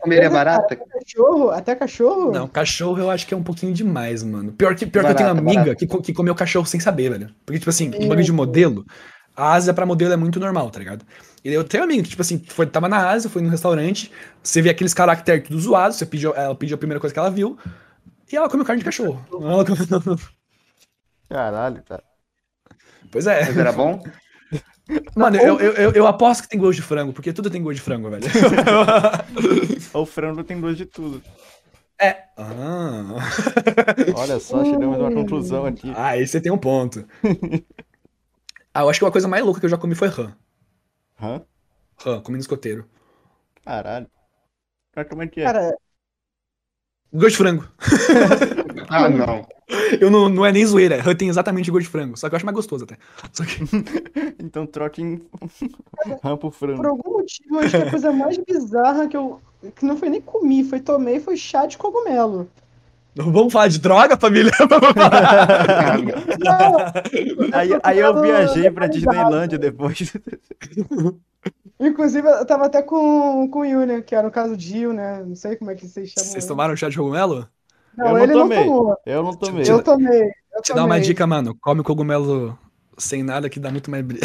Speaker 1: Comer é barata?
Speaker 2: Cachorro? Até cachorro?
Speaker 4: Não, cachorro eu acho que é um pouquinho demais, mano. Pior que, pior que eu
Speaker 1: Barato,
Speaker 4: tenho uma amiga
Speaker 1: barato.
Speaker 4: que, co- que comeu cachorro sem saber, velho. Porque, tipo assim, um bagulho de modelo, a Ásia pra modelo é muito normal, tá ligado? E eu tenho um amigo que, tipo assim, foi, tava na Ásia, foi num restaurante, você vê aqueles caracteres tudo zoados, você pediu, ela pediu a primeira coisa que ela viu, e ela comeu carne de cachorro. Ela comeu-
Speaker 3: Caralho, cara.
Speaker 4: Pois é.
Speaker 1: Mas era bom?
Speaker 4: Mano, eu, eu, eu, eu aposto que tem gosto de frango, porque tudo tem gosto de frango, velho.
Speaker 3: O frango tem gosto de tudo.
Speaker 4: É. Ah,
Speaker 3: Olha só, chegamos a uma conclusão aqui.
Speaker 4: aí você tem um ponto. Ah, eu acho que uma coisa mais louca que eu já comi foi rã.
Speaker 3: Hã?
Speaker 4: Rã, comendo escoteiro.
Speaker 3: Caralho. Mas como é que é?
Speaker 2: Cara,
Speaker 4: Gosto de frango.
Speaker 1: Ah, não.
Speaker 4: Eu não, não é nem zoeira, eu tenho exatamente gosto de frango, só que eu acho mais gostoso até. Só que
Speaker 3: Então troque em rampa o
Speaker 2: por
Speaker 3: frango.
Speaker 2: algum motivo, acho que a coisa mais bizarra que eu. Que não foi nem comi, foi tomei, foi chá de cogumelo.
Speaker 4: vamos falar de droga, família?
Speaker 1: Ah, não.
Speaker 2: Não,
Speaker 3: Aí, aí eu viajei pra Disneylândia depois.
Speaker 2: Inclusive, eu tava até com, com o Yuri, que era o caso de Gil, né? Não sei como é que vocês chamam.
Speaker 4: Vocês tomaram chá de cogumelo?
Speaker 2: Não,
Speaker 3: Eu não
Speaker 2: ele
Speaker 3: tomei.
Speaker 2: não tomou.
Speaker 3: Eu não tomei.
Speaker 2: Eu tomei. Eu
Speaker 4: Te dá uma
Speaker 2: tomei.
Speaker 4: dica, mano, come cogumelo sem nada que dá muito mais brilho.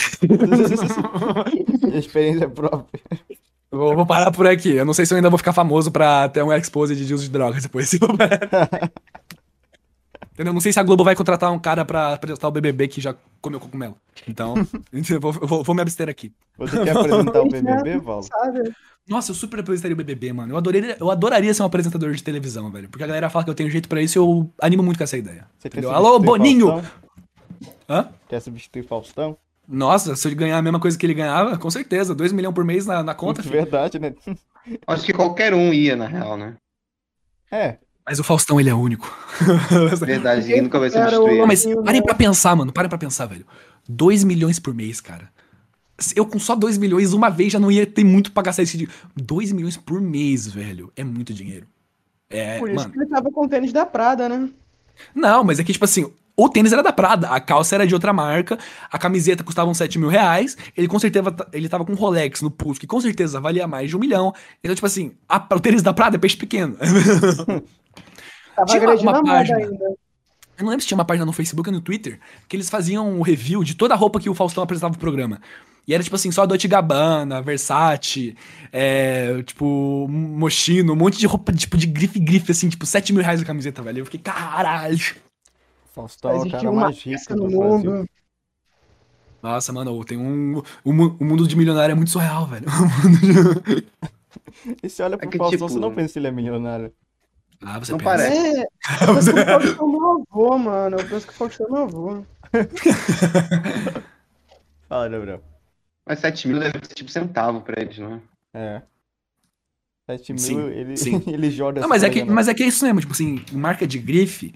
Speaker 3: Experiência própria.
Speaker 4: Eu vou, vou parar por aqui, eu não sei se eu ainda vou ficar famoso pra ter um expose de uso de drogas depois. se eu- Entendeu? Não sei se a Globo vai contratar um cara pra apresentar o BBB que já comeu cogumelo. Então, eu vou, eu vou- vou me abster aqui.
Speaker 3: Você quer apresentar o BBB, Val?
Speaker 2: Sabe? é
Speaker 4: Nossa, eu super apresentaria o BBB, mano. Eu adoraria, eu adoraria ser um apresentador de televisão, velho. Porque a galera fala que eu tenho jeito pra isso e eu animo muito com essa ideia.
Speaker 3: Você quer
Speaker 4: Entendeu?
Speaker 3: substituir
Speaker 4: Alô, Boninho!
Speaker 3: Faustão?
Speaker 4: Hã?
Speaker 3: Quer substituir Faustão?
Speaker 4: Nossa, se eu ganhar a mesma coisa que ele ganhava, com certeza. 2 milhões por mês na, na conta.
Speaker 3: De
Speaker 4: filho.
Speaker 3: verdade, né?
Speaker 1: Acho que qualquer um ia, na real, né?
Speaker 3: É.
Speaker 4: Mas o Faustão, ele é único.
Speaker 1: Verdade, ninguém nunca vai
Speaker 2: Era o
Speaker 1: substituir.
Speaker 4: Mas parem pra pensar, mano. Parem pra pensar, velho. 2 milhões por mês, cara. Se Eu com só 2 milhões uma vez já não ia ter muito pra gastar esse dinheiro. 2 milhões por mês, velho. É muito dinheiro. É,
Speaker 2: Por isso
Speaker 4: mano.
Speaker 2: que ele tava com o tênis da Prada, né?
Speaker 4: Não, mas é que, tipo assim, o tênis era da Prada, a calça era de outra marca, a camiseta custava uns 7 mil reais, ele com certeza ta- ele tava com um Rolex no pulso, que com certeza valia mais de um milhão. Então, tipo assim, a- o tênis da Prada é peixe pequeno.
Speaker 2: Tava
Speaker 4: Tinha uma-
Speaker 2: agredindo
Speaker 4: uma
Speaker 2: a moda
Speaker 4: página.
Speaker 2: ainda.
Speaker 4: Eu não lembro se tinha uma página no Facebook ou no Twitter que eles faziam um review de toda a roupa que o Faustão apresentava pro programa. E era tipo assim, só Dolce Gabbana, Versace, é, tipo, Moschino, um monte de roupa tipo de grife-grife, assim, tipo, 7 mil reais a camiseta, velho. Eu fiquei, caralho.
Speaker 3: Faustão é o
Speaker 2: Existe
Speaker 3: cara
Speaker 2: uma
Speaker 3: mais
Speaker 2: peça
Speaker 3: rico
Speaker 2: no
Speaker 3: do Brasil.
Speaker 2: mundo.
Speaker 4: Nossa, mano, tem um. O, mu- o mundo de milionário é muito surreal, velho. O mundo de-
Speaker 3: E se olha pro
Speaker 1: que,
Speaker 3: Faustão,
Speaker 1: tipo,
Speaker 3: você não pensa que ele é milionário.
Speaker 4: Ah, você
Speaker 1: Não
Speaker 4: pensa.
Speaker 1: parece.
Speaker 2: É, eu penso que o Faustão é meu avô, mano. Eu penso que o Faustão é meu avô.
Speaker 3: Fala, Gabriel.
Speaker 1: Mas 7 mil deve ser tipo centavo pra eles, não é?
Speaker 3: É. 7 mil,
Speaker 4: Sim,
Speaker 3: ele,
Speaker 4: sim.
Speaker 3: ele joga
Speaker 4: Não, mas é,
Speaker 3: essa
Speaker 4: que,
Speaker 3: coisa, né?
Speaker 4: mas é que é isso mesmo, tipo assim, marca de grife.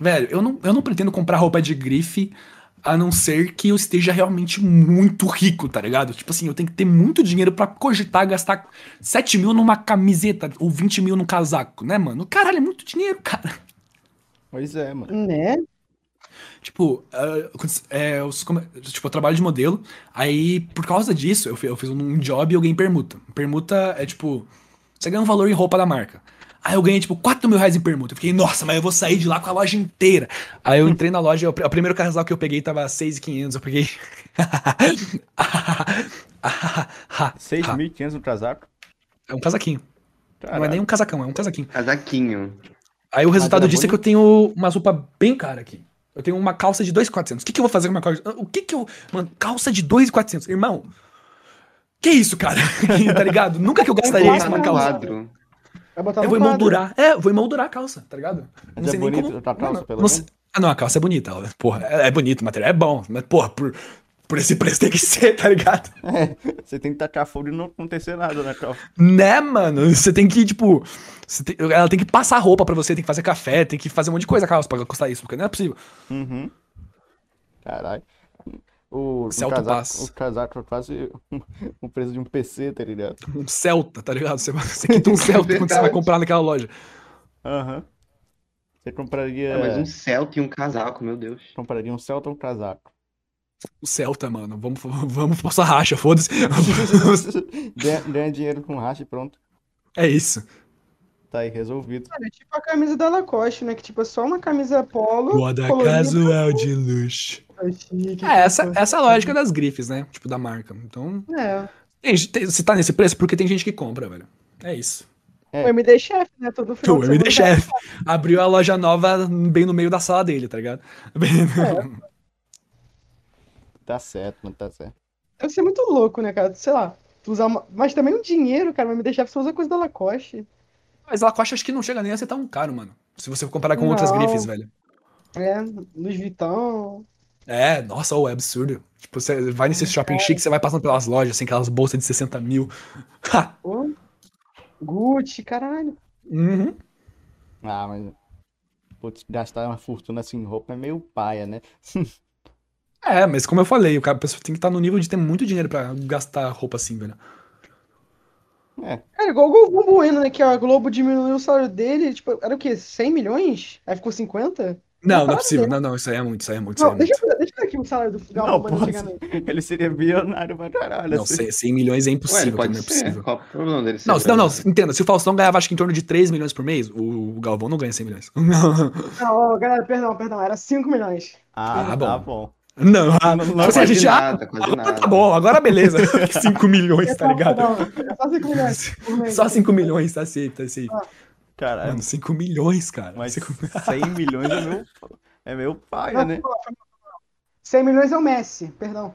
Speaker 4: Velho, eu não, eu não pretendo comprar roupa de grife a não ser que eu esteja realmente muito rico, tá ligado? Tipo assim, eu tenho que ter muito dinheiro pra cogitar gastar 7 mil numa camiseta ou 20 mil num casaco, né, mano? Caralho, é muito dinheiro, cara.
Speaker 3: Pois é, mano.
Speaker 2: Né?
Speaker 4: Tipo, ah, quando- é, os come- tipo, eu trabalho de modelo, aí por causa disso eu fi- eu fiz, um job e eu ganhei permuta. Permuta é tipo, você ganha um valor em roupa da marca. Aí eu ganhei tipo 4 mil reais em permuta. Eu fiquei, nossa, mas eu vou sair de lá com a loja inteira. Aí eu entrei na loja, eu- o primeiro casal que eu peguei tava 6,500, eu peguei. Ah,
Speaker 3: 6.500 no casaco.
Speaker 4: É um casaquinho. Não é
Speaker 3: Caralho.
Speaker 4: nem um casacão, é um casaquinho.
Speaker 1: Casaquinho.
Speaker 4: Aí o resultado
Speaker 3: era
Speaker 4: disso é que eu tenho uma roupa bem cara aqui. Eu tenho uma calça de 2,400. O que, que eu vou fazer com uma calça? Ah, O que que eu. Mano, calça de 2,400. Irmão. Que isso, cara? tá ligado? Nunca
Speaker 3: É um
Speaker 4: que eu gastaria isso
Speaker 1: Colocar
Speaker 4: numa
Speaker 1: no
Speaker 4: calça.
Speaker 1: quadro.
Speaker 2: Vai botar
Speaker 4: Eu
Speaker 2: no
Speaker 4: vou
Speaker 2: quadro.
Speaker 4: emoldurar. É, eu vou emoldurar a calça, tá ligado? Eu
Speaker 3: Mas é bonito a calça,
Speaker 4: Mano,
Speaker 3: pelo
Speaker 4: não sei-
Speaker 3: menos?
Speaker 4: Ah, não, a calça é bonita. ela- Porra, é, é bonito, o material é bom. Mas, porra, por por esse preço tem que ser, tá ligado?
Speaker 3: Você tem que tacar fogo e não acontecer nada, né, Cal?
Speaker 4: Né, mano? Você tem que, tipo. você tem- ela tem que passar roupa pra você, tem que fazer café, tem que fazer um monte de coisa, Carlos, pra custar isso, porque não é possível.
Speaker 3: Uhum. Caralho. O, o,
Speaker 4: Celta
Speaker 3: casaco,
Speaker 4: Pass.
Speaker 3: o casaco é quase o preço de um PC, tá ligado?
Speaker 4: Um Celta, tá ligado? Você, você quita um Celta quando você vai
Speaker 1: Verdade.
Speaker 4: comprar naquela loja.
Speaker 3: Aham. Você compraria,
Speaker 1: É, mas um Celta e um casaco, meu Deus.
Speaker 3: compraria um Celta ou um casaco?
Speaker 4: O Celta, mano. Vamos, vamos passar racha, foda-se.
Speaker 3: Ganha, ganha dinheiro com racha e pronto.
Speaker 4: é isso.
Speaker 3: Tá aí, resolvido.
Speaker 2: Cara, é tipo a camisa da Lacoste, né? Que tipo, é só uma camisa polo.
Speaker 4: Moda
Speaker 2: colorida.
Speaker 4: casual de luxo.
Speaker 2: Chique,
Speaker 4: É, essa, essa é a lógica das grifes, né? Tipo, da marca. Então,
Speaker 2: É.
Speaker 4: tem, tem, se tá nesse preço, porque tem gente que compra, velho. É isso.
Speaker 2: O MD Chef, né? Todo final
Speaker 4: O
Speaker 2: de semana
Speaker 4: MD Chef abriu a loja nova bem no meio da sala dele, tá ligado? Bem-
Speaker 3: Tá certo, mano, tá certo.
Speaker 2: Deve ser muito louco, né, cara? Sei lá, tu usar uma... Mas também o dinheiro, cara, vai me deixar só usar coisa da Lacoste.
Speaker 4: Mas a Lacoste acho que não chega nem a ser tão caro, mano. Se você comparar com outras
Speaker 2: Não.
Speaker 4: grifes, velho.
Speaker 2: É, Louis Vuitton.
Speaker 4: É, nossa, ô, é absurdo. Tipo, você vai nesse shopping chique, você vai passando pelas lojas, assim, aquelas bolsas de 60 mil. Ha!
Speaker 2: pô, Gucci, caralho.
Speaker 4: Uhum.
Speaker 3: Ah, mas. Putz, gastar uma fortuna assim em roupa é meio paia, né?
Speaker 4: É, mas como eu falei, o cara, a pessoa tem que estar no nível de ter muito dinheiro pra gastar roupa assim, velho.
Speaker 2: Cara, igual o Galvão Bueno, né? Que a Globo diminuiu o salário dele, tipo, era o quê? 100 milhões? Aí ficou 50?
Speaker 4: Não, não é possível. Não, não, isso aí é muito, isso aí é muito, isso aí
Speaker 2: Não,
Speaker 4: é
Speaker 2: deixa
Speaker 4: muito.
Speaker 2: eu, deixa eu ver aqui o salário do Galvão
Speaker 3: Não,
Speaker 2: Bueno
Speaker 3: pode.
Speaker 2: antigamente.
Speaker 3: Ele seria bilionário pra caralho,
Speaker 4: Não,
Speaker 3: assim.
Speaker 4: 100, 100 milhões é
Speaker 1: Ué, ele
Speaker 4: impossível, cara,
Speaker 1: pode
Speaker 4: não é
Speaker 1: ser.
Speaker 4: possível.
Speaker 1: Qual o problema dele? ser
Speaker 4: Não, se- não, não,
Speaker 2: né?
Speaker 1: brasileiro?
Speaker 4: entenda, se o Faustão ganhava acho que em torno de 3 milhões por mês, o, o Galvão não ganha 100 milhões. Não,
Speaker 2: Não, ó, galera, perdão, perdão, era 5 milhões.
Speaker 3: Ah,
Speaker 4: Ah,
Speaker 3: tá
Speaker 4: bom.
Speaker 3: bom.
Speaker 4: não, ah,
Speaker 3: Não, não,
Speaker 4: tipo assim, a
Speaker 1: quase
Speaker 4: gente, ah,
Speaker 1: nada, quase
Speaker 4: ah,
Speaker 1: é nada.
Speaker 4: tá bom, agora beleza, 5 milhões, tá ligado?
Speaker 2: Não, é só 5 milhões. por mês.
Speaker 4: Só 5 milhões, tá aceito, tá aceito.
Speaker 1: Ah, é.
Speaker 3: Caralho.
Speaker 4: Mano, 5 milhões, cara.
Speaker 3: Mas
Speaker 4: Cinco-
Speaker 3: 100 milhões é meu, é meu paia,
Speaker 2: Não,
Speaker 3: né?
Speaker 2: não, não. 100 milhões é o Messi, perdão.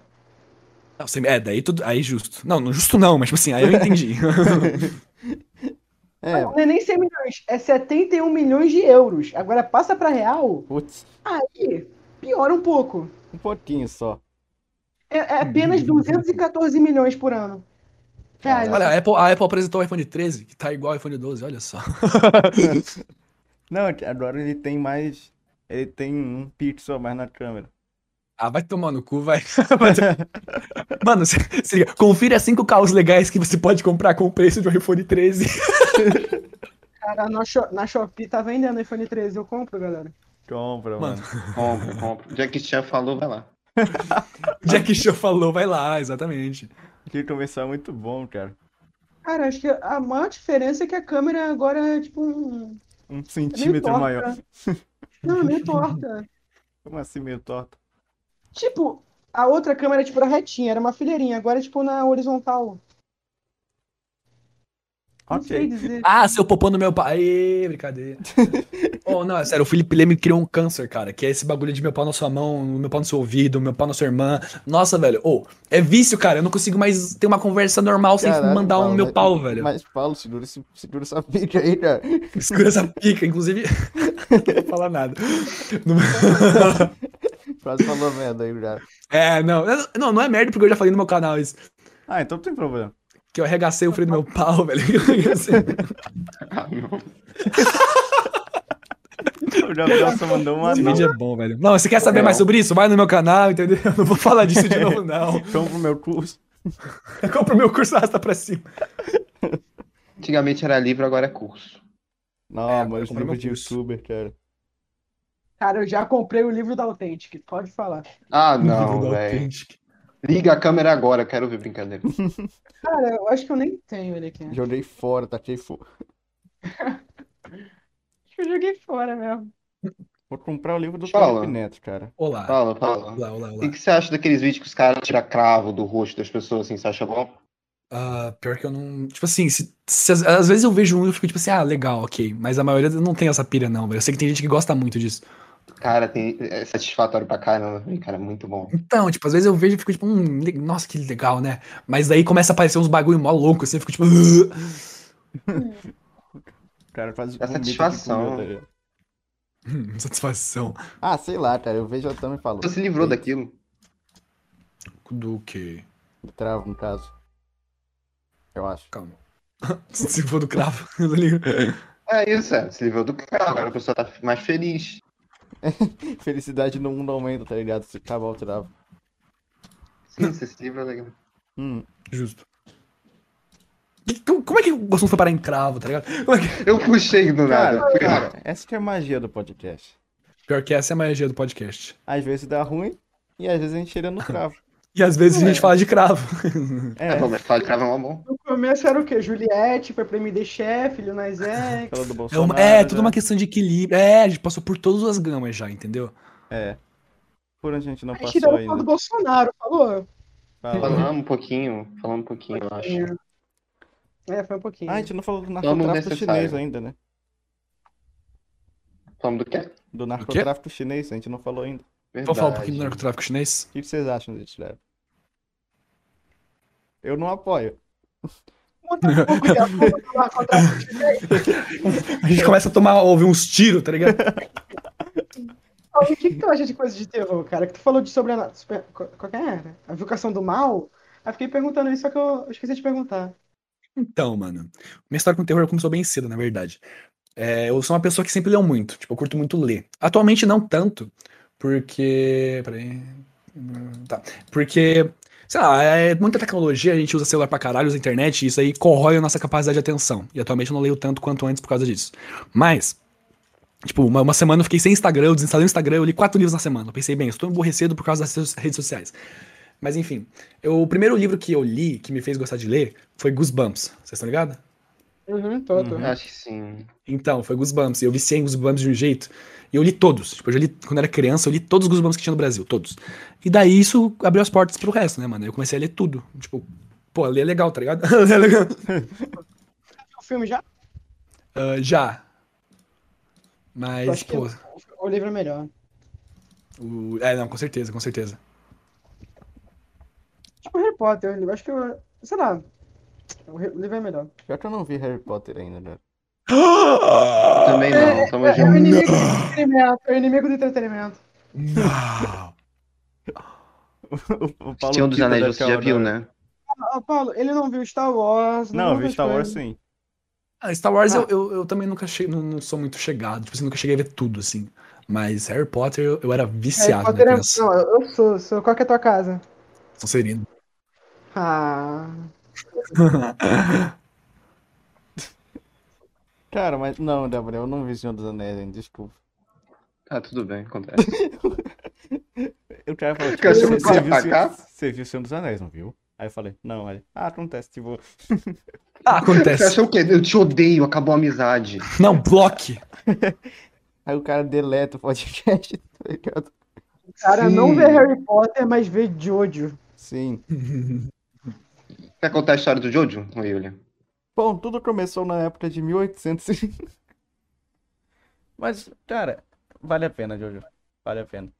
Speaker 4: Não, cem- é, daí tudo, aí justo. Não, não justo não, mas tipo assim, aí eu entendi.
Speaker 3: É,
Speaker 2: Não é nem 100 milhões, é 71 milhões de euros. Agora passa pra real,
Speaker 3: putz,
Speaker 2: aí piora um pouco.
Speaker 3: um pouquinho só.
Speaker 2: É, é apenas
Speaker 4: Uhum.
Speaker 2: 214 milhões por ano. Reais.
Speaker 4: Olha, a Apple, a Apple apresentou o iPhone 13, que tá igual ao iPhone 12, olha só.
Speaker 3: Não, é que agora ele tem mais. Ele tem um pixel a mais na câmera.
Speaker 4: Ah, vai tomar no cu, vai. Mano, se, se liga, confira cinco carros legais que você pode comprar com o preço de um iPhone 13.
Speaker 2: Cara, na, Sho- na Shopee tá vendendo iPhone 13, eu compro, galera.
Speaker 3: Compra,
Speaker 4: Mano.
Speaker 3: mano.
Speaker 1: Compra, compra. Jack Chan falou, vai lá.
Speaker 4: O Jack Show falou, vai lá, exatamente.
Speaker 3: Aquele comercial é muito bom, cara.
Speaker 2: Cara, acho que a maior diferença é que a câmera agora é tipo um.
Speaker 3: Um
Speaker 2: é meio
Speaker 3: centímetro
Speaker 2: torta.
Speaker 3: maior.
Speaker 2: Não, é meio torta.
Speaker 3: Como assim, meio torta?
Speaker 2: Tipo, a outra câmera tipo, era retinha, era uma fileirinha, agora é tipo na horizontal. Não sei
Speaker 3: Ok.
Speaker 2: dizer.
Speaker 4: Ah, seu popô no meu pai. Aê, brincadeira. oh, não, é sério, o Felipe Leme criou um câncer, cara, que é esse bagulho de meu pau na sua mão, meu pau no seu ouvido, meu pau na sua irmã. Nossa, velho, ô, é vício, cara, eu não consigo mais ter uma conversa normal sem
Speaker 3: Caralho,
Speaker 4: mandar um
Speaker 3: Paulo,
Speaker 4: meu
Speaker 3: mas-
Speaker 4: pau, velho.
Speaker 3: Mas, Paulo, segura, esse- segura essa pica aí, cara.
Speaker 4: Segura essa pica, inclusive. não vou falar nada. Não-
Speaker 3: Quase falou merda aí, cara.
Speaker 4: É, não, eu- não, não é merda porque eu já falei no meu canal isso.
Speaker 3: Ah, então não tem problema.
Speaker 4: Que eu arregacei o freio do meu pau, velho.
Speaker 1: Ah, não.
Speaker 3: O Gabriel só mandou uma.
Speaker 4: Esse
Speaker 3: não.
Speaker 4: vídeo é bom, velho. Não, você quer saber
Speaker 1: Não.
Speaker 4: mais sobre isso? Vai no meu canal, entendeu? Eu não vou falar disso de novo, não.
Speaker 3: Compra o Então, meu curso.
Speaker 4: Compra o meu curso arrasta pra cima.
Speaker 1: Antigamente era livro, agora é curso.
Speaker 3: Não,
Speaker 4: É,
Speaker 3: mano,
Speaker 4: agora
Speaker 3: os
Speaker 4: compra
Speaker 3: livros de
Speaker 4: meu curso.
Speaker 3: youtuber, cara.
Speaker 2: Cara, eu já comprei o livro da Authentic, pode falar.
Speaker 1: Ah,
Speaker 4: Livro
Speaker 1: não,
Speaker 4: do
Speaker 1: velho.
Speaker 4: Authentic.
Speaker 1: Liga a câmera agora, quero ver brincadeira.
Speaker 2: Cara, eu acho que eu nem tenho ele aqui.
Speaker 3: Joguei fora, taquei fora.
Speaker 2: Acho que eu joguei fora mesmo.
Speaker 3: Vou comprar o livro do
Speaker 1: Fala.
Speaker 3: Felipe Neto, cara.
Speaker 4: Olá.
Speaker 1: Fala, fala.
Speaker 4: Olá, olá,
Speaker 1: O
Speaker 4: olá.
Speaker 1: que, que você acha daqueles vídeos que os caras tiram cravo do rosto das pessoas assim? Você acha bom?
Speaker 4: Ah, pior que eu não. Tipo assim, se- se às- às vezes eu vejo um e eu fico tipo assim, ah, legal, ok. Mas a maioria não tem essa pira, não, velho. Eu sei que tem gente que gosta muito disso.
Speaker 1: Cara, tem... é satisfatório pra caramba, hein, cara, é muito bom.
Speaker 4: Então, tipo, às vezes eu vejo e fico tipo, hum, le- nossa, que legal, né? Mas daí começa a aparecer uns bagulho mó louco, assim, eu fico tipo. "Ugh".
Speaker 3: O cara faz
Speaker 1: Dá
Speaker 3: vomita aqui
Speaker 1: É satisfação.
Speaker 3: comigo, tá ligado?
Speaker 4: Hum, satisfação.
Speaker 3: Ah, sei lá, cara. Eu vejo a Tami e falo.
Speaker 1: Você se livrou
Speaker 3: "Eita".
Speaker 1: daquilo.
Speaker 4: Do que?
Speaker 3: Travo, no caso. Eu acho.
Speaker 4: Calma. Se for do cravo, eu não ligo.
Speaker 1: É isso, é. Se livrou do carro, agora a pessoa tá mais feliz.
Speaker 3: Felicidade no mundo aumenta, tá ligado? Se acabar o travo.
Speaker 1: Sim, você se livrou da...
Speaker 3: Hum.
Speaker 4: Justo. E co- Como é que o assunto foi parar em cravo, tá ligado? Como é que-
Speaker 1: Eu puxei do nada.
Speaker 3: Cara,
Speaker 1: fui-
Speaker 3: cara, essa que é a magia do podcast.
Speaker 4: Pior que essa é a magia do podcast.
Speaker 3: Às vezes dá ruim e às vezes a gente tira no cravo.
Speaker 4: E às vezes a gente fala de cravo.
Speaker 1: É, bom,
Speaker 3: É,
Speaker 1: mas falar de cravo é uma mão.
Speaker 2: No começo era o quê? Juliette, foi pra MD Chef, Lil Nas X.
Speaker 3: falou do
Speaker 4: É, uma-
Speaker 3: Bolsonaro. né?
Speaker 4: é, tudo
Speaker 3: já.
Speaker 4: uma questão de equilíbrio. É, a gente passou por todas as gamas já, entendeu?
Speaker 3: É. Por onde a gente não
Speaker 2: Aí
Speaker 3: passou
Speaker 2: tiraram o pau do
Speaker 3: ainda.
Speaker 2: Bolsonaro, falou?
Speaker 3: Fala.
Speaker 1: Falamos um pouquinho, falamos um pouquinho, eu acho.
Speaker 2: É, foi um pouquinho.
Speaker 3: Ah, a gente não falou do narcotráfico
Speaker 1: necessário.
Speaker 3: chinês ainda, né?
Speaker 1: Falamos do que? Verdade.
Speaker 3: Do narcotráfico chinês, a gente não falou ainda.
Speaker 4: Vamos falar um pouquinho do narcotráfico chinês?
Speaker 3: O que vocês acham disso, Léo? Eu não apoio.
Speaker 2: Conta um pouco de assunto do narcotráfico.
Speaker 4: A gente começa a tomar, ouvir uns tiros, tá ligado?
Speaker 2: O que, que tu acha de coisa de terror, cara? Que tu falou de sobre a. Super... Qual qual que era? A vocação do mal? Aí fiquei perguntando isso, só que eu eu esqueci de perguntar.
Speaker 4: Então, mano, minha história com terror começou bem cedo, na verdade. É, eu sou uma pessoa que sempre leu muito, tipo, eu curto muito ler. Atualmente não tanto, porque. Peraí. Hum, Tá. Porque, sei lá, é muita tecnologia, a gente usa celular pra caralho, usa internet, e isso aí corrói a nossa capacidade de atenção. E atualmente eu não leio tanto quanto antes por causa disso. Mas, tipo, uma, uma semana eu fiquei sem Instagram, eu desinstalei o Instagram, eu li quatro livros na semana. Eu pensei, bem, eu estou emborrecido por causa das redes sociais. Mas enfim, eu- o primeiro livro que eu li, que me fez gostar de ler, foi Goosebumps. Vocês estão ligados?
Speaker 2: Uhum, tô, tô.
Speaker 1: Acho que sim.
Speaker 4: Então, foi Goosebumps. E eu viciei em Goosebumps de um jeito. E eu li todos. Tipo, eu já li, quando era criança, eu li todos os Goosebumps que tinha no Brasil, todos. E daí isso abriu as portas pro resto, né, mano? Eu comecei a ler tudo. Tipo, pô, ler é legal, tá ligado? Ler é legal.
Speaker 2: O filme já?
Speaker 4: Ah, já.
Speaker 2: Eu
Speaker 4: Mas,
Speaker 2: acho que
Speaker 4: pô.
Speaker 2: o livro é melhor.
Speaker 4: o- É, não, com certeza, com certeza.
Speaker 2: Tipo Harry Potter, eu acho que eu. Sei lá. O re- o livro é melhor.
Speaker 3: Pior que eu não vi Harry Potter ainda, né?
Speaker 1: Também não, um tamo
Speaker 2: É, é o
Speaker 1: junto.
Speaker 2: inimigo do entretenimento. É o inimigo do entretenimento.
Speaker 4: Não.
Speaker 3: O, o Paulo
Speaker 1: Senhor dos
Speaker 3: Kida
Speaker 1: Anéis
Speaker 3: deve
Speaker 1: você já
Speaker 3: ficar
Speaker 1: viu,
Speaker 3: olhando.
Speaker 1: né?
Speaker 2: Ah, Paulo, ele não viu Star Wars.
Speaker 3: Não, eu
Speaker 2: viu
Speaker 3: vi Star Wars sim.
Speaker 4: Ah, Star Wars
Speaker 2: Ah.
Speaker 4: eu, eu, eu também nunca che... não, não sou muito chegado. Tipo, assim, nunca cheguei a ver tudo, assim. Mas Harry Potter eu, eu era
Speaker 2: Harry
Speaker 4: viciado na
Speaker 2: Potter é...
Speaker 4: criança.
Speaker 2: Não, eu eu sou, sou. Qual que é a tua casa?
Speaker 4: Sonserino.
Speaker 2: Ah.
Speaker 3: Cara, mas não, Débora, eu não vi Senhor dos Anéis ainda, desculpa.
Speaker 1: Ah, tudo bem, acontece.
Speaker 3: Eu quero falar, tipo,
Speaker 1: Quer
Speaker 3: você,
Speaker 1: ser um
Speaker 3: você viu,
Speaker 1: atacar?
Speaker 3: Senhor- você viu Senhor dos Anéis, não viu? Aí eu falei, não, aí, ah, acontece, tipo,
Speaker 4: Ah,
Speaker 1: Você
Speaker 4: acontece.
Speaker 1: achou é o quê? Eu te odeio, acabou a amizade.
Speaker 4: Não, bloque.
Speaker 3: aí o cara deleta o podcast, tá ligado?
Speaker 2: O cara
Speaker 1: Sim.
Speaker 2: não vê Harry Potter, mas vê Jojo.
Speaker 3: Sim.
Speaker 1: Quer contar a história do Jojo, ô Yulia?
Speaker 3: Bom, tudo começou na época de 1800. e- Mas, cara, vale a pena, Jojo. Vale a pena.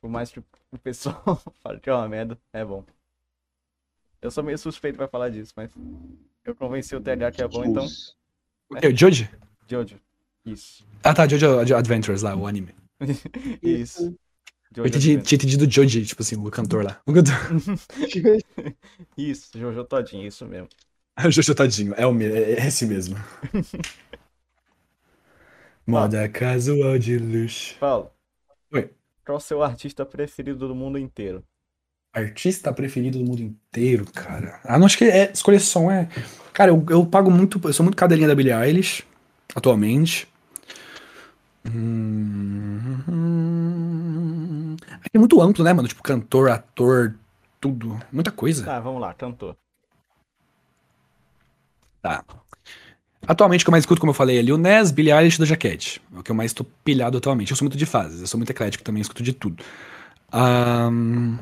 Speaker 3: Por mais que o pessoal fale que é uma merda, é bom. Eu sou meio suspeito pra falar disso, mas eu convenci o TH que é bom, então,
Speaker 1: Os-
Speaker 4: O quê? O Jojo?
Speaker 3: Jojo. Isso.
Speaker 4: É, Ah, tá, Jojo Adventures lá, o anime.
Speaker 3: Isso.
Speaker 4: Eu
Speaker 3: Jojo
Speaker 4: entendi,
Speaker 3: Adventures.
Speaker 4: tinha entendido Joji, tipo assim, o cantor lá. O cantor.
Speaker 3: Isso, Jojo todinho, isso mesmo.
Speaker 4: O Jojo tadinho, é, o, me- é é esse mesmo. Moda casual de luxo.
Speaker 3: Paulo.
Speaker 4: Oi.
Speaker 3: Qual o seu artista preferido do mundo inteiro?
Speaker 4: Artista preferido do mundo inteiro, cara. Ah, não, acho que é, escolher som é... Cara, eu, eu pago muito, eu sou muito cadelinha da Billie Eilish, atualmente. Hum, É muito amplo, né, mano? Tipo, cantor, ator, tudo. Muita coisa.
Speaker 3: Tá, vamos lá, cantor.
Speaker 4: Tá. Atualmente, o que eu mais escuto, como eu falei, é Lil Nas, Billie Eilish da Jaquette. É o que eu mais tô pilhado atualmente. Eu sou muito de fases, eu sou muito eclético também, escuto de tudo. Ahn,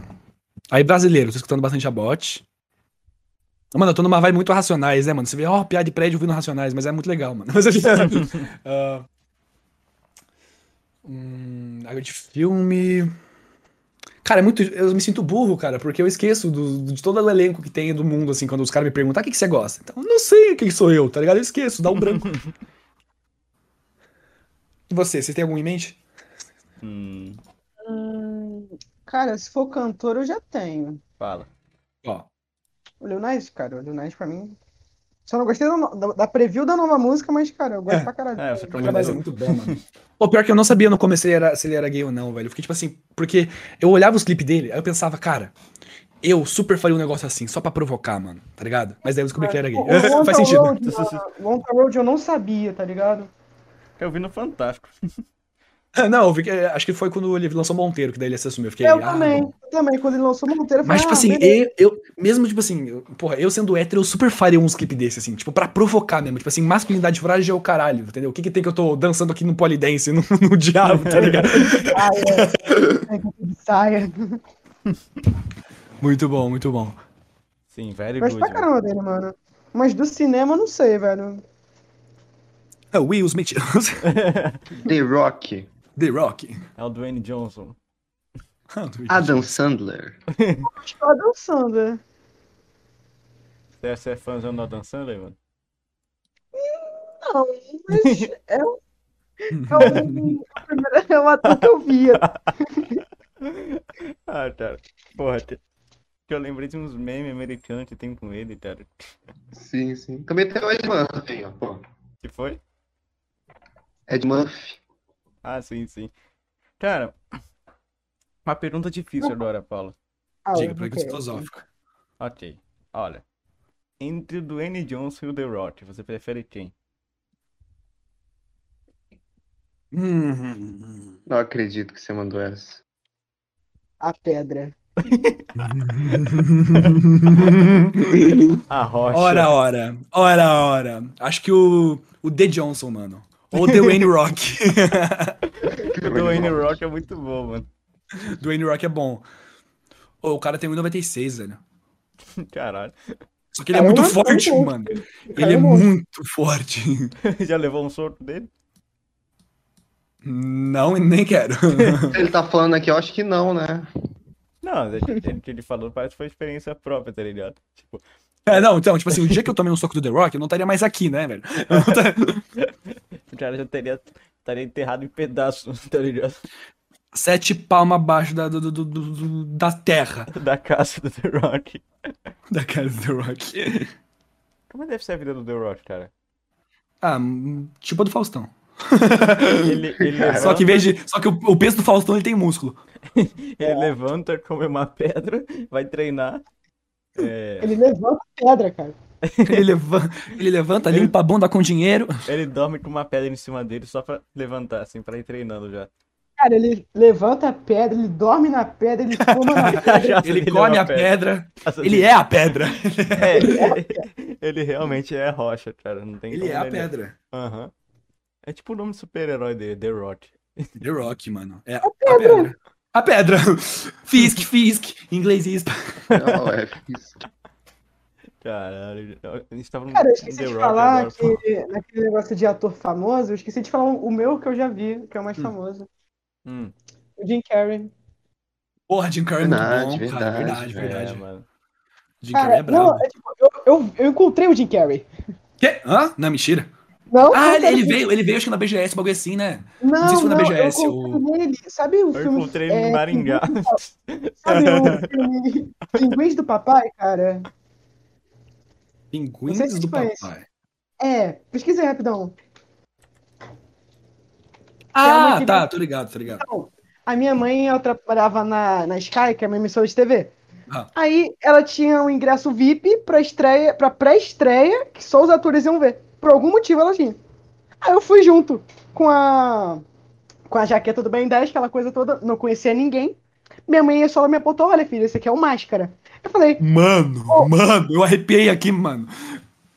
Speaker 4: Aí, brasileiro, tô escutando bastante Abote. Mano, eu tô numa vibe muito Racionais, né, mano? Você vê, ó, piada de prédio ouvindo Racionais, mas é muito legal, mano. Mas eu... Ah, hum, água de filme... Cara, é muito. Eu me sinto burro, cara, porque eu esqueço do- do- de todo o elenco que tem do mundo, assim, quando os caras me perguntam, ah, o que, que você gosta? Então, eu não sei quem sou eu, tá ligado? Eu esqueço, dá um branco. e você, você tem algum em mente?
Speaker 3: Hum,
Speaker 2: Cara, se for cantor, eu já tenho.
Speaker 3: Fala.
Speaker 4: Ó,
Speaker 2: O Lil Nas, cara, o Lil Nas pra mim. Só não gostei da, no- da, da preview da nova música, mas, cara, eu gosto pra caralho.
Speaker 3: É, essa
Speaker 4: Kanye West é
Speaker 3: combinação.
Speaker 4: muito bom, mano. Pô, pior que eu não sabia no começo se ele era, se ele era gay ou não, velho. Eu Fiquei tipo assim, porque eu olhava os clipes dele, aí eu pensava, cara, eu super faria um negócio assim, só pra provocar, mano, tá ligado? Mas daí eu descobri que ele era
Speaker 2: O- o
Speaker 4: gay.
Speaker 2: Lonta
Speaker 4: Faz sentido.
Speaker 2: Road, mano, Lonta Road eu não sabia, tá ligado?
Speaker 3: Eu vi no Fantástico.
Speaker 4: Não, eu vi que- acho que foi quando ele lançou Monteiro, que daí ele se assumiu. Eu fiquei,
Speaker 2: Eu
Speaker 4: ah,
Speaker 2: também,
Speaker 4: bom.
Speaker 2: eu também, quando ele lançou Monteiro, eu falei,
Speaker 4: Mas, tipo
Speaker 2: ah,
Speaker 4: assim,
Speaker 2: beleza.
Speaker 4: eu, eu- mesmo, tipo assim, eu- porra, eu sendo hétero, eu super faria uns clipes desse, assim, tipo, pra provocar mesmo. Tipo assim, masculinidade frágil é o caralho, entendeu? O que que tem que eu tô dançando aqui no polidense, no, no diabo, tá ligado?
Speaker 2: Ah, é. É que tudo saia.
Speaker 4: muito bom, muito bom.
Speaker 3: Sim, very
Speaker 2: Gosto
Speaker 3: good.
Speaker 4: né?
Speaker 2: pra caramba dele, mano. Mas do cinema, eu não sei, velho.
Speaker 4: É, Will Smith,
Speaker 1: The Rock,
Speaker 4: The Rock, Ah,
Speaker 3: É o Dwayne Johnson.
Speaker 1: Adam Sandler.
Speaker 2: Acho que eu dançando, é.
Speaker 3: Você você é fãzão da Dan Sandler, mano?
Speaker 2: Não, mas é o. É o, é o primeiro- é o ator que eu via. tá
Speaker 3: Ah, cara. Porra, te- que eu lembrei de uns memes americanos que tem com ele, cara.
Speaker 1: Sim, sim. Também tem o Ed Murphy, ó, pô.
Speaker 3: Que foi?
Speaker 1: Ed Murphy.
Speaker 3: Ah, sim, sim. Cara, uma pergunta difícil agora, Paulo.
Speaker 2: Ah,
Speaker 4: Diga, pergunta
Speaker 2: ok.
Speaker 4: filosófica.
Speaker 3: Ok, olha. Entre o Dwayne Johnson e o The Rock, você prefere quem?
Speaker 4: Hum.
Speaker 1: Não acredito que você mandou essa.
Speaker 2: A pedra.
Speaker 3: A Rocha.
Speaker 4: Ora, ora, ora, ora. Acho que o, o The Johnson, mano. Ou The Wayne Rock.
Speaker 3: O Dwayne Rock é muito bom, mano.
Speaker 4: Dwayne Rock é bom. Ô, o cara tem 1,96, velho.
Speaker 3: Caralho.
Speaker 4: Só que ele é
Speaker 2: Cara,
Speaker 4: muito
Speaker 2: eu não-
Speaker 4: forte,
Speaker 2: eu não-
Speaker 4: mano.
Speaker 2: Cara,
Speaker 4: Ele é
Speaker 2: eu não-
Speaker 4: muito forte.
Speaker 3: Já levou um soco dele?
Speaker 4: Não, nem quero.
Speaker 1: Ele tá falando aqui, eu acho que não, né?
Speaker 3: Não, o que ele falou parece que foi experiência própria, tá ligado? Tipo,
Speaker 4: É, não, então, tipo assim, o dia que eu tomei um soco do The Rock, eu não estaria mais aqui, né, velho? Eu não tá-
Speaker 3: o cara já teria, estaria enterrado em pedaços, tá ligado?
Speaker 4: Sete palmas abaixo da, do- do- do- do- da terra
Speaker 3: Da caça do The Rock.
Speaker 4: da cara do The Rock.
Speaker 3: Como deve ser a vida do The Rock, cara?
Speaker 4: Ah, hum, tipo a do Faustão.
Speaker 3: Ele, ele
Speaker 4: Só que
Speaker 3: levanta,
Speaker 4: em vez de. Só que o, o peso do Faustão ele tem músculo.
Speaker 3: ele levanta, come uma pedra, vai treinar. É,
Speaker 2: Ele levanta a pedra, cara.
Speaker 4: Ele levanta, ele levanta limpa a bunda com dinheiro.
Speaker 3: ele dorme com uma pedra em cima dele só pra levantar, assim, pra ir treinando já.
Speaker 2: Cara, ele levanta a pedra, ele dorme na pedra, ele fuma na pedra.
Speaker 4: Ele come a pedra. Ele é a pedra.
Speaker 3: Assim, é. Ele, ele realmente é a rocha, cara. Não tem
Speaker 4: Ele
Speaker 3: como
Speaker 4: é a
Speaker 3: ele-
Speaker 4: pedra.
Speaker 3: Aham. É tipo o nome do super-herói dele, The Rock.
Speaker 4: The Rock, mano. É a pedra. A pedra. Fisk, Fisk. Inglês ispa.
Speaker 1: Não, é isso.
Speaker 3: Caralho, a gente tava no
Speaker 2: Cara, eu
Speaker 3: no
Speaker 2: esqueci
Speaker 3: The
Speaker 2: de
Speaker 3: Rock
Speaker 2: falar
Speaker 3: agora. pô.
Speaker 2: que naquele negócio de ator famoso, eu esqueci de falar o meu que eu já vi, que é o mais famoso.
Speaker 3: Hum,
Speaker 2: O Jim Carrey.
Speaker 4: Porra, Jim Carrey é muito
Speaker 1: Verdade,
Speaker 4: bom, cara. Verdade,
Speaker 1: verdade,
Speaker 4: verdade.
Speaker 3: é, mano.
Speaker 4: Jim Carrey é
Speaker 2: Cara,
Speaker 4: brabo.
Speaker 2: não, é tipo, eu, eu, eu encontrei o Jim Carrey.
Speaker 4: Quê? Hã? Não, é mentira.
Speaker 2: Não,
Speaker 4: Ah, ele,
Speaker 2: cara,
Speaker 4: ele veio, ele veio acho que na BGS, um bagulho assim, né?
Speaker 2: Não,
Speaker 4: sei se foi na
Speaker 2: não, eu
Speaker 4: BGS
Speaker 2: encontrei ele. Sabe o
Speaker 3: Eu
Speaker 2: filme?
Speaker 3: encontrei
Speaker 2: é,
Speaker 3: ele no Maringá.
Speaker 2: Sabe o filme Pinguins do Papai, cara?
Speaker 4: Pinguins
Speaker 2: Não sei se
Speaker 4: do
Speaker 2: foi
Speaker 4: papai.
Speaker 2: esse. É, pesquisa aí rapidão.
Speaker 4: Ah,
Speaker 2: que-
Speaker 4: tá, tô ligado, tô ligado.
Speaker 2: A minha mãe, ela trabalhava na, na Sky, que é uma emissora de TV.
Speaker 4: Ah.
Speaker 2: Aí ela tinha um ingresso VIP pra estreia, pra pré-estreia, que só os atores iam ver. Por algum motivo ela tinha. Aí eu fui junto com a com a jaqueta do Ben 10, aquela coisa toda, não conhecia ninguém. Minha mãe só me apontou, olha filha, esse aqui é o Máscara. Eu falei,
Speaker 4: Mano,
Speaker 2: Oh.
Speaker 4: mano, eu arrepiei aqui, mano.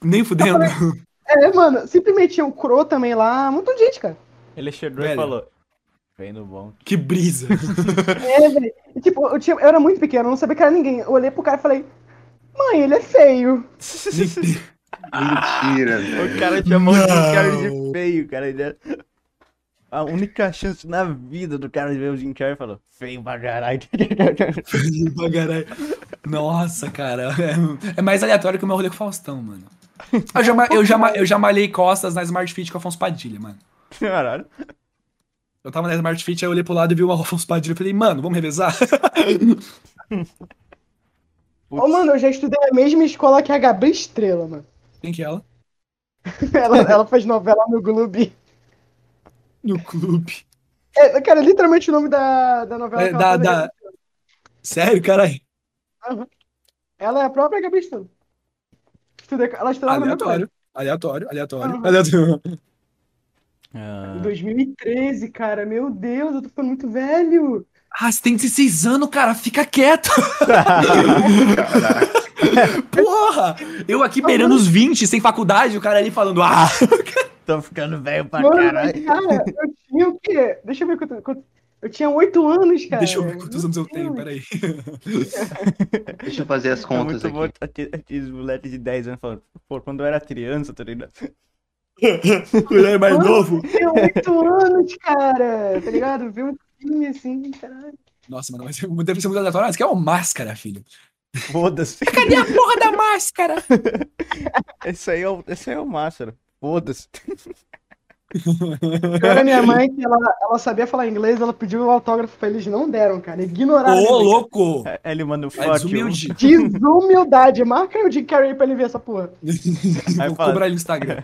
Speaker 4: Nem fudendo.
Speaker 2: é, mano, simplesmente tinha o Crow também lá, muita gente, cara.
Speaker 3: Ele chegou e
Speaker 4: Velho.
Speaker 3: falou: Vem no bom.
Speaker 4: Que brisa.
Speaker 2: É, velho. E, Tipo, eu, tinha- eu era muito pequeno, eu não sabia que era ninguém. Eu olhei pro cara e falei, mãe, ele é feio.
Speaker 1: Mentira,
Speaker 3: O
Speaker 1: velho.
Speaker 3: cara chamou o Jim Carrey
Speaker 4: Não.
Speaker 3: de feio, cara. Ele é- A única chance na vida do cara de ver o Jim Carrey falou: Feio pra caralho.
Speaker 4: Pra caralho. Nossa, cara. É, é mais aleatório que o meu rolê com o Faustão, mano. Eu já, ma- eu, já, ma- eu já malhei costas na Smart Fit com o Afonso Padilha, mano.
Speaker 3: Caralho.
Speaker 4: Eu tava na Smart Fit, aí eu olhei pro lado e vi uma Ruffles Padilha. Eu falei, mano, vamos revezar?
Speaker 2: Ô, mano, eu já estudei na mesma escola que a Gabi Estrela, mano.
Speaker 4: Quem que é ela?
Speaker 2: Ela, ela faz novela no Gloob.
Speaker 4: No clube.
Speaker 2: É, cara, literalmente o nome da, da novela.
Speaker 4: É,
Speaker 2: que
Speaker 4: da,
Speaker 2: ela, faz
Speaker 4: da... Sério, caralho?
Speaker 2: é- ela é a própria Gabi Estrela. Estudei, com- ela estudava na minha
Speaker 4: Aleatório. Aleatório, aleatório,
Speaker 2: Aham.
Speaker 4: aleatório.
Speaker 2: Em 2013, cara, meu Deus, eu tô ficando muito velho.
Speaker 4: Ah, você tem 16 anos, cara, fica quieto. Porra! Eu aqui beirando os 20, sem faculdade, o cara ali falando, ah,
Speaker 3: Tô ficando velho pra
Speaker 2: Mano,
Speaker 3: caralho. Tá
Speaker 2: cara, eu tinha o quê? Deixa eu ver quanto. quanto- Eu tinha 8 anos, cara.
Speaker 4: deixa eu ver quantos anos eu tenho, peraí.
Speaker 1: Deixa eu fazer as
Speaker 3: É
Speaker 1: contas
Speaker 3: muito
Speaker 1: aqui.
Speaker 3: bom aqui- aqueles moleques de 10 anos falando, pô, quando eu era criança, tá ligado?
Speaker 4: Ele é mais
Speaker 2: Mano.
Speaker 4: novo.
Speaker 2: Eu tinha 8 anos, cara. Tá ligado? Ver um filme assim, caralho.
Speaker 4: Nossa, mano, mas deve ser muito aleatório. Ah, Isso aqui é uma máscara, filho.
Speaker 3: Foda-se.
Speaker 4: Cadê a porra da máscara?
Speaker 3: Esse aí é o, esse aí é o Máscara. Foda-se.
Speaker 2: Agora minha mãe, que ela, ela sabia falar inglês, ela pediu o autógrafo pra eles, não deram, cara.
Speaker 4: Ô,
Speaker 2: Ignoraram. minha mãe.
Speaker 4: louco!
Speaker 3: Aí Ele manda o
Speaker 4: É
Speaker 3: fuck you.
Speaker 4: desumilde.
Speaker 2: Desumildade. Marca aí o Jim Carrey pra ele ver essa porra.
Speaker 3: Aí
Speaker 4: Vou
Speaker 3: fala-
Speaker 4: cobrar ele no Instagram.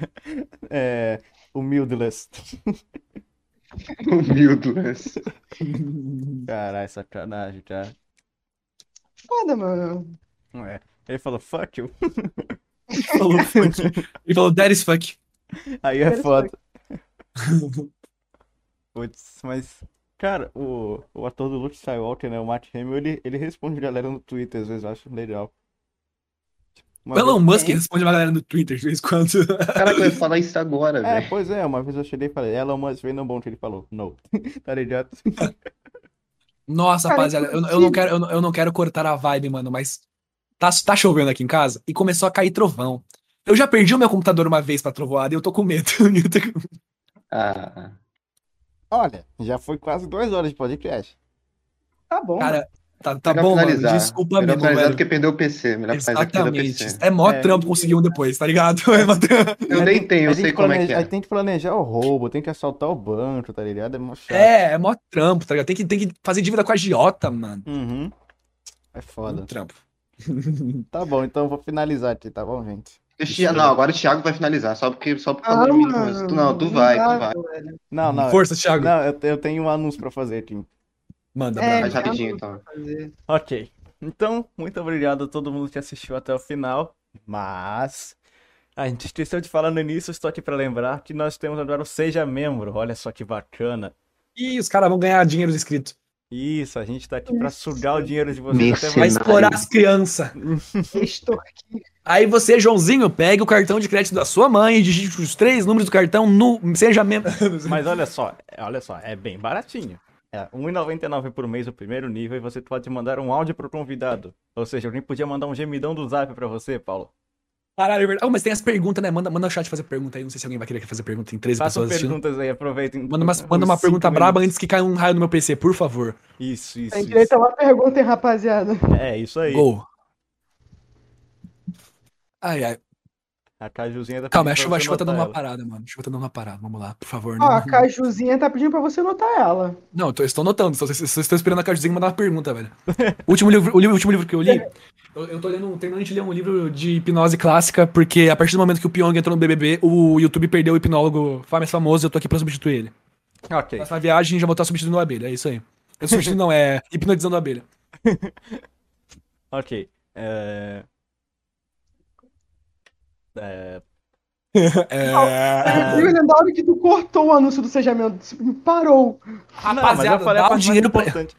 Speaker 3: É, humildeless.
Speaker 1: Humildes.
Speaker 3: Caralho, sacanagem, cara.
Speaker 2: Foda, mano.
Speaker 3: Não é. Ele falou fuck you.
Speaker 4: Falou fuck. Ele falou, that is fuck.
Speaker 3: Aí é
Speaker 2: Perfeito.
Speaker 3: foda. Putz, mas, cara, o, o ator do Luke Skywalker, né, o Matt Hamill, ele, ele responde galera no Twitter, às vezes, eu acho legal. Uma
Speaker 4: O
Speaker 1: é
Speaker 4: Elon
Speaker 1: um
Speaker 3: vez-
Speaker 4: Musk responde uma galera no Twitter de vez em quando.
Speaker 1: Caraca, eu ia falar isso agora,
Speaker 3: É,
Speaker 1: velho.
Speaker 3: pois é, uma vez eu cheguei e falei, Elon Musk veio no bom, ele falou, não, tá ligado?
Speaker 4: Nossa,
Speaker 2: Cara,
Speaker 4: rapaziada, eu, eu não
Speaker 2: inclusive-
Speaker 4: quero, eu, não- eu não quero cortar a vibe, mano, mas tá, tá chovendo aqui em casa e começou a cair trovão. Eu já perdi o meu computador uma vez pra trovoada e eu tô com medo. Eu tô com-
Speaker 1: Ah,
Speaker 3: Olha, já foi quase duas horas de podcast.
Speaker 2: Tá bom.
Speaker 4: Cara, tá, tá
Speaker 1: melhor
Speaker 4: bom, mano.
Speaker 1: finalizar.
Speaker 4: Desculpa
Speaker 1: melhor
Speaker 4: mesmo,
Speaker 1: finalizar do
Speaker 4: velho.
Speaker 1: que perder o PC. Melhor finalizar do que perder o
Speaker 4: Exatamente.
Speaker 1: PC.
Speaker 4: É mó
Speaker 3: É.
Speaker 4: trampo conseguir um depois, tá ligado? É mó trampo.
Speaker 1: Eu nem tenho,
Speaker 3: A
Speaker 1: eu
Speaker 3: gente
Speaker 1: sei como é que
Speaker 3: planeja-
Speaker 1: é.
Speaker 3: aí tem que planejar o roubo, tem que assaltar o banco, tá ligado? É mó chato.
Speaker 4: É, é mó trampo, tá ligado? Tem que, tem que fazer dívida com a agiota, mano.
Speaker 3: Uhum. É foda.
Speaker 4: Trampo.
Speaker 3: Tá bom, então eu vou finalizar aqui, tá bom, gente?
Speaker 1: Deixa- não, agora o Thiago vai finalizar, só porque só por causa
Speaker 2: Ah,
Speaker 1: de mim no
Speaker 2: mano,
Speaker 1: começo. Tu Não, tu vai,
Speaker 2: dá,
Speaker 1: tu vai.
Speaker 2: velho.
Speaker 3: Não, não.
Speaker 4: Força, Thiago.
Speaker 3: Não, eu, eu tenho um anúncio pra fazer aqui.
Speaker 4: Manda,
Speaker 2: É,
Speaker 1: Faz
Speaker 4: brava.
Speaker 1: rapidinho, então.
Speaker 2: Fazer.
Speaker 3: Ok. Então, muito obrigado a todo mundo que assistiu até o final. Mas a gente esqueceu de falar no início, estou aqui para lembrar que nós temos agora o Seja Membro. Olha só que bacana.
Speaker 4: Ih, os caras vão ganhar dinheiro do inscrito.
Speaker 3: Isso, a gente tá aqui para sugar o dinheiro de vocês até
Speaker 1: Mercenário.
Speaker 4: Vai
Speaker 3: mais.
Speaker 4: explorar as crianças.
Speaker 2: Extorquir.
Speaker 4: Aí você, Joãozinho, pega o cartão de crédito da sua mãe e digite os três números do cartão no. Seja membro.
Speaker 3: Mas olha só, olha só, é bem baratinho. É R$ 1,99 por mês o primeiro nível e você pode mandar um áudio pro convidado. Ou seja, alguém podia mandar um gemidão do Zap para você, Paulo.
Speaker 4: Caralho, é verdade. Oh, mas tem as perguntas, né? Manda, manda o chat fazer pergunta aí. Não sei se alguém vai querer fazer pergunta. Tem 13
Speaker 3: Façam
Speaker 4: pessoas assistindo.
Speaker 3: perguntas aí, aproveitem.
Speaker 4: Manda uma,
Speaker 3: os
Speaker 4: manda uma
Speaker 3: cinco
Speaker 4: pergunta braba
Speaker 3: minutos.
Speaker 4: antes que caia um raio no meu PC, por favor.
Speaker 3: Isso, isso,
Speaker 2: Tem direito a uma pergunta, hein, rapaziada.
Speaker 3: isso. É isso aí.
Speaker 4: Gol. Ai, ai.
Speaker 3: A cajuzinha da
Speaker 4: Calma, a chuva, a chuva tá dando uma parada, mano. A chuva tá dando uma parada. Vamos lá, por favor.
Speaker 2: Ó,
Speaker 4: Não,
Speaker 2: a Cajuzinha tá pedindo pra você notar ela.
Speaker 4: não eu tô, eu estou notando. Só, só- só estou esperando a Cardizinha mandar uma pergunta, velho. O último livro, o, livro- o último livro que eu li. Eu, eu tô lendo, terminando de ler um livro de hipnose clássica, porque a partir do momento que o Pyong entrou no BBB, o YouTube perdeu o hipnólogo mais famoso e eu tô aqui pra substituir ele.
Speaker 3: Ok.
Speaker 4: Próxima viagem já vou estar substituindo a abelha, é isso aí. Eu substituindo não, é hipnotizando a abelha.
Speaker 3: Ok. É... É...
Speaker 4: É...
Speaker 2: Eu lembro da hora que tu cortou o anúncio do Seja Membro. tu me Parou.
Speaker 3: Não, mas eu
Speaker 4: Rapaziada,
Speaker 3: falei a
Speaker 4: dá o
Speaker 3: parte mais
Speaker 4: dinheiro pra...
Speaker 3: importante.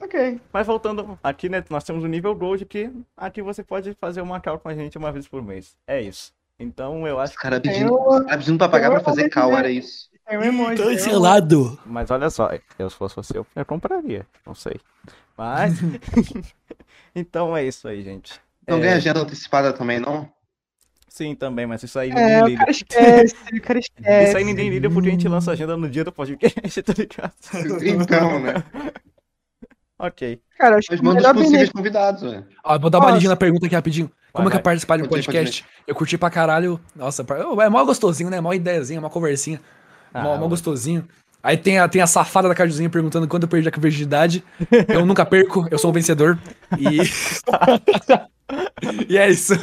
Speaker 2: Ok.
Speaker 3: Mas voltando, aqui né, nós temos o nível Gold que aqui você pode fazer uma call com a gente uma vez por mês. É isso. Então eu acho
Speaker 1: Os caras tá
Speaker 2: Tem
Speaker 1: pedindo,
Speaker 2: um,
Speaker 1: cara pedindo pra pagar
Speaker 2: Eu
Speaker 1: pra fazer
Speaker 2: falei
Speaker 1: cal,
Speaker 2: primeiro.
Speaker 1: era isso.
Speaker 2: tem um emoji.
Speaker 4: então né?
Speaker 2: tem um emoji.
Speaker 4: Cancelado.
Speaker 3: Mas olha só, eu se fosse você, eu, eu compraria. Não sei. Mas. então é isso aí, gente.
Speaker 2: Então
Speaker 1: Não
Speaker 3: É,
Speaker 1: ganha agenda antecipada também, não?
Speaker 3: Sim, também, mas isso aí ninguém
Speaker 2: É, o
Speaker 3: liga.
Speaker 2: cara esquece, o cara
Speaker 3: Isso aí
Speaker 2: esquece.
Speaker 3: ninguém liga porque a gente lança a agenda no dia do podcast, tá ligado?
Speaker 1: Então, né?
Speaker 3: Ok.
Speaker 2: Cara, acho que
Speaker 1: Mas
Speaker 2: o
Speaker 1: manda
Speaker 2: melhor
Speaker 1: os possíveis
Speaker 2: benefício.
Speaker 1: convidados, velho.
Speaker 4: Ó, vou dar uma lidinha na pergunta aqui rapidinho. Como é
Speaker 3: Vai,
Speaker 4: que eu participei do
Speaker 1: Continua,
Speaker 4: podcast? Eu curti pra caralho. Nossa, pra- é mó gostosinho, né? Mó ideiazinha, mó conversinha.
Speaker 3: Ah,
Speaker 4: mó, mó
Speaker 3: mano.
Speaker 4: gostosinho. Aí tem a, tem a safada da Cajuzinha perguntando quando eu perdi a virgindade. Eu nunca perco, eu sou um vencedor. E, e é isso.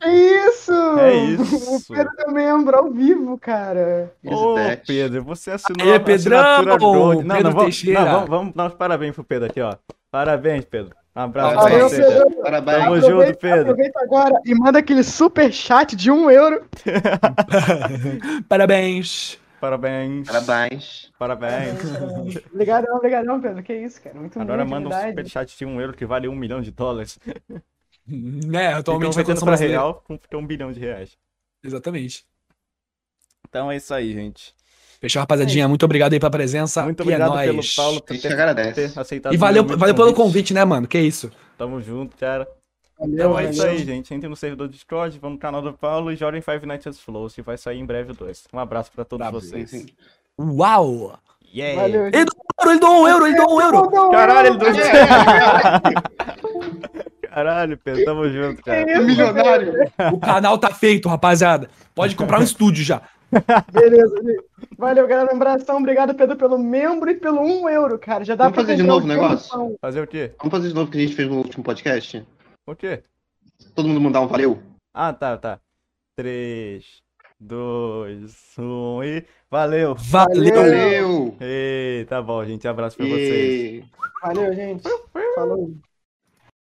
Speaker 2: É isso!
Speaker 3: É isso.
Speaker 2: O Pedro é membro ao vivo, cara.
Speaker 3: Ô,
Speaker 1: Isdet.
Speaker 3: Pedro, você assinou
Speaker 4: Aê,
Speaker 3: a assinatura
Speaker 4: Pedrão!
Speaker 3: Gold. Não,
Speaker 4: Pedro
Speaker 3: não, vamos,
Speaker 4: Teixeira.
Speaker 3: não, vamos, vamos dar uns parabéns pro Pedro aqui, ó. Parabéns, Pedro. Um abraço pra
Speaker 2: Valeu,
Speaker 1: Parabéns,
Speaker 3: você. Pedro.
Speaker 2: Pedro.
Speaker 1: Parabéns.
Speaker 3: Tamo
Speaker 2: Aproveita-
Speaker 3: junto, Pedro.
Speaker 2: Aproveita agora e manda aquele super chat de um euro.
Speaker 4: Parabéns.
Speaker 3: Parabéns.
Speaker 1: Parabéns.
Speaker 3: Parabéns.
Speaker 2: Obrigadão, obrigadão, Pedro. Que isso, cara. Muito
Speaker 3: Agora
Speaker 2: humilde,
Speaker 3: manda um
Speaker 2: verdade.
Speaker 3: superchat de um euro que vale um milhão de dólares.
Speaker 4: É,
Speaker 3: Atualmente
Speaker 4: atualmente na
Speaker 3: então,
Speaker 4: condição
Speaker 3: pra
Speaker 4: brasileira.
Speaker 3: real, com com um bilhão de reais.
Speaker 4: Exatamente.
Speaker 3: Então é isso aí, gente.
Speaker 4: Fechou, rapaziadinha. Muito obrigado aí pela presença.
Speaker 3: É Muito
Speaker 4: E é
Speaker 3: obrigado pelo
Speaker 4: nóis.
Speaker 3: Paulo tá
Speaker 1: A
Speaker 3: por
Speaker 1: gente
Speaker 3: ter,
Speaker 1: agradece.
Speaker 3: ter aceitado.
Speaker 4: E valeu,
Speaker 3: o meu
Speaker 4: valeu pelo convite, né, mano? Que isso.
Speaker 3: Tamo junto, cara.
Speaker 2: Valeu,
Speaker 3: Então é
Speaker 2: valeu.
Speaker 3: isso aí, gente. Entre no servidor do Discord, vamos no canal do Paulo e joguem Five Nights at Flow, se vai sair em breve o 2. Um abraço pra todos
Speaker 4: Brabo.
Speaker 3: vocês.
Speaker 4: Uau!
Speaker 3: Yeah!
Speaker 2: Valeu, gente.
Speaker 4: Ele deu um euro, ele deu um euro!
Speaker 2: Mandou um
Speaker 3: Caralho, ele
Speaker 2: euro.
Speaker 3: deu Caralho, Pedro, tamo junto,
Speaker 2: Que
Speaker 3: cara.
Speaker 2: isso,
Speaker 1: Milionário.
Speaker 2: Pedro.
Speaker 4: O canal tá feito, rapaziada. Pode comprar um estúdio já.
Speaker 2: Beleza, gente. Valeu, galera. Um abração. Obrigado, Pedro, pelo membro e pelo um euro, cara. Já dá
Speaker 1: Vamos
Speaker 2: pra
Speaker 1: fazer de
Speaker 2: comprar
Speaker 1: novo o
Speaker 2: um
Speaker 1: negócio?
Speaker 2: pão.
Speaker 3: Fazer o quê?
Speaker 1: Vamos fazer de novo o que a gente fez no último podcast?
Speaker 3: O quê?
Speaker 1: Todo mundo mandar um valeu?
Speaker 3: Ah, tá, tá. 3, 2, 1 e. Valeu!
Speaker 4: Valeu!
Speaker 1: Valeu!
Speaker 3: Ei, tá bom, gente. Abraço Um pra vocês.
Speaker 1: E...
Speaker 2: Valeu, gente. Falou.